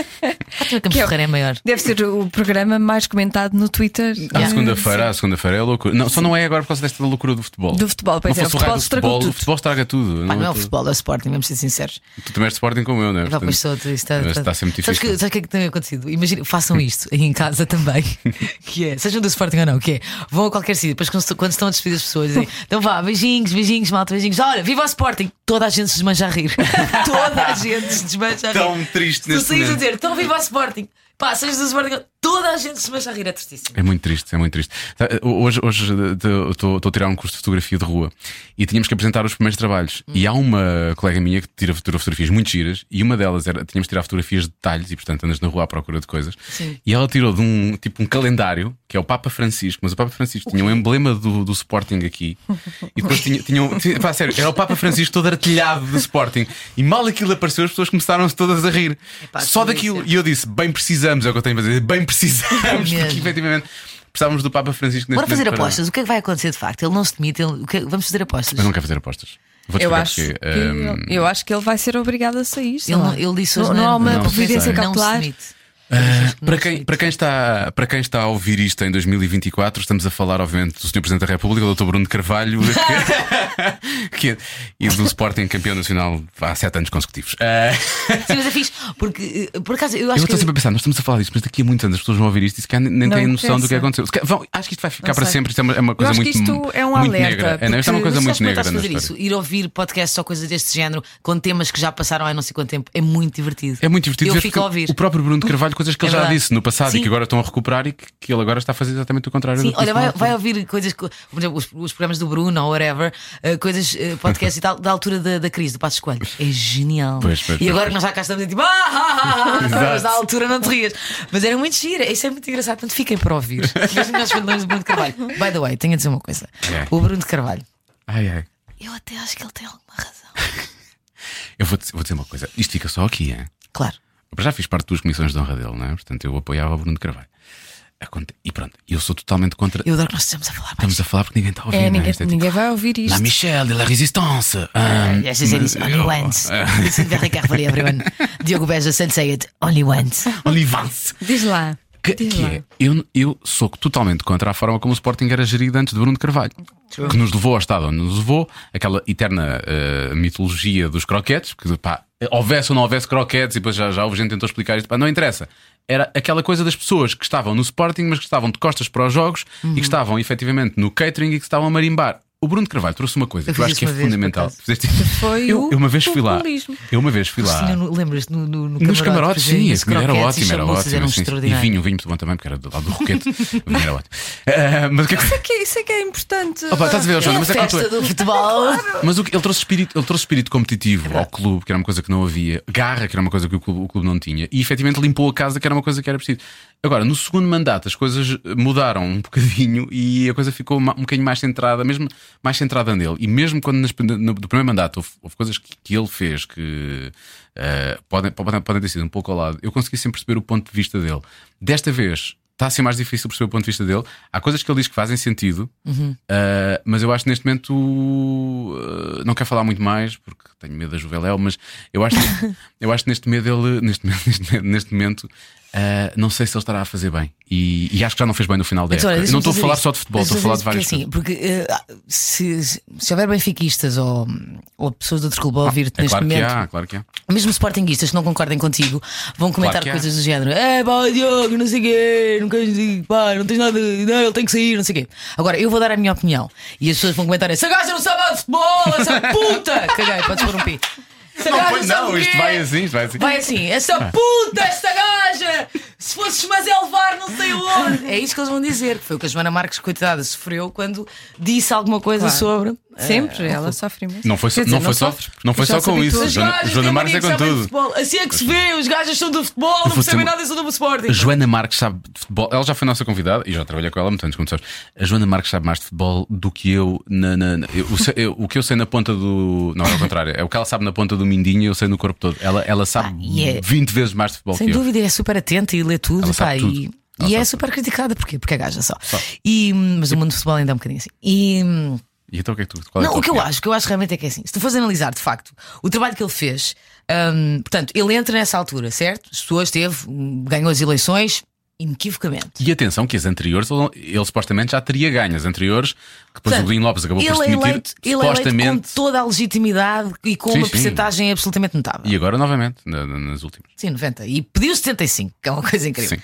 [SPEAKER 4] Fátima Campos Ferreira é a maior.
[SPEAKER 5] Deve ser o programa mais comentado no Twitter.
[SPEAKER 2] À
[SPEAKER 4] Yeah.
[SPEAKER 2] segunda-feira, à segunda-feira é loucura. Não, só não é agora por causa desta loucura do futebol.
[SPEAKER 5] Do futebol, pois
[SPEAKER 2] não
[SPEAKER 5] é,
[SPEAKER 2] fosse
[SPEAKER 5] o
[SPEAKER 2] raio
[SPEAKER 5] futebol
[SPEAKER 2] do
[SPEAKER 5] estragou
[SPEAKER 2] futebol,
[SPEAKER 5] tudo.
[SPEAKER 2] O futebol estraga tudo.
[SPEAKER 4] Pá, não é o
[SPEAKER 2] tu,
[SPEAKER 4] futebol, é o Sporting, vamos ser sinceros.
[SPEAKER 2] tu também és de Sporting como eu, não é?
[SPEAKER 4] Pá, pois
[SPEAKER 2] Portanto,
[SPEAKER 4] sou, isto
[SPEAKER 5] tá,
[SPEAKER 4] está,
[SPEAKER 2] mas
[SPEAKER 4] está-
[SPEAKER 2] está sempre
[SPEAKER 4] Sabes
[SPEAKER 2] difícil. Hum.
[SPEAKER 4] que- Sabes o que é que tem acontecido? Imagina, façam isto aí em casa também, que é, sejam do Sporting ou não, que é, vão a qualquer sítio, depois quando, se- quando estão a despedir as pessoas, dizem, então vá, beijinhos, beijinhos, malta, beijinhos, olha, viva o Sporting! Toda a gente se desmancha a rir. Toda a gente se desmancha a rir.
[SPEAKER 2] Tão triste
[SPEAKER 4] Se tu
[SPEAKER 2] neste
[SPEAKER 4] saís a
[SPEAKER 2] momento.
[SPEAKER 4] dizer, então viva o Sporting! Pá, sejas do Sporting, ou não, toda a gente se desmancha a rir, é tristíssimo.
[SPEAKER 2] É muito triste, é muito triste. Sabe, Hoje, hoje eu estou estou a tirar um curso de fotografia de rua e tínhamos que apresentar os primeiros trabalhos.
[SPEAKER 4] Hum.
[SPEAKER 2] E há uma colega minha que tira tira fotografias muito giras e uma delas era tínhamos que tirar fotografias de detalhes e, portanto, andas na rua à procura de coisas.
[SPEAKER 4] Sim.
[SPEAKER 2] E ela tirou de um tipo um calendário que é o Papa Francisco, mas o Papa Francisco tinha um emblema do, do Sporting aqui e depois tinha, tinha um, tinha- pá, sério, era o Papa Francisco todo artilhado do Sporting e mal aquilo apareceu, as pessoas começaram-se todas a rir.
[SPEAKER 4] Epá,
[SPEAKER 2] Só
[SPEAKER 4] que
[SPEAKER 2] daquilo.
[SPEAKER 4] delícia.
[SPEAKER 2] E eu disse: bem precisamos, é o que eu tenho a dizer, bem
[SPEAKER 5] É
[SPEAKER 2] precisamos, porque
[SPEAKER 4] Mesmo.
[SPEAKER 2] efetivamente precisávamos do Papa Francisco neste
[SPEAKER 4] Bora fazer
[SPEAKER 2] momento para-
[SPEAKER 4] apostas, o que é que vai acontecer de facto? Ele não se demite, ele- o que é- vamos fazer apostas.
[SPEAKER 2] Eu não quero fazer apostas. Vou-te
[SPEAKER 5] Eu
[SPEAKER 2] explicar
[SPEAKER 5] acho,
[SPEAKER 2] porquê.
[SPEAKER 5] que,
[SPEAKER 2] Ahm,
[SPEAKER 5] ele- eu acho que ele vai ser obrigado a sair. sei
[SPEAKER 4] Ele,
[SPEAKER 5] lá.
[SPEAKER 4] não- ele disse hoje
[SPEAKER 5] não,
[SPEAKER 4] na-
[SPEAKER 5] não há uma
[SPEAKER 4] na-
[SPEAKER 2] Não sei.
[SPEAKER 5] providência
[SPEAKER 4] Não se
[SPEAKER 5] cautelar.
[SPEAKER 4] demite.
[SPEAKER 2] Para quem, para, quem está, para quem está a ouvir isto em 2024, estamos a falar, obviamente, do Sr. Presidente da República, do Dr. Bruno de Carvalho, que- que é- e do Sporting campeão nacional há sete anos consecutivos. Ah,
[SPEAKER 4] Sim, mas é fixe, porque eh, por acaso eu
[SPEAKER 2] eu
[SPEAKER 4] acho
[SPEAKER 2] estou
[SPEAKER 4] que.
[SPEAKER 2] sempre a pensar, nós estamos a falar disto, mas daqui a muitos anos as pessoas vão ouvir isto e se calhar nem
[SPEAKER 5] Não
[SPEAKER 2] têm noção do que
[SPEAKER 5] interessa.
[SPEAKER 2] aconteceu. Se calhar vão- acho que isto vai ficar
[SPEAKER 5] Não
[SPEAKER 2] para
[SPEAKER 5] sei.
[SPEAKER 2] sempre, isto é uma, é uma
[SPEAKER 5] Eu
[SPEAKER 2] coisa
[SPEAKER 5] acho que
[SPEAKER 2] muito,
[SPEAKER 5] isto é um
[SPEAKER 2] muito
[SPEAKER 5] alerta,
[SPEAKER 2] negra. É, não, isto é uma
[SPEAKER 5] porque-
[SPEAKER 2] coisa
[SPEAKER 5] mas
[SPEAKER 2] muito
[SPEAKER 4] Sabes
[SPEAKER 2] negra
[SPEAKER 4] quando estás a
[SPEAKER 2] na
[SPEAKER 4] fazer
[SPEAKER 2] história.
[SPEAKER 4] isso? Ir ouvir podcasts ou coisas deste género com temas que já passaram há não sei quanto tempo é muito divertido.
[SPEAKER 2] É muito divertido
[SPEAKER 4] Eu
[SPEAKER 2] ver
[SPEAKER 4] fico
[SPEAKER 2] porque
[SPEAKER 4] a ouvir.
[SPEAKER 2] o próprio Bruno de Carvalho, coisas que
[SPEAKER 4] É
[SPEAKER 2] ele já
[SPEAKER 4] verdade.
[SPEAKER 2] disse no passado e
[SPEAKER 4] Sim.
[SPEAKER 2] que agora estão a recuperar e que, que ele agora está a fazer exatamente o contrário
[SPEAKER 4] Sim,
[SPEAKER 2] do que
[SPEAKER 4] olha,
[SPEAKER 2] disse na
[SPEAKER 4] vai,
[SPEAKER 2] altura.
[SPEAKER 4] vai ouvir coisas, co- por exemplo, os, os programas do Bruno ou whatever, eh, coisas, eh, podcasts e tal, da altura da, da crise, do Passo Coelho. É genial.
[SPEAKER 2] Pois, pois,
[SPEAKER 4] e agora
[SPEAKER 2] pois.
[SPEAKER 4] que nós já cá estamos, é tipo, ah, ah, ah, ah,
[SPEAKER 2] Exato.
[SPEAKER 4] mas da altura não te rias. Mas era muito gira, isso é muito engraçado. Portanto, fiquem para ouvir. Mesmo nós falamos do Bruno de Carvalho. By the way, tenho a dizer uma coisa:
[SPEAKER 2] É.
[SPEAKER 4] o Bruno de Carvalho,
[SPEAKER 2] Ai, ai.
[SPEAKER 4] eu até acho que ele tem alguma razão.
[SPEAKER 2] Eu vou, dizer- vou dizer uma coisa, isto fica só aqui, hein?
[SPEAKER 4] Claro.
[SPEAKER 2] Eu já fiz parte das comissões de honra dele, não é? Portanto, eu apoiava o Bruno de Carvalho. Aconte- E pronto, eu sou totalmente contra.
[SPEAKER 4] Eu adoro que nós estejamos a falar mais.
[SPEAKER 2] Estamos a falar porque ninguém está a ouvir.
[SPEAKER 5] É,
[SPEAKER 2] não
[SPEAKER 5] ninguém,
[SPEAKER 2] Isto é tipo,
[SPEAKER 5] ninguém vai ouvir
[SPEAKER 2] La
[SPEAKER 5] isto.
[SPEAKER 2] Michelle de la Résistance.
[SPEAKER 4] É,
[SPEAKER 2] Ah,
[SPEAKER 4] Yes, yes,
[SPEAKER 2] mas-
[SPEAKER 4] yes, only
[SPEAKER 2] eu-
[SPEAKER 4] once.
[SPEAKER 2] Ah,
[SPEAKER 4] Listen very carefully, everyone. Diogo Beja said say it only once.
[SPEAKER 2] Only once.
[SPEAKER 5] Diz lá.
[SPEAKER 2] Que,
[SPEAKER 5] diz
[SPEAKER 2] que
[SPEAKER 5] lá.
[SPEAKER 2] é, eu, eu sou totalmente contra a forma como o Sporting era gerido antes de Bruno de Carvalho, que nos levou ao estado onde nos levou, aquela eterna eh, mitologia dos croquetes, que pá, houvesse ou não houvesse croquetes, e depois já, já houve gente que tentou explicar isto, pá, não interessa. Era aquela coisa das pessoas que estavam no Sporting, mas que estavam de costas para os jogos
[SPEAKER 4] Uhum.
[SPEAKER 2] e que estavam efetivamente no catering e que estavam a marimbar. O Bruno de Carvalho trouxe uma coisa
[SPEAKER 4] Eu
[SPEAKER 2] que eu
[SPEAKER 4] fiz
[SPEAKER 2] acho que é
[SPEAKER 4] isso uma vez, por
[SPEAKER 2] fundamental.
[SPEAKER 4] acaso.
[SPEAKER 2] Fizeste-
[SPEAKER 5] Foi
[SPEAKER 2] eu,
[SPEAKER 5] o
[SPEAKER 2] eu uma vez fui lá.
[SPEAKER 5] populismo.
[SPEAKER 2] Eu uma vez fui lá.
[SPEAKER 4] Sim, no- Lembras-te no, no, no
[SPEAKER 2] Nos
[SPEAKER 4] camarote,
[SPEAKER 2] camarotes,
[SPEAKER 4] fazer
[SPEAKER 2] sim,
[SPEAKER 4] isso,
[SPEAKER 2] a comida era
[SPEAKER 4] croquetes e
[SPEAKER 2] ótima, era
[SPEAKER 4] chamuças
[SPEAKER 2] ótima.
[SPEAKER 4] eram
[SPEAKER 2] sim, sim. E
[SPEAKER 4] extraordinários.
[SPEAKER 2] vinho, vinho muito bom também, porque era do lado do roquete. O vinho era ótimo. Ah, mas o que é que.
[SPEAKER 5] Que isso é que é importante.
[SPEAKER 2] Opa, estás a ver, Joana, mas é
[SPEAKER 4] a
[SPEAKER 2] que
[SPEAKER 4] festa do futebol.
[SPEAKER 2] Mas o que- ele, trouxe espírito, ele trouxe espírito competitivo ao clube, que era uma coisa que não havia, garra, que era uma coisa que o clube, o clube não tinha, e efetivamente limpou a casa, que era uma coisa que era preciso. Agora, no segundo mandato, as coisas mudaram um bocadinho e a coisa ficou ma- um bocadinho mais centrada, mesmo mais centrada nele. E mesmo quando nas- no, do primeiro mandato houve, houve coisas que, que ele fez que eh, podem, podem, podem ter sido um pouco ao lado, eu consegui sempre perceber o ponto de vista dele. Desta vez. Está Tá a ser mais difícil perceber o ponto de vista dele. Há coisas que ele diz que fazem sentido, Uh, mas eu acho que neste momento uh, não quero falar muito mais porque tenho medo da Juveléu, mas eu acho que, eu acho que neste medo ele neste, momento- neste momento- neste momento ah, não sei se ele estará a fazer bem. E, e acho que já não fez bem no final da
[SPEAKER 4] Mas olha,
[SPEAKER 2] época. Eu
[SPEAKER 4] deixa-me
[SPEAKER 2] não estou a
[SPEAKER 4] fazer
[SPEAKER 2] falar
[SPEAKER 4] isto.
[SPEAKER 2] só de futebol, estou a falar
[SPEAKER 4] Deixa-me
[SPEAKER 2] de
[SPEAKER 4] fazer
[SPEAKER 2] várias coisas.
[SPEAKER 4] isto, porque, assim, porque eh, se, se houver benfiquistas ou, ou pessoas de outro clube a ouvir-te
[SPEAKER 2] É
[SPEAKER 4] assim, neste
[SPEAKER 2] claro que
[SPEAKER 4] momento,
[SPEAKER 2] há, claro que há.
[SPEAKER 4] mesmo sportinguistas que não concordem contigo, vão comentar
[SPEAKER 2] Claro que há.
[SPEAKER 4] coisas do género: é pá, Diogo, não sei o quê, não queres dizer, pá, não tens nada, não, ele tem que sair, não sei o quê. Agora, eu vou dar a minha opinião e as pessoas vão comentar: essa gaja não sabe nada de futebol, essa puta! Caguei, podes pôr um pi. Essa gaja
[SPEAKER 2] põe-
[SPEAKER 4] sabe o quê.
[SPEAKER 2] isto vai assim, isto vai assim.
[SPEAKER 4] Vai assim, essa puta, esta gaja! Se fosses mas é levar, não sei onde! É isso que eles vão dizer, que foi o que a Joana Marques, coitada, sofreu quando disse alguma coisa
[SPEAKER 3] Claro.
[SPEAKER 4] sobre.
[SPEAKER 2] É.
[SPEAKER 3] Sempre, ela sofre imenso.
[SPEAKER 2] Não foi só,
[SPEAKER 3] Quer dizer,
[SPEAKER 2] não foi só,
[SPEAKER 3] sofres, porque
[SPEAKER 2] não foi
[SPEAKER 3] já
[SPEAKER 2] só com
[SPEAKER 3] se
[SPEAKER 2] isso.
[SPEAKER 3] habituou.
[SPEAKER 4] Os
[SPEAKER 2] Joana,
[SPEAKER 4] gajos
[SPEAKER 2] Joana
[SPEAKER 4] têm
[SPEAKER 2] Marques é
[SPEAKER 4] mania
[SPEAKER 2] com
[SPEAKER 4] que sabem de
[SPEAKER 2] tudo.
[SPEAKER 4] futebol. Assim é que se vê, os gajos são do futebol, não
[SPEAKER 2] vou dizer
[SPEAKER 4] percebem
[SPEAKER 2] uma-
[SPEAKER 4] nada, são do Sporting.
[SPEAKER 2] A Joana Marques sabe de futebol. Ela já foi nossa convidada e já trabalhei com ela muito antes, como tu sabes. A Joana Marques sabe mais de futebol do que eu. Na, na- na- eu- o, se- eu- o que eu sei na ponta do. Não, é o contrário. É o que ela sabe na ponta do mindinho e eu sei no corpo todo. Ela, ela sabe
[SPEAKER 4] Ah, e é-
[SPEAKER 2] 20 vezes mais de futebol
[SPEAKER 4] Sem
[SPEAKER 2] que eu.
[SPEAKER 4] dúvida, é super atenta e lê tudo,
[SPEAKER 2] Ela sabe
[SPEAKER 4] pá,
[SPEAKER 2] tudo.
[SPEAKER 4] e,
[SPEAKER 2] Ela
[SPEAKER 4] e é
[SPEAKER 2] sabe
[SPEAKER 4] super criticada, porquê? Porque é gaja só. E, hum, mas o mundo do futebol ainda é um bocadinho assim. E. hum,
[SPEAKER 2] E então o que é que tu. Qual é a
[SPEAKER 4] não,
[SPEAKER 2] tua
[SPEAKER 4] o que eu
[SPEAKER 2] opinião?
[SPEAKER 4] acho, o que eu acho realmente é que é assim. Se tu fores analisar, de facto, o trabalho que ele fez, hum, portanto, ele entra nessa altura, certo? As pessoas teve, hum, ganhou as eleições, inequivocamente.
[SPEAKER 2] E atenção que as anteriores, ele, ele supostamente já teria ganho. As anteriores, que depois
[SPEAKER 4] Portanto,
[SPEAKER 2] o Lino Lopes acabou por se
[SPEAKER 4] ele é
[SPEAKER 2] demitir,
[SPEAKER 4] eleito, ele é eleito com
[SPEAKER 2] supostamente.
[SPEAKER 4] toda a legitimidade e com
[SPEAKER 2] Sim,
[SPEAKER 4] uma
[SPEAKER 2] sim.
[SPEAKER 4] percentagem absolutamente notável.
[SPEAKER 2] E agora novamente, na- na- nas últimas.
[SPEAKER 4] Sim, 90. E pediu 75, que é uma coisa incrível.
[SPEAKER 2] Sim.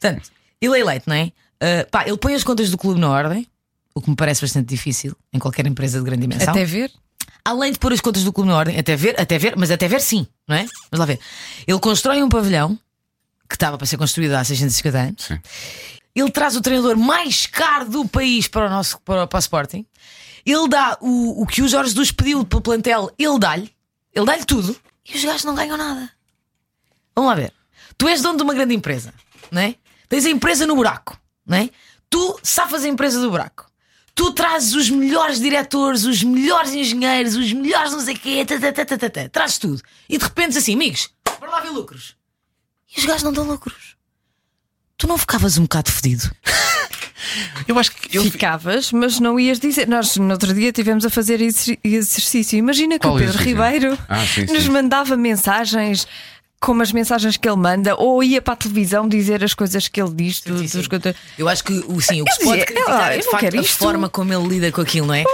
[SPEAKER 4] Portanto, ele é eleito, não é? Ah, pá, ele põe as contas do clube na ordem, o que me parece bastante difícil em qualquer empresa de grande dimensão.
[SPEAKER 3] Até ver.
[SPEAKER 4] Além de pôr as contas do clube na ordem, até ver, até ver, mas até ver sim, não é? Vamos lá ver. Ele constrói um pavilhão que estava para ser construído há 650 anos.
[SPEAKER 2] Sim.
[SPEAKER 4] Ele traz o treinador mais caro do país para o nosso para, o- para o Sporting. Ele dá o, o que o Jorge dos pediu para o plantel, ele dá-lhe. Ele dá-lhe tudo. E os gajos não ganham nada. Vamos lá ver. Tu és dono de uma grande empresa, não é? Tens a empresa no buraco, não é? Tu safas a empresa do buraco. Tu trazes os melhores diretores, os melhores engenheiros, os melhores não sei quê, tá, tá, tá, tá, tá, tá. trazes tudo. E de repente assim, amigos, para lá ver lucros. E os gajos não dão lucros. Tu não ficavas um bocado fedido.
[SPEAKER 2] Eu acho que. Eu,
[SPEAKER 5] Ficavas, mas não ias dizer. Nós no outro dia tivemos a fazer esse exercício. Imagina que
[SPEAKER 2] Qual
[SPEAKER 5] o Pedro
[SPEAKER 2] exercício?
[SPEAKER 5] Ribeiro
[SPEAKER 2] Ah, sim,
[SPEAKER 5] nos
[SPEAKER 2] sim.
[SPEAKER 5] mandava mensagens. Como as mensagens que ele manda, ou ia para a televisão dizer as coisas que ele diz. do-
[SPEAKER 4] Sim, sim.
[SPEAKER 5] dos conte-
[SPEAKER 4] Eu acho que o, sim, o que
[SPEAKER 5] Eu
[SPEAKER 4] se pode
[SPEAKER 5] dizia,
[SPEAKER 4] criticar
[SPEAKER 5] "Ah,
[SPEAKER 4] é
[SPEAKER 5] eu
[SPEAKER 4] de
[SPEAKER 5] não
[SPEAKER 4] facto
[SPEAKER 5] quero
[SPEAKER 4] a
[SPEAKER 5] isto."
[SPEAKER 4] forma como ele lida com aquilo, não é?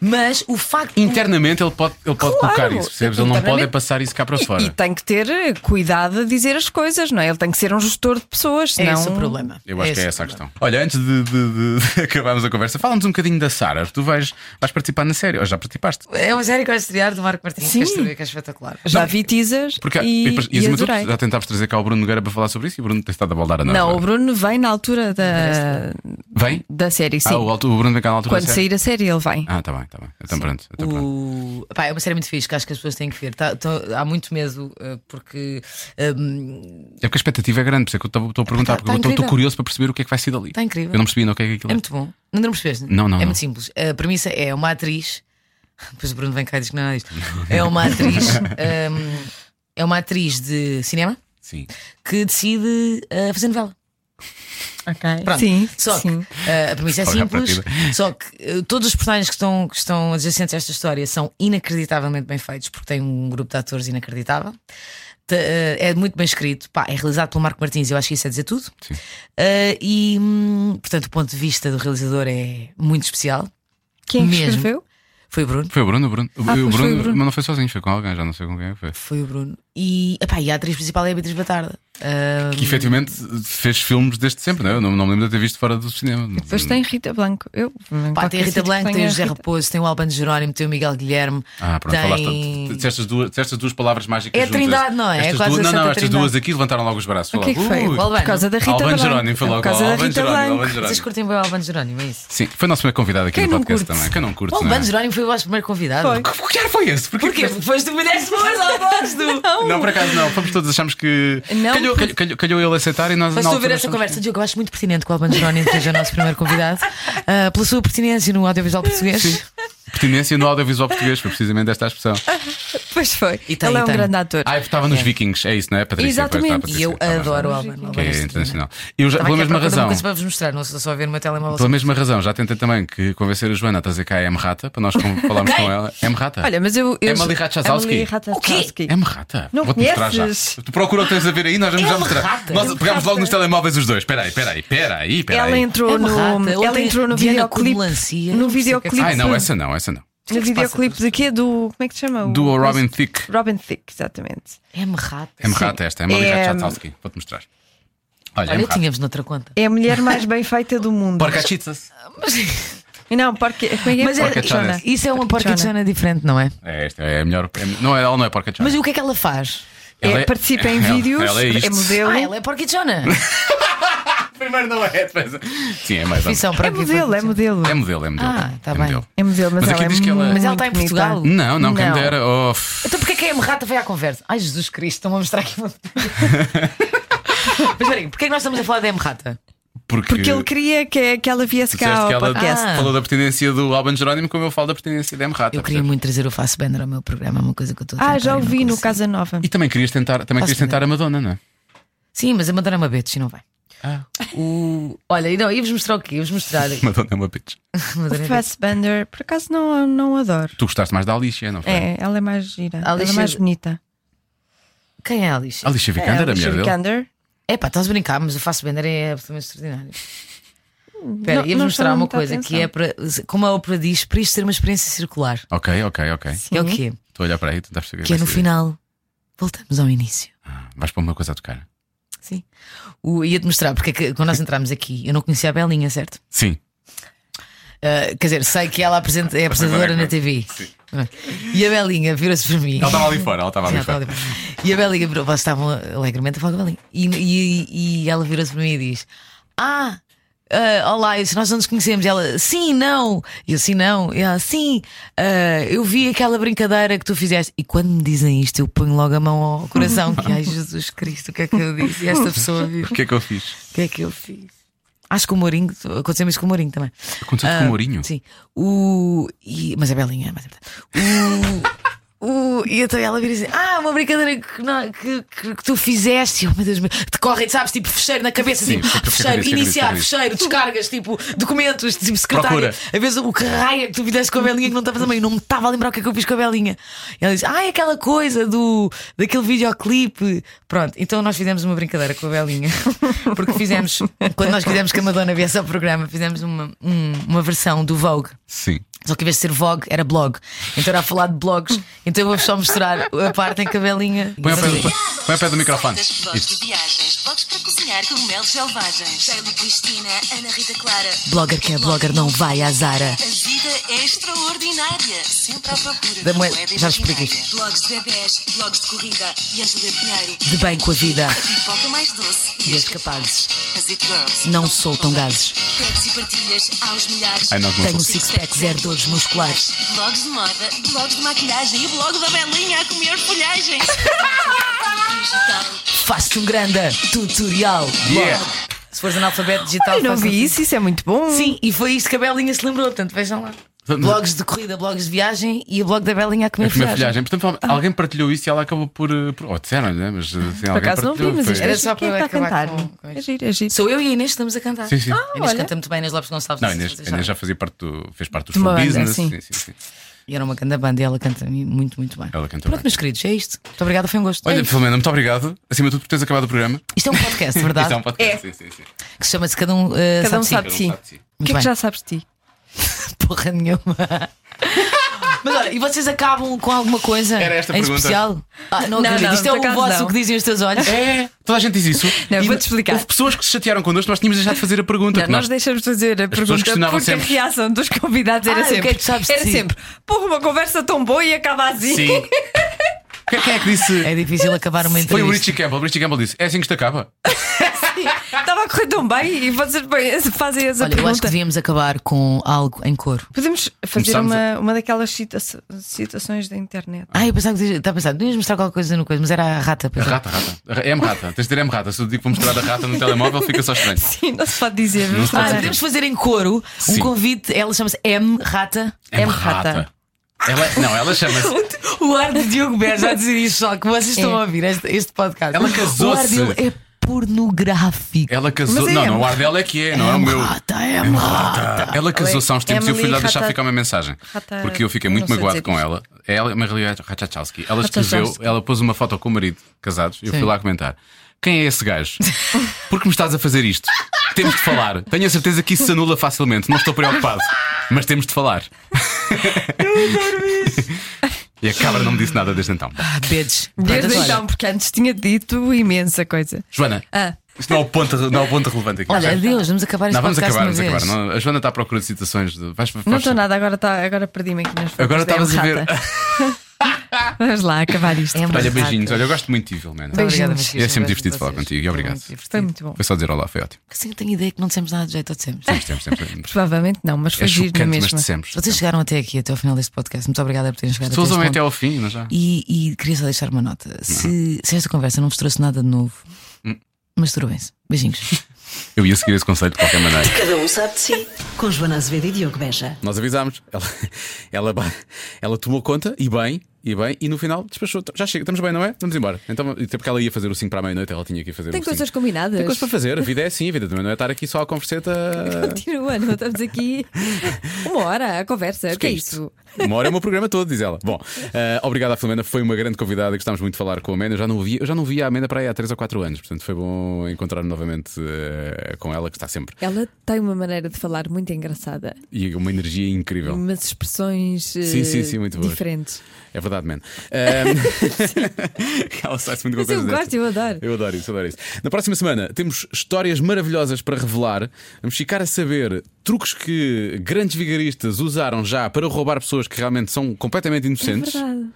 [SPEAKER 4] Mas o facto.
[SPEAKER 2] Internamente ele pode, ele pode
[SPEAKER 5] Claro,
[SPEAKER 2] colocar isso, percebes? Ele não pode é
[SPEAKER 5] internamente.
[SPEAKER 2] passar isso cá para fora.
[SPEAKER 5] E tem que ter eh, cuidado a dizer as coisas, não é? Ele tem que ser um gestor de pessoas,
[SPEAKER 4] É
[SPEAKER 5] senão.
[SPEAKER 4] esse o problema.
[SPEAKER 2] Eu acho que é
[SPEAKER 4] o
[SPEAKER 2] essa a
[SPEAKER 4] problema.
[SPEAKER 2] questão. Olha, antes de, de- de acabarmos a conversa, fala-nos um bocadinho da Sara. Tu vais, vais participar na série, ou já participaste?
[SPEAKER 4] É uma série que vai estrear do Marco Martins
[SPEAKER 5] Sim.
[SPEAKER 4] Castro, que é espetacular.
[SPEAKER 5] Já vi teasers
[SPEAKER 2] Porque
[SPEAKER 5] e, e,
[SPEAKER 2] acima de tudo,
[SPEAKER 5] adorei.
[SPEAKER 2] já tentavas trazer cá o Bruno Nogueira para falar sobre isso e o Bruno tem estado a baldar a nós.
[SPEAKER 5] Não, o Bruno vem na altura da,
[SPEAKER 2] Vem?
[SPEAKER 5] da série, sim.
[SPEAKER 2] Ah, o, alto- o Bruno vem cá na altura.
[SPEAKER 5] Quando
[SPEAKER 2] da série?
[SPEAKER 5] sair a série, ele vem.
[SPEAKER 2] Ah, tá bem, tá bem. Então pronto. Então pronto.
[SPEAKER 4] O... Pá, é uma série muito fixe que acho que as pessoas têm que ver. Tá- tá- há muito medo eh, porque ehm,
[SPEAKER 2] É porque a expectativa é grande, por isso é que eu estou estou a perguntar,
[SPEAKER 4] tá-
[SPEAKER 2] porque
[SPEAKER 4] tá
[SPEAKER 2] eu estou- estou
[SPEAKER 4] incrível.
[SPEAKER 2] curioso para perceber o que é que vai ser dali.
[SPEAKER 5] Tá
[SPEAKER 4] está incrível.
[SPEAKER 2] Eu não percebi ainda o que é que aquilo
[SPEAKER 4] É
[SPEAKER 2] é.
[SPEAKER 4] muito bom. Não, não percebeste? né?
[SPEAKER 2] Não, não,
[SPEAKER 4] É
[SPEAKER 2] não.
[SPEAKER 4] muito simples. A premissa é uma atriz. Depois o Bruno vem cá e diz que não é isto. É uma atriz. hum, é uma atriz de cinema
[SPEAKER 2] Sim.
[SPEAKER 4] que decide eh, fazer novela.
[SPEAKER 2] Ah,
[SPEAKER 3] Ok.
[SPEAKER 4] Pronto.
[SPEAKER 5] Sim,
[SPEAKER 4] Só que
[SPEAKER 5] sim.
[SPEAKER 4] eh, a premissa é
[SPEAKER 2] Olha a
[SPEAKER 4] simples,
[SPEAKER 2] partida.
[SPEAKER 4] só que eh, todos os personagens que estão, que estão adjacentes a esta história são inacreditavelmente bem feitos, porque tem um grupo de atores inacreditável. Te- eh, é muito bem escrito, pá, é realizado pelo Marco Martins, eu acho que isso é dizer tudo.
[SPEAKER 2] Sim.
[SPEAKER 4] Eh, e, hum, portanto, o ponto de vista do realizador é muito especial.
[SPEAKER 5] Quem é que
[SPEAKER 4] Mesmo.
[SPEAKER 5] escreveu?
[SPEAKER 4] Foi o Bruno.
[SPEAKER 2] Foi o Bruno, o Bruno. O-
[SPEAKER 5] Ah,
[SPEAKER 2] o
[SPEAKER 5] pois foi
[SPEAKER 2] Bruno,
[SPEAKER 5] o Bruno.
[SPEAKER 2] mas não foi sozinho, foi com alguém, já não sei com quem é que foi.
[SPEAKER 4] Foi o Bruno. E, epá, e a atriz principal é a Beatriz Batarda. Eh,
[SPEAKER 2] Que efetivamente fez filmes desde sempre, não é? Eu não, não me lembro de ter visto fora do cinema.
[SPEAKER 5] Depois tem Rita Blanco. Eu,
[SPEAKER 4] Hum. pá,
[SPEAKER 5] qualquer
[SPEAKER 4] tem a Rita
[SPEAKER 5] sítio que
[SPEAKER 4] Blanco, tem
[SPEAKER 5] tenha
[SPEAKER 4] o José
[SPEAKER 5] Rita.
[SPEAKER 4] Raposo, tem o Albano Jerónimo, tem o Miguel Guilherme.
[SPEAKER 2] Ah, pronto,
[SPEAKER 4] tem...
[SPEAKER 2] falaste. Disseste as duas, disseste as duas palavras mágicas.
[SPEAKER 4] É a
[SPEAKER 2] juntas.
[SPEAKER 4] Trindade, não é? É
[SPEAKER 2] Estas
[SPEAKER 4] quase
[SPEAKER 2] duas,
[SPEAKER 4] a
[SPEAKER 2] não, não,
[SPEAKER 4] Santa
[SPEAKER 2] estas
[SPEAKER 4] Trindade.
[SPEAKER 2] duas aqui levantaram logo os braços.
[SPEAKER 5] O que é que
[SPEAKER 2] Falaram,
[SPEAKER 5] foi?
[SPEAKER 2] "Ui".
[SPEAKER 4] O Albano.
[SPEAKER 5] Por causa da Rita
[SPEAKER 2] Albano
[SPEAKER 5] Blanco.
[SPEAKER 2] Jerónimo, foi
[SPEAKER 5] Por
[SPEAKER 2] logo.
[SPEAKER 5] causa da
[SPEAKER 2] Albano
[SPEAKER 5] Rita
[SPEAKER 2] Jerónimo,
[SPEAKER 5] Blanco.
[SPEAKER 2] Albano
[SPEAKER 4] Vocês
[SPEAKER 2] Jerónimo.
[SPEAKER 4] curtem bem o Albano Jerónimo, é isso?
[SPEAKER 2] Sim, foi nosso primeiro convidado aqui
[SPEAKER 5] Quem
[SPEAKER 2] no
[SPEAKER 5] não
[SPEAKER 2] podcast
[SPEAKER 5] curte?
[SPEAKER 2] também. Quem não curte?
[SPEAKER 4] O
[SPEAKER 2] não é?
[SPEAKER 4] Albano Jerónimo foi o vosso primeiro convidado.
[SPEAKER 5] Foi.
[SPEAKER 2] Que é que ar foi esse? Porquê?
[SPEAKER 4] Porquê? Porque foste tu mulheres boas ao posto.
[SPEAKER 2] Não, por acaso não. Fomos todos, achamos que.
[SPEAKER 5] Não,
[SPEAKER 2] calhou,
[SPEAKER 5] porque-
[SPEAKER 2] calhou, calhou, calhou ele aceitar e nós.
[SPEAKER 4] Mas
[SPEAKER 2] na
[SPEAKER 4] estou a ver
[SPEAKER 2] altura
[SPEAKER 4] esta
[SPEAKER 2] achamos
[SPEAKER 4] conversa, Diogo. Eu acho muito pertinente que o Albano Jerónimo seja o nosso primeiro convidado, ah, pela sua pertinência no audiovisual português.
[SPEAKER 2] que- Pertinência no audiovisual português, foi precisamente esta a expressão.
[SPEAKER 5] Pois foi.
[SPEAKER 4] E tem,
[SPEAKER 5] Ele é um
[SPEAKER 4] tem.
[SPEAKER 5] grande ator.
[SPEAKER 2] Ah, estava nos Vikings, é isso, não é, Patrícia?
[SPEAKER 5] Exatamente.
[SPEAKER 2] Pois está,
[SPEAKER 4] E eu
[SPEAKER 2] Patrícia, está bem.
[SPEAKER 4] adoro o Alman.
[SPEAKER 2] Que é internacional. Eu já,
[SPEAKER 4] Estava
[SPEAKER 2] pela
[SPEAKER 4] aqui
[SPEAKER 2] mesma
[SPEAKER 4] à procura de uma
[SPEAKER 2] razão.
[SPEAKER 4] coisa para vos mostrar, não sou só a ver no meu telemóvel.
[SPEAKER 2] Pela mesma razão, já tentei também que convencer a Joana a trazer cá a M Rata para nós com- falarmos com ela. M Rata.
[SPEAKER 5] Olha, mas eu. eu
[SPEAKER 2] Emily Ratajkowski.
[SPEAKER 5] Emily
[SPEAKER 4] O
[SPEAKER 5] Ratajkowski.
[SPEAKER 2] M Rata.
[SPEAKER 5] Não
[SPEAKER 2] Vou-te mostrar já.
[SPEAKER 5] conheces?
[SPEAKER 2] Tu procura o que tens a ver aí, nós vamos já
[SPEAKER 4] M.
[SPEAKER 2] mostrar.
[SPEAKER 4] Rata.
[SPEAKER 2] Nós
[SPEAKER 4] M.
[SPEAKER 2] pegámos logo nos telemóveis os dois. Espera aí, espera aí, espera aí, espera
[SPEAKER 5] Ela
[SPEAKER 2] aí.
[SPEAKER 5] entrou
[SPEAKER 4] É uma
[SPEAKER 5] no,
[SPEAKER 4] rata.
[SPEAKER 5] ela
[SPEAKER 4] Ontem
[SPEAKER 5] entrou no
[SPEAKER 4] Diana
[SPEAKER 5] videoclipe.
[SPEAKER 4] Cornelancia,
[SPEAKER 5] No
[SPEAKER 4] não sei o que é
[SPEAKER 5] videoclipe.
[SPEAKER 4] que se
[SPEAKER 2] Ai, não, essa não, essa não.
[SPEAKER 5] No
[SPEAKER 4] que se passa,
[SPEAKER 5] videoclipe de quê? Do. Como é que se chama? O-
[SPEAKER 2] Do Robin Thicke.
[SPEAKER 5] Robin Thicke, exatamente.
[SPEAKER 4] É merrata.
[SPEAKER 2] M Rata esta, Emily
[SPEAKER 5] É-
[SPEAKER 2] Ratajkowski. Vou-te mostrar. Olha,
[SPEAKER 4] Olha,
[SPEAKER 2] M
[SPEAKER 4] eu
[SPEAKER 2] Rata.
[SPEAKER 4] tínhamos noutra conta.
[SPEAKER 5] É a mulher mais bem feita do mundo.
[SPEAKER 2] Porcachitas.
[SPEAKER 5] Não, porque. Como é que é?
[SPEAKER 4] é- Mas é-
[SPEAKER 2] Porcachona.
[SPEAKER 4] isso é uma porcachona diferente, não é?
[SPEAKER 2] É, esta é a melhor. é- Não, ela não é Porcachona.
[SPEAKER 4] Mas o que é que ela faz?
[SPEAKER 5] É, participa em
[SPEAKER 2] ela-
[SPEAKER 5] vídeos,
[SPEAKER 2] ela é isto.
[SPEAKER 5] modelo.
[SPEAKER 4] Ah, ela é porcachona.
[SPEAKER 2] Primeiro não é, depois. Sim, é mais ou menos.
[SPEAKER 4] Profissão
[SPEAKER 5] É
[SPEAKER 4] própria.
[SPEAKER 5] modelo, é modelo.
[SPEAKER 2] É modelo, é modelo.
[SPEAKER 4] Ah, tá
[SPEAKER 2] é
[SPEAKER 4] bem.
[SPEAKER 2] modelo.
[SPEAKER 5] É modelo, mas,
[SPEAKER 2] Mas aqui
[SPEAKER 5] ela
[SPEAKER 2] diz
[SPEAKER 5] é
[SPEAKER 2] que ela-
[SPEAKER 4] Mas ela está em
[SPEAKER 5] muito bonita.
[SPEAKER 4] Portugal.
[SPEAKER 2] Não, não, quem
[SPEAKER 5] Não.
[SPEAKER 2] dera. Oh, f-
[SPEAKER 4] Então porquê é que a M-Rata veio à conversa? Ai, Jesus Cristo, estão a mostrar aqui uma. Mas peraí, porquê é que nós estamos a falar da M-Rata?
[SPEAKER 2] porque,
[SPEAKER 5] Porque ele queria que, que ela viesse
[SPEAKER 2] tu disseste
[SPEAKER 5] cá ao
[SPEAKER 2] que ela
[SPEAKER 5] podcast.
[SPEAKER 4] Ah.
[SPEAKER 2] falou da pertinência do Alban Jerónimo, como eu falo da pertinência da M. Rata.
[SPEAKER 4] Eu queria
[SPEAKER 2] percebes?
[SPEAKER 4] muito trazer o Face Bender ao meu programa, é uma coisa que eu estou a
[SPEAKER 5] Ah,
[SPEAKER 4] tentar e
[SPEAKER 5] já
[SPEAKER 4] não
[SPEAKER 5] ouvi no
[SPEAKER 4] consigo.
[SPEAKER 5] Casa Nova.
[SPEAKER 2] E também querias tentar, também
[SPEAKER 4] Posso
[SPEAKER 2] querias tentar a Madonna, não é?
[SPEAKER 4] Sim, mas a Madonna é uma bitch e não vai.
[SPEAKER 2] Ah.
[SPEAKER 4] O... Olha, e não, ia-vos mostrar o quê? Ia-vos mostrar.
[SPEAKER 2] Madonna é uma bitch.
[SPEAKER 4] Madonna é
[SPEAKER 5] Fassbender, por acaso não, não adoro.
[SPEAKER 2] Tu gostaste mais da Alicia, não foi?
[SPEAKER 5] É, ela é mais gira. Ela é
[SPEAKER 4] Alicia-
[SPEAKER 5] mais bonita.
[SPEAKER 4] bitch. Quem é a Alicia?
[SPEAKER 2] A Alicia Vikander,
[SPEAKER 5] é,
[SPEAKER 2] a mulher dele.
[SPEAKER 5] Vikander.
[SPEAKER 4] É pá, estás a brincar, mas o Face Bender é absolutamente extraordinário. Espera,
[SPEAKER 5] não-
[SPEAKER 4] ia-vos
[SPEAKER 5] não
[SPEAKER 4] mostrar
[SPEAKER 5] chama
[SPEAKER 4] uma
[SPEAKER 5] muita
[SPEAKER 4] coisa
[SPEAKER 5] atenção.
[SPEAKER 4] que é para. Como a ópera diz, para isto ser uma experiência circular.
[SPEAKER 2] Ok, ok, ok.
[SPEAKER 4] Que é o quê?
[SPEAKER 2] Estou a olhar para aí, tu estás a
[SPEAKER 4] Que é no final. Voltamos ao início.
[SPEAKER 2] Vais para uma coisa a tocar.
[SPEAKER 4] Sim. O, ia-te mostrar, porque é que quando nós entramos aqui, eu não conhecia a Belinha, certo?
[SPEAKER 2] Sim.
[SPEAKER 4] Uh, quer dizer, sei que ela apresenta- é apresentadora na TV. E a Belinha virou-se para mim.
[SPEAKER 2] Ela estava ali fora, ela estava ali
[SPEAKER 4] Sim, ela
[SPEAKER 2] fora.
[SPEAKER 4] estava ali. E a Belinha virou, vocês estavam alegremente a falar com a Belinha. E, e, e ela virou-se para mim e diz: Ah, ah, olá, eu disse, nós não nos conhecemos. E ela, sim, não. E eu, sim, não. E ela, sim, ah, eu vi aquela brincadeira que tu fizeste. E quando me dizem isto, eu ponho logo a mão ao coração: que, Ai, Jesus Cristo, o que é que eu disse? E esta pessoa viu.
[SPEAKER 2] O que é que eu fiz?
[SPEAKER 4] O que é que eu fiz? Acho que o Mourinho, aconteceu isso com o Mourinho também. Ah,
[SPEAKER 2] Aconteceu com o Mourinho.
[SPEAKER 4] Sim. O. e- mas é belinha, é mais importante. O. o- E então ela vira assim: Ah, uma brincadeira que, não- que, que- que tu fizeste. E, Oh, meu Deus, meu, decorre, sabes? Tipo, fecheiro na cabeça,
[SPEAKER 2] Sim,
[SPEAKER 4] tipo,
[SPEAKER 2] porque- porque
[SPEAKER 4] fecheiro,
[SPEAKER 2] acredito,
[SPEAKER 4] iniciar,
[SPEAKER 2] acredito,
[SPEAKER 4] fecheiro, descargas, tipo, documentos, tipo, secretário.
[SPEAKER 2] Procura.
[SPEAKER 4] A vez o que raia que tu fizeste com a Belinha que não estavas a meio. Não me estava a lembrar o que é que eu fiz com a Belinha. E ela diz: Ah, é aquela coisa do, daquele videoclipe. Pronto, então nós fizemos uma brincadeira com a Belinha. Porque fizemos, quando nós quisemos que a Madonna viesse ao programa, fizemos uma, um- uma versão do Vogue.
[SPEAKER 2] Sim.
[SPEAKER 4] Só que em vez de ser Vogue, era blog. Então era a falar de blogs. Então eu vou só mostrar a parte em que a Belinha.
[SPEAKER 2] Põe ao pé do, põe ao pé do microfone.
[SPEAKER 6] Receitas, blogs de
[SPEAKER 2] Isto.
[SPEAKER 6] viagens, blogs para cozinhar, cogumelos selvagens. Sheila Cristina, Ana Rita Clara.
[SPEAKER 4] Blogger que é blogger não vai à Zara.
[SPEAKER 6] A vida é extraordinária, sempre à procura
[SPEAKER 4] Da
[SPEAKER 6] da
[SPEAKER 4] moeda-
[SPEAKER 6] moeda,
[SPEAKER 4] já vos explico
[SPEAKER 6] imaginária.
[SPEAKER 4] isto.
[SPEAKER 6] Blogs de bebés, blogs de corrida e Angela Pinheiro.
[SPEAKER 4] De bem com a vida.
[SPEAKER 6] A pipoca mais doce
[SPEAKER 4] E
[SPEAKER 6] e
[SPEAKER 4] as
[SPEAKER 6] as capazes. As It Girls.
[SPEAKER 4] Não soltam gases.
[SPEAKER 6] Pedes e partilhas aos milhares.
[SPEAKER 2] Ai, nós não
[SPEAKER 4] Tenho
[SPEAKER 2] somos.
[SPEAKER 4] um six-pack, zero dores musculares.
[SPEAKER 6] Blogs de moda, blogs de maquilhagem e blog da Belinha a comer folhagem. Digital.
[SPEAKER 4] Faço um grande tutorial. Blog.
[SPEAKER 2] Yeah.
[SPEAKER 4] Se fores analfabeto digital,
[SPEAKER 5] Eu não
[SPEAKER 4] faço um
[SPEAKER 5] vi isso, isso é muito bom.
[SPEAKER 4] Sim, e foi isto que a Belinha se lembrou, portanto, vejam lá. Blogs de corrida, blogs de viagem e o blog da Belinha a comer
[SPEAKER 2] A primeira
[SPEAKER 4] folhagem.
[SPEAKER 2] filhagem. Portanto, alguém partilhou isso e ela acabou por. eh, por ou disseram, né? Mas eh, assim,
[SPEAKER 5] Por
[SPEAKER 2] alguém
[SPEAKER 5] acaso não vi,
[SPEAKER 2] partilhou.
[SPEAKER 5] mas
[SPEAKER 2] foi-
[SPEAKER 5] isto
[SPEAKER 4] Era
[SPEAKER 5] é
[SPEAKER 4] só
[SPEAKER 5] giro. Quem
[SPEAKER 4] para
[SPEAKER 5] é que está a
[SPEAKER 4] acabar
[SPEAKER 5] cantar.
[SPEAKER 4] com- com
[SPEAKER 5] É
[SPEAKER 4] isto.
[SPEAKER 5] giro, é giro.
[SPEAKER 4] Sou eu e a Inês que estamos a cantar.
[SPEAKER 2] Sim, sim.
[SPEAKER 4] A Inês
[SPEAKER 5] olha.
[SPEAKER 4] canta muito bem, a Inês Lopes Gonçalves.
[SPEAKER 2] Não,
[SPEAKER 4] sei se
[SPEAKER 2] Inês,
[SPEAKER 4] vocês
[SPEAKER 2] Inês já
[SPEAKER 4] sabem.
[SPEAKER 2] fazia parte do, fez parte do
[SPEAKER 5] De uma
[SPEAKER 2] show
[SPEAKER 5] banda,
[SPEAKER 2] business.
[SPEAKER 5] sim.
[SPEAKER 2] Sim, sim, sim.
[SPEAKER 4] E era uma grande banda e ela canta mi- muito, muito bem.
[SPEAKER 2] Ela canta
[SPEAKER 4] Pronto,
[SPEAKER 2] bem.
[SPEAKER 4] meus queridos, é isto. Muito obrigada, foi um gosto. É
[SPEAKER 2] Olha,
[SPEAKER 4] isto.
[SPEAKER 2] Filomena, muito obrigado. Acima de tudo, por teres acabado o programa.
[SPEAKER 4] Isto é um podcast, verdade?
[SPEAKER 2] Isto é um podcast. Sim, sim, sim.
[SPEAKER 4] Que se chama-se Cada um, uh,
[SPEAKER 5] Cada um
[SPEAKER 4] de Si.
[SPEAKER 5] sabe de si.
[SPEAKER 2] Cada um sabe de si.
[SPEAKER 5] O que é
[SPEAKER 4] bem.
[SPEAKER 5] que já sabes de ti?
[SPEAKER 4] Porra nenhuma. Mas olha, e vocês acabam com alguma coisa
[SPEAKER 2] Era esta a
[SPEAKER 4] em
[SPEAKER 2] pergunta.
[SPEAKER 4] especial? Ah, não,
[SPEAKER 5] Não,
[SPEAKER 4] acredito.
[SPEAKER 5] não,
[SPEAKER 4] Isto é
[SPEAKER 5] por
[SPEAKER 4] o
[SPEAKER 5] acaso
[SPEAKER 4] vosso
[SPEAKER 5] não.
[SPEAKER 4] o que dizem os teus olhos.
[SPEAKER 2] É, toda a gente diz isso.
[SPEAKER 5] Não,
[SPEAKER 2] E
[SPEAKER 5] vou-te explicar.
[SPEAKER 2] Houve pessoas que se chatearam connosco, nós tínhamos deixado de fazer a pergunta.
[SPEAKER 5] Não,
[SPEAKER 2] é que
[SPEAKER 5] nós
[SPEAKER 2] nós...
[SPEAKER 5] deixamos de fazer a
[SPEAKER 2] pessoas
[SPEAKER 5] pergunta
[SPEAKER 2] questionavam
[SPEAKER 5] porque a
[SPEAKER 2] sempre.
[SPEAKER 5] reação dos convidados
[SPEAKER 4] Ah,
[SPEAKER 5] era
[SPEAKER 4] o que é
[SPEAKER 5] sempre.
[SPEAKER 4] que sabes de
[SPEAKER 5] era
[SPEAKER 4] si?
[SPEAKER 5] sempre, porra, uma conversa tão boa e acaba assim.
[SPEAKER 2] Sim. Quem quem é que disse?
[SPEAKER 4] É difícil acabar uma
[SPEAKER 2] Foi o
[SPEAKER 4] entrevista.
[SPEAKER 2] Richie Campbell. O Richie Campbell disse: É assim que isto acaba.
[SPEAKER 5] Estava a correr tão bem e vocês bem, fazem essa
[SPEAKER 4] Olha, eu acho que
[SPEAKER 5] pergunta.
[SPEAKER 4] devíamos acabar com algo em coro.
[SPEAKER 5] Podemos fazer
[SPEAKER 2] Começámos
[SPEAKER 5] uma, uma daquelas cita- citações da internet.
[SPEAKER 4] Ah, eu pensava que estava a pensar, não ias mostrar qualquer coisa no coisa, mas era a rata. pois é.
[SPEAKER 2] Rata, rata. É M rata. Tens de ter M rata. Se eu digo que vou mostrar a rata no telemóvel, fica só estranho.
[SPEAKER 5] Sim, não se pode dizer.
[SPEAKER 2] Não se pode
[SPEAKER 4] Ah,
[SPEAKER 2] dizer.
[SPEAKER 4] podemos fazer em coro um
[SPEAKER 2] Sim.
[SPEAKER 4] convite, ela chama-se É M Rata.
[SPEAKER 5] M. Rata.
[SPEAKER 2] Ela, é, não, ela chama-se.
[SPEAKER 4] O ar de Diogo Beja já dizia isto, só que vocês
[SPEAKER 5] É.
[SPEAKER 4] estão a ouvir este, este podcast.
[SPEAKER 2] Ela
[SPEAKER 4] O ar
[SPEAKER 2] casou-se.
[SPEAKER 4] dele é pornográfico.
[SPEAKER 2] Ela casou.
[SPEAKER 7] Mas é
[SPEAKER 2] Não,
[SPEAKER 7] a
[SPEAKER 2] não, o ar dela é que é, não é, o meu.
[SPEAKER 4] Rata, é mata.
[SPEAKER 2] Ah, Ela casou-se há uns tempos e eu fui lá
[SPEAKER 5] Emily
[SPEAKER 2] deixar
[SPEAKER 5] Rata-
[SPEAKER 2] ficar uma mensagem.
[SPEAKER 5] Rata-
[SPEAKER 2] Porque eu fiquei
[SPEAKER 5] não
[SPEAKER 2] muito
[SPEAKER 5] sei
[SPEAKER 2] magoado
[SPEAKER 5] dizer
[SPEAKER 2] com
[SPEAKER 5] isto.
[SPEAKER 2] ela. É Ela, Maria Ratchachowski, ela escreveu,
[SPEAKER 5] Ratchachowski.
[SPEAKER 2] ela pôs uma foto com o marido, casados, e eu fui
[SPEAKER 4] Sim.
[SPEAKER 2] lá comentar. Quem é esse gajo? Por que me estás a fazer isto? Temos de falar. Tenho a certeza que isso se anula facilmente. Não estou preocupado, mas temos de falar. E a cabra não me disse nada desde então.
[SPEAKER 4] Ah, Beijos.
[SPEAKER 7] Desde
[SPEAKER 4] Portanto, olha,
[SPEAKER 7] então, porque antes tinha dito imensa coisa.
[SPEAKER 2] Joana, isto não é o ponto, não é o ponto relevante aqui.
[SPEAKER 4] Olha,
[SPEAKER 2] percebes?
[SPEAKER 4] adeus, vamos acabar este
[SPEAKER 2] não, vamos
[SPEAKER 4] podcast
[SPEAKER 2] acabar,
[SPEAKER 4] de
[SPEAKER 2] vamos
[SPEAKER 4] uma
[SPEAKER 2] acabar.
[SPEAKER 4] vez.
[SPEAKER 2] Não, é? a Joana está à procura de citações. De, vais, vais-
[SPEAKER 7] Não estou nada, agora, tá, agora perdi-me aqui nas fotos.
[SPEAKER 2] Agora
[SPEAKER 7] da
[SPEAKER 2] estavas a ver.
[SPEAKER 7] Elrata. Vamos lá acabar isto.
[SPEAKER 4] É uma
[SPEAKER 2] Olha,
[SPEAKER 4] rata.
[SPEAKER 2] beijinhos. Olha, eu gosto muito de ti, Filomena.
[SPEAKER 7] Beijinhos.
[SPEAKER 4] Obrigada,
[SPEAKER 7] É
[SPEAKER 4] Matias,
[SPEAKER 2] sempre
[SPEAKER 4] agradeço
[SPEAKER 2] divertido
[SPEAKER 4] a
[SPEAKER 2] falar
[SPEAKER 4] vocês.
[SPEAKER 2] contigo, e obrigado.
[SPEAKER 4] muito divertido.
[SPEAKER 7] Foi muito bom.
[SPEAKER 2] Foi só dizer olá, foi ótimo.
[SPEAKER 4] Assim, eu tenho ideia que não dissemos nada de jeito, ou dissemos.
[SPEAKER 2] Dissemos, dissemos, dissemos.
[SPEAKER 7] Provavelmente não, mas
[SPEAKER 2] É
[SPEAKER 7] foi giro na
[SPEAKER 2] chocante, mas
[SPEAKER 7] mesma.
[SPEAKER 2] dissemos.
[SPEAKER 4] Vocês chegaram até aqui, até ao final deste podcast. Muito obrigada por terem chegado
[SPEAKER 2] Pessoas
[SPEAKER 4] até
[SPEAKER 2] ouvem
[SPEAKER 4] este
[SPEAKER 2] até
[SPEAKER 4] ponto.
[SPEAKER 2] ao fim, não é? já?
[SPEAKER 4] E, e queria só deixar uma nota. Se, se esta conversa não vos trouxe nada de novo,
[SPEAKER 2] Hum.
[SPEAKER 4] masturbem-se. Beijinhos.
[SPEAKER 2] Eu ia seguir esse conselho de qualquer maneira.
[SPEAKER 1] Cada um sabe de si. Com Joana Azevedo e Diogo Beja.
[SPEAKER 2] Nós avisámos. Ela, ela, ba- ela tomou conta e bem, e bem, e no final despachou. Já chega, estamos bem, não é? Vamos embora. Então, até porque ela ia fazer o 5 para a meia-noite, ela tinha que ir fazer
[SPEAKER 5] Tem
[SPEAKER 2] o 5.
[SPEAKER 5] coisas combinadas.
[SPEAKER 2] Tem coisas para fazer, a vida é assim, a vida também não é estar aqui só a converseta.
[SPEAKER 5] Continua, não estamos aqui uma hora a conversa. O que é isso?
[SPEAKER 2] Uma hora é o meu programa todo, diz ela. Bom, eh, obrigado à Filomena, foi uma grande convidada e gostámos muito de falar com a Amanda. Eu já não vi, eu já não via a Amanda para aí há 3 ou 4 anos, portanto foi bom encontrar-me novamente eh, com ela, que está sempre.
[SPEAKER 5] Ela tem uma maneira de falar muito engraçada,
[SPEAKER 2] E uma energia incrível.
[SPEAKER 5] umas expressões eh,
[SPEAKER 2] Oh. Sim, sim, sim, muito boas.
[SPEAKER 5] diferentes.
[SPEAKER 2] É verdade, man. Ahm, Ela sai-se muito com
[SPEAKER 5] Mas eu
[SPEAKER 2] coisas destas.
[SPEAKER 5] gosto, eu adoro.
[SPEAKER 2] Eu adoro isso, eu adoro isso. Na próxima semana temos histórias maravilhosas para revelar. Vamos ficar a saber truques que grandes vigaristas usaram já para roubar pessoas que realmente são completamente inocentes.
[SPEAKER 5] É Verdade.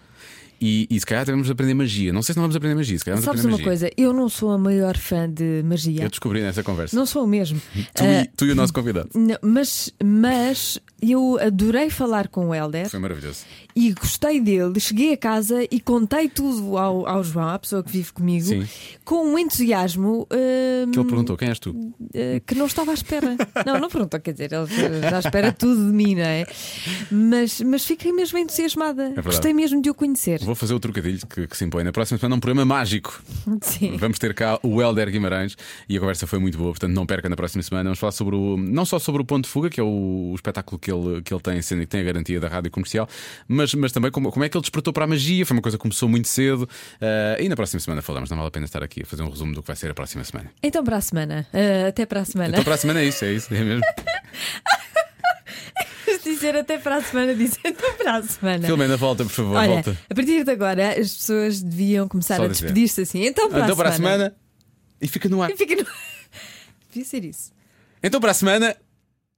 [SPEAKER 2] e, e se calhar até vamos aprender magia. Não sei se não vamos aprender magia. Se calhar vamos
[SPEAKER 5] Sabes
[SPEAKER 2] aprender
[SPEAKER 5] uma
[SPEAKER 2] magia.
[SPEAKER 5] coisa? Eu não sou a maior fã de magia.
[SPEAKER 2] Eu descobri nessa conversa.
[SPEAKER 5] Não sou o mesmo.
[SPEAKER 2] Tu,
[SPEAKER 5] Ah,
[SPEAKER 2] e, tu e o nosso convidado.
[SPEAKER 5] não, mas, mas eu adorei falar com o Helder
[SPEAKER 2] Foi maravilhoso.
[SPEAKER 5] e gostei dele. Cheguei a casa e contei tudo ao, ao João, à pessoa que vive comigo,
[SPEAKER 2] Sim.
[SPEAKER 5] com um entusiasmo ah,
[SPEAKER 2] Que ele perguntou: quem és tu?
[SPEAKER 5] eh, que não estava à espera. não, não perguntou, quer dizer, ele já espera tudo de mim, não é? Mas, mas fiquei mesmo entusiasmada.
[SPEAKER 2] É verdade.
[SPEAKER 5] Gostei mesmo de o conhecer.
[SPEAKER 2] Vou fazer o trocadilho que, que se impõe. Na próxima semana, um programa mágico.
[SPEAKER 5] Sim.
[SPEAKER 2] Vamos ter cá o Helder Guimarães e a conversa foi muito boa, portanto não perca na próxima semana. Vamos falar sobre o, não só sobre o Ponto de Fuga, que é o, o espetáculo que ele, que ele tem, sendo que tem a garantia da rádio comercial, mas, mas também como, como é que ele despertou para a magia. Foi uma coisa que começou muito cedo. eh, e na próxima semana falamos, não vale a pena estar aqui a fazer um resumo do que vai ser a próxima semana.
[SPEAKER 5] Então, para a semana. Eh, até para a semana.
[SPEAKER 2] Então para a semana é isso, é isso, é mesmo.
[SPEAKER 5] dizer até para a semana, dizer até para a semana.
[SPEAKER 2] Filomena, volta, por favor,
[SPEAKER 5] Olha,
[SPEAKER 2] volta.
[SPEAKER 5] a partir de agora as pessoas deviam começar
[SPEAKER 2] Só
[SPEAKER 5] a
[SPEAKER 2] dizer.
[SPEAKER 5] despedir-se assim. Então para,
[SPEAKER 2] Então
[SPEAKER 5] a,
[SPEAKER 2] para a
[SPEAKER 5] semana.
[SPEAKER 2] semana. E fica no ar.
[SPEAKER 5] E fica no- Devia ser isso.
[SPEAKER 2] Então para a semana.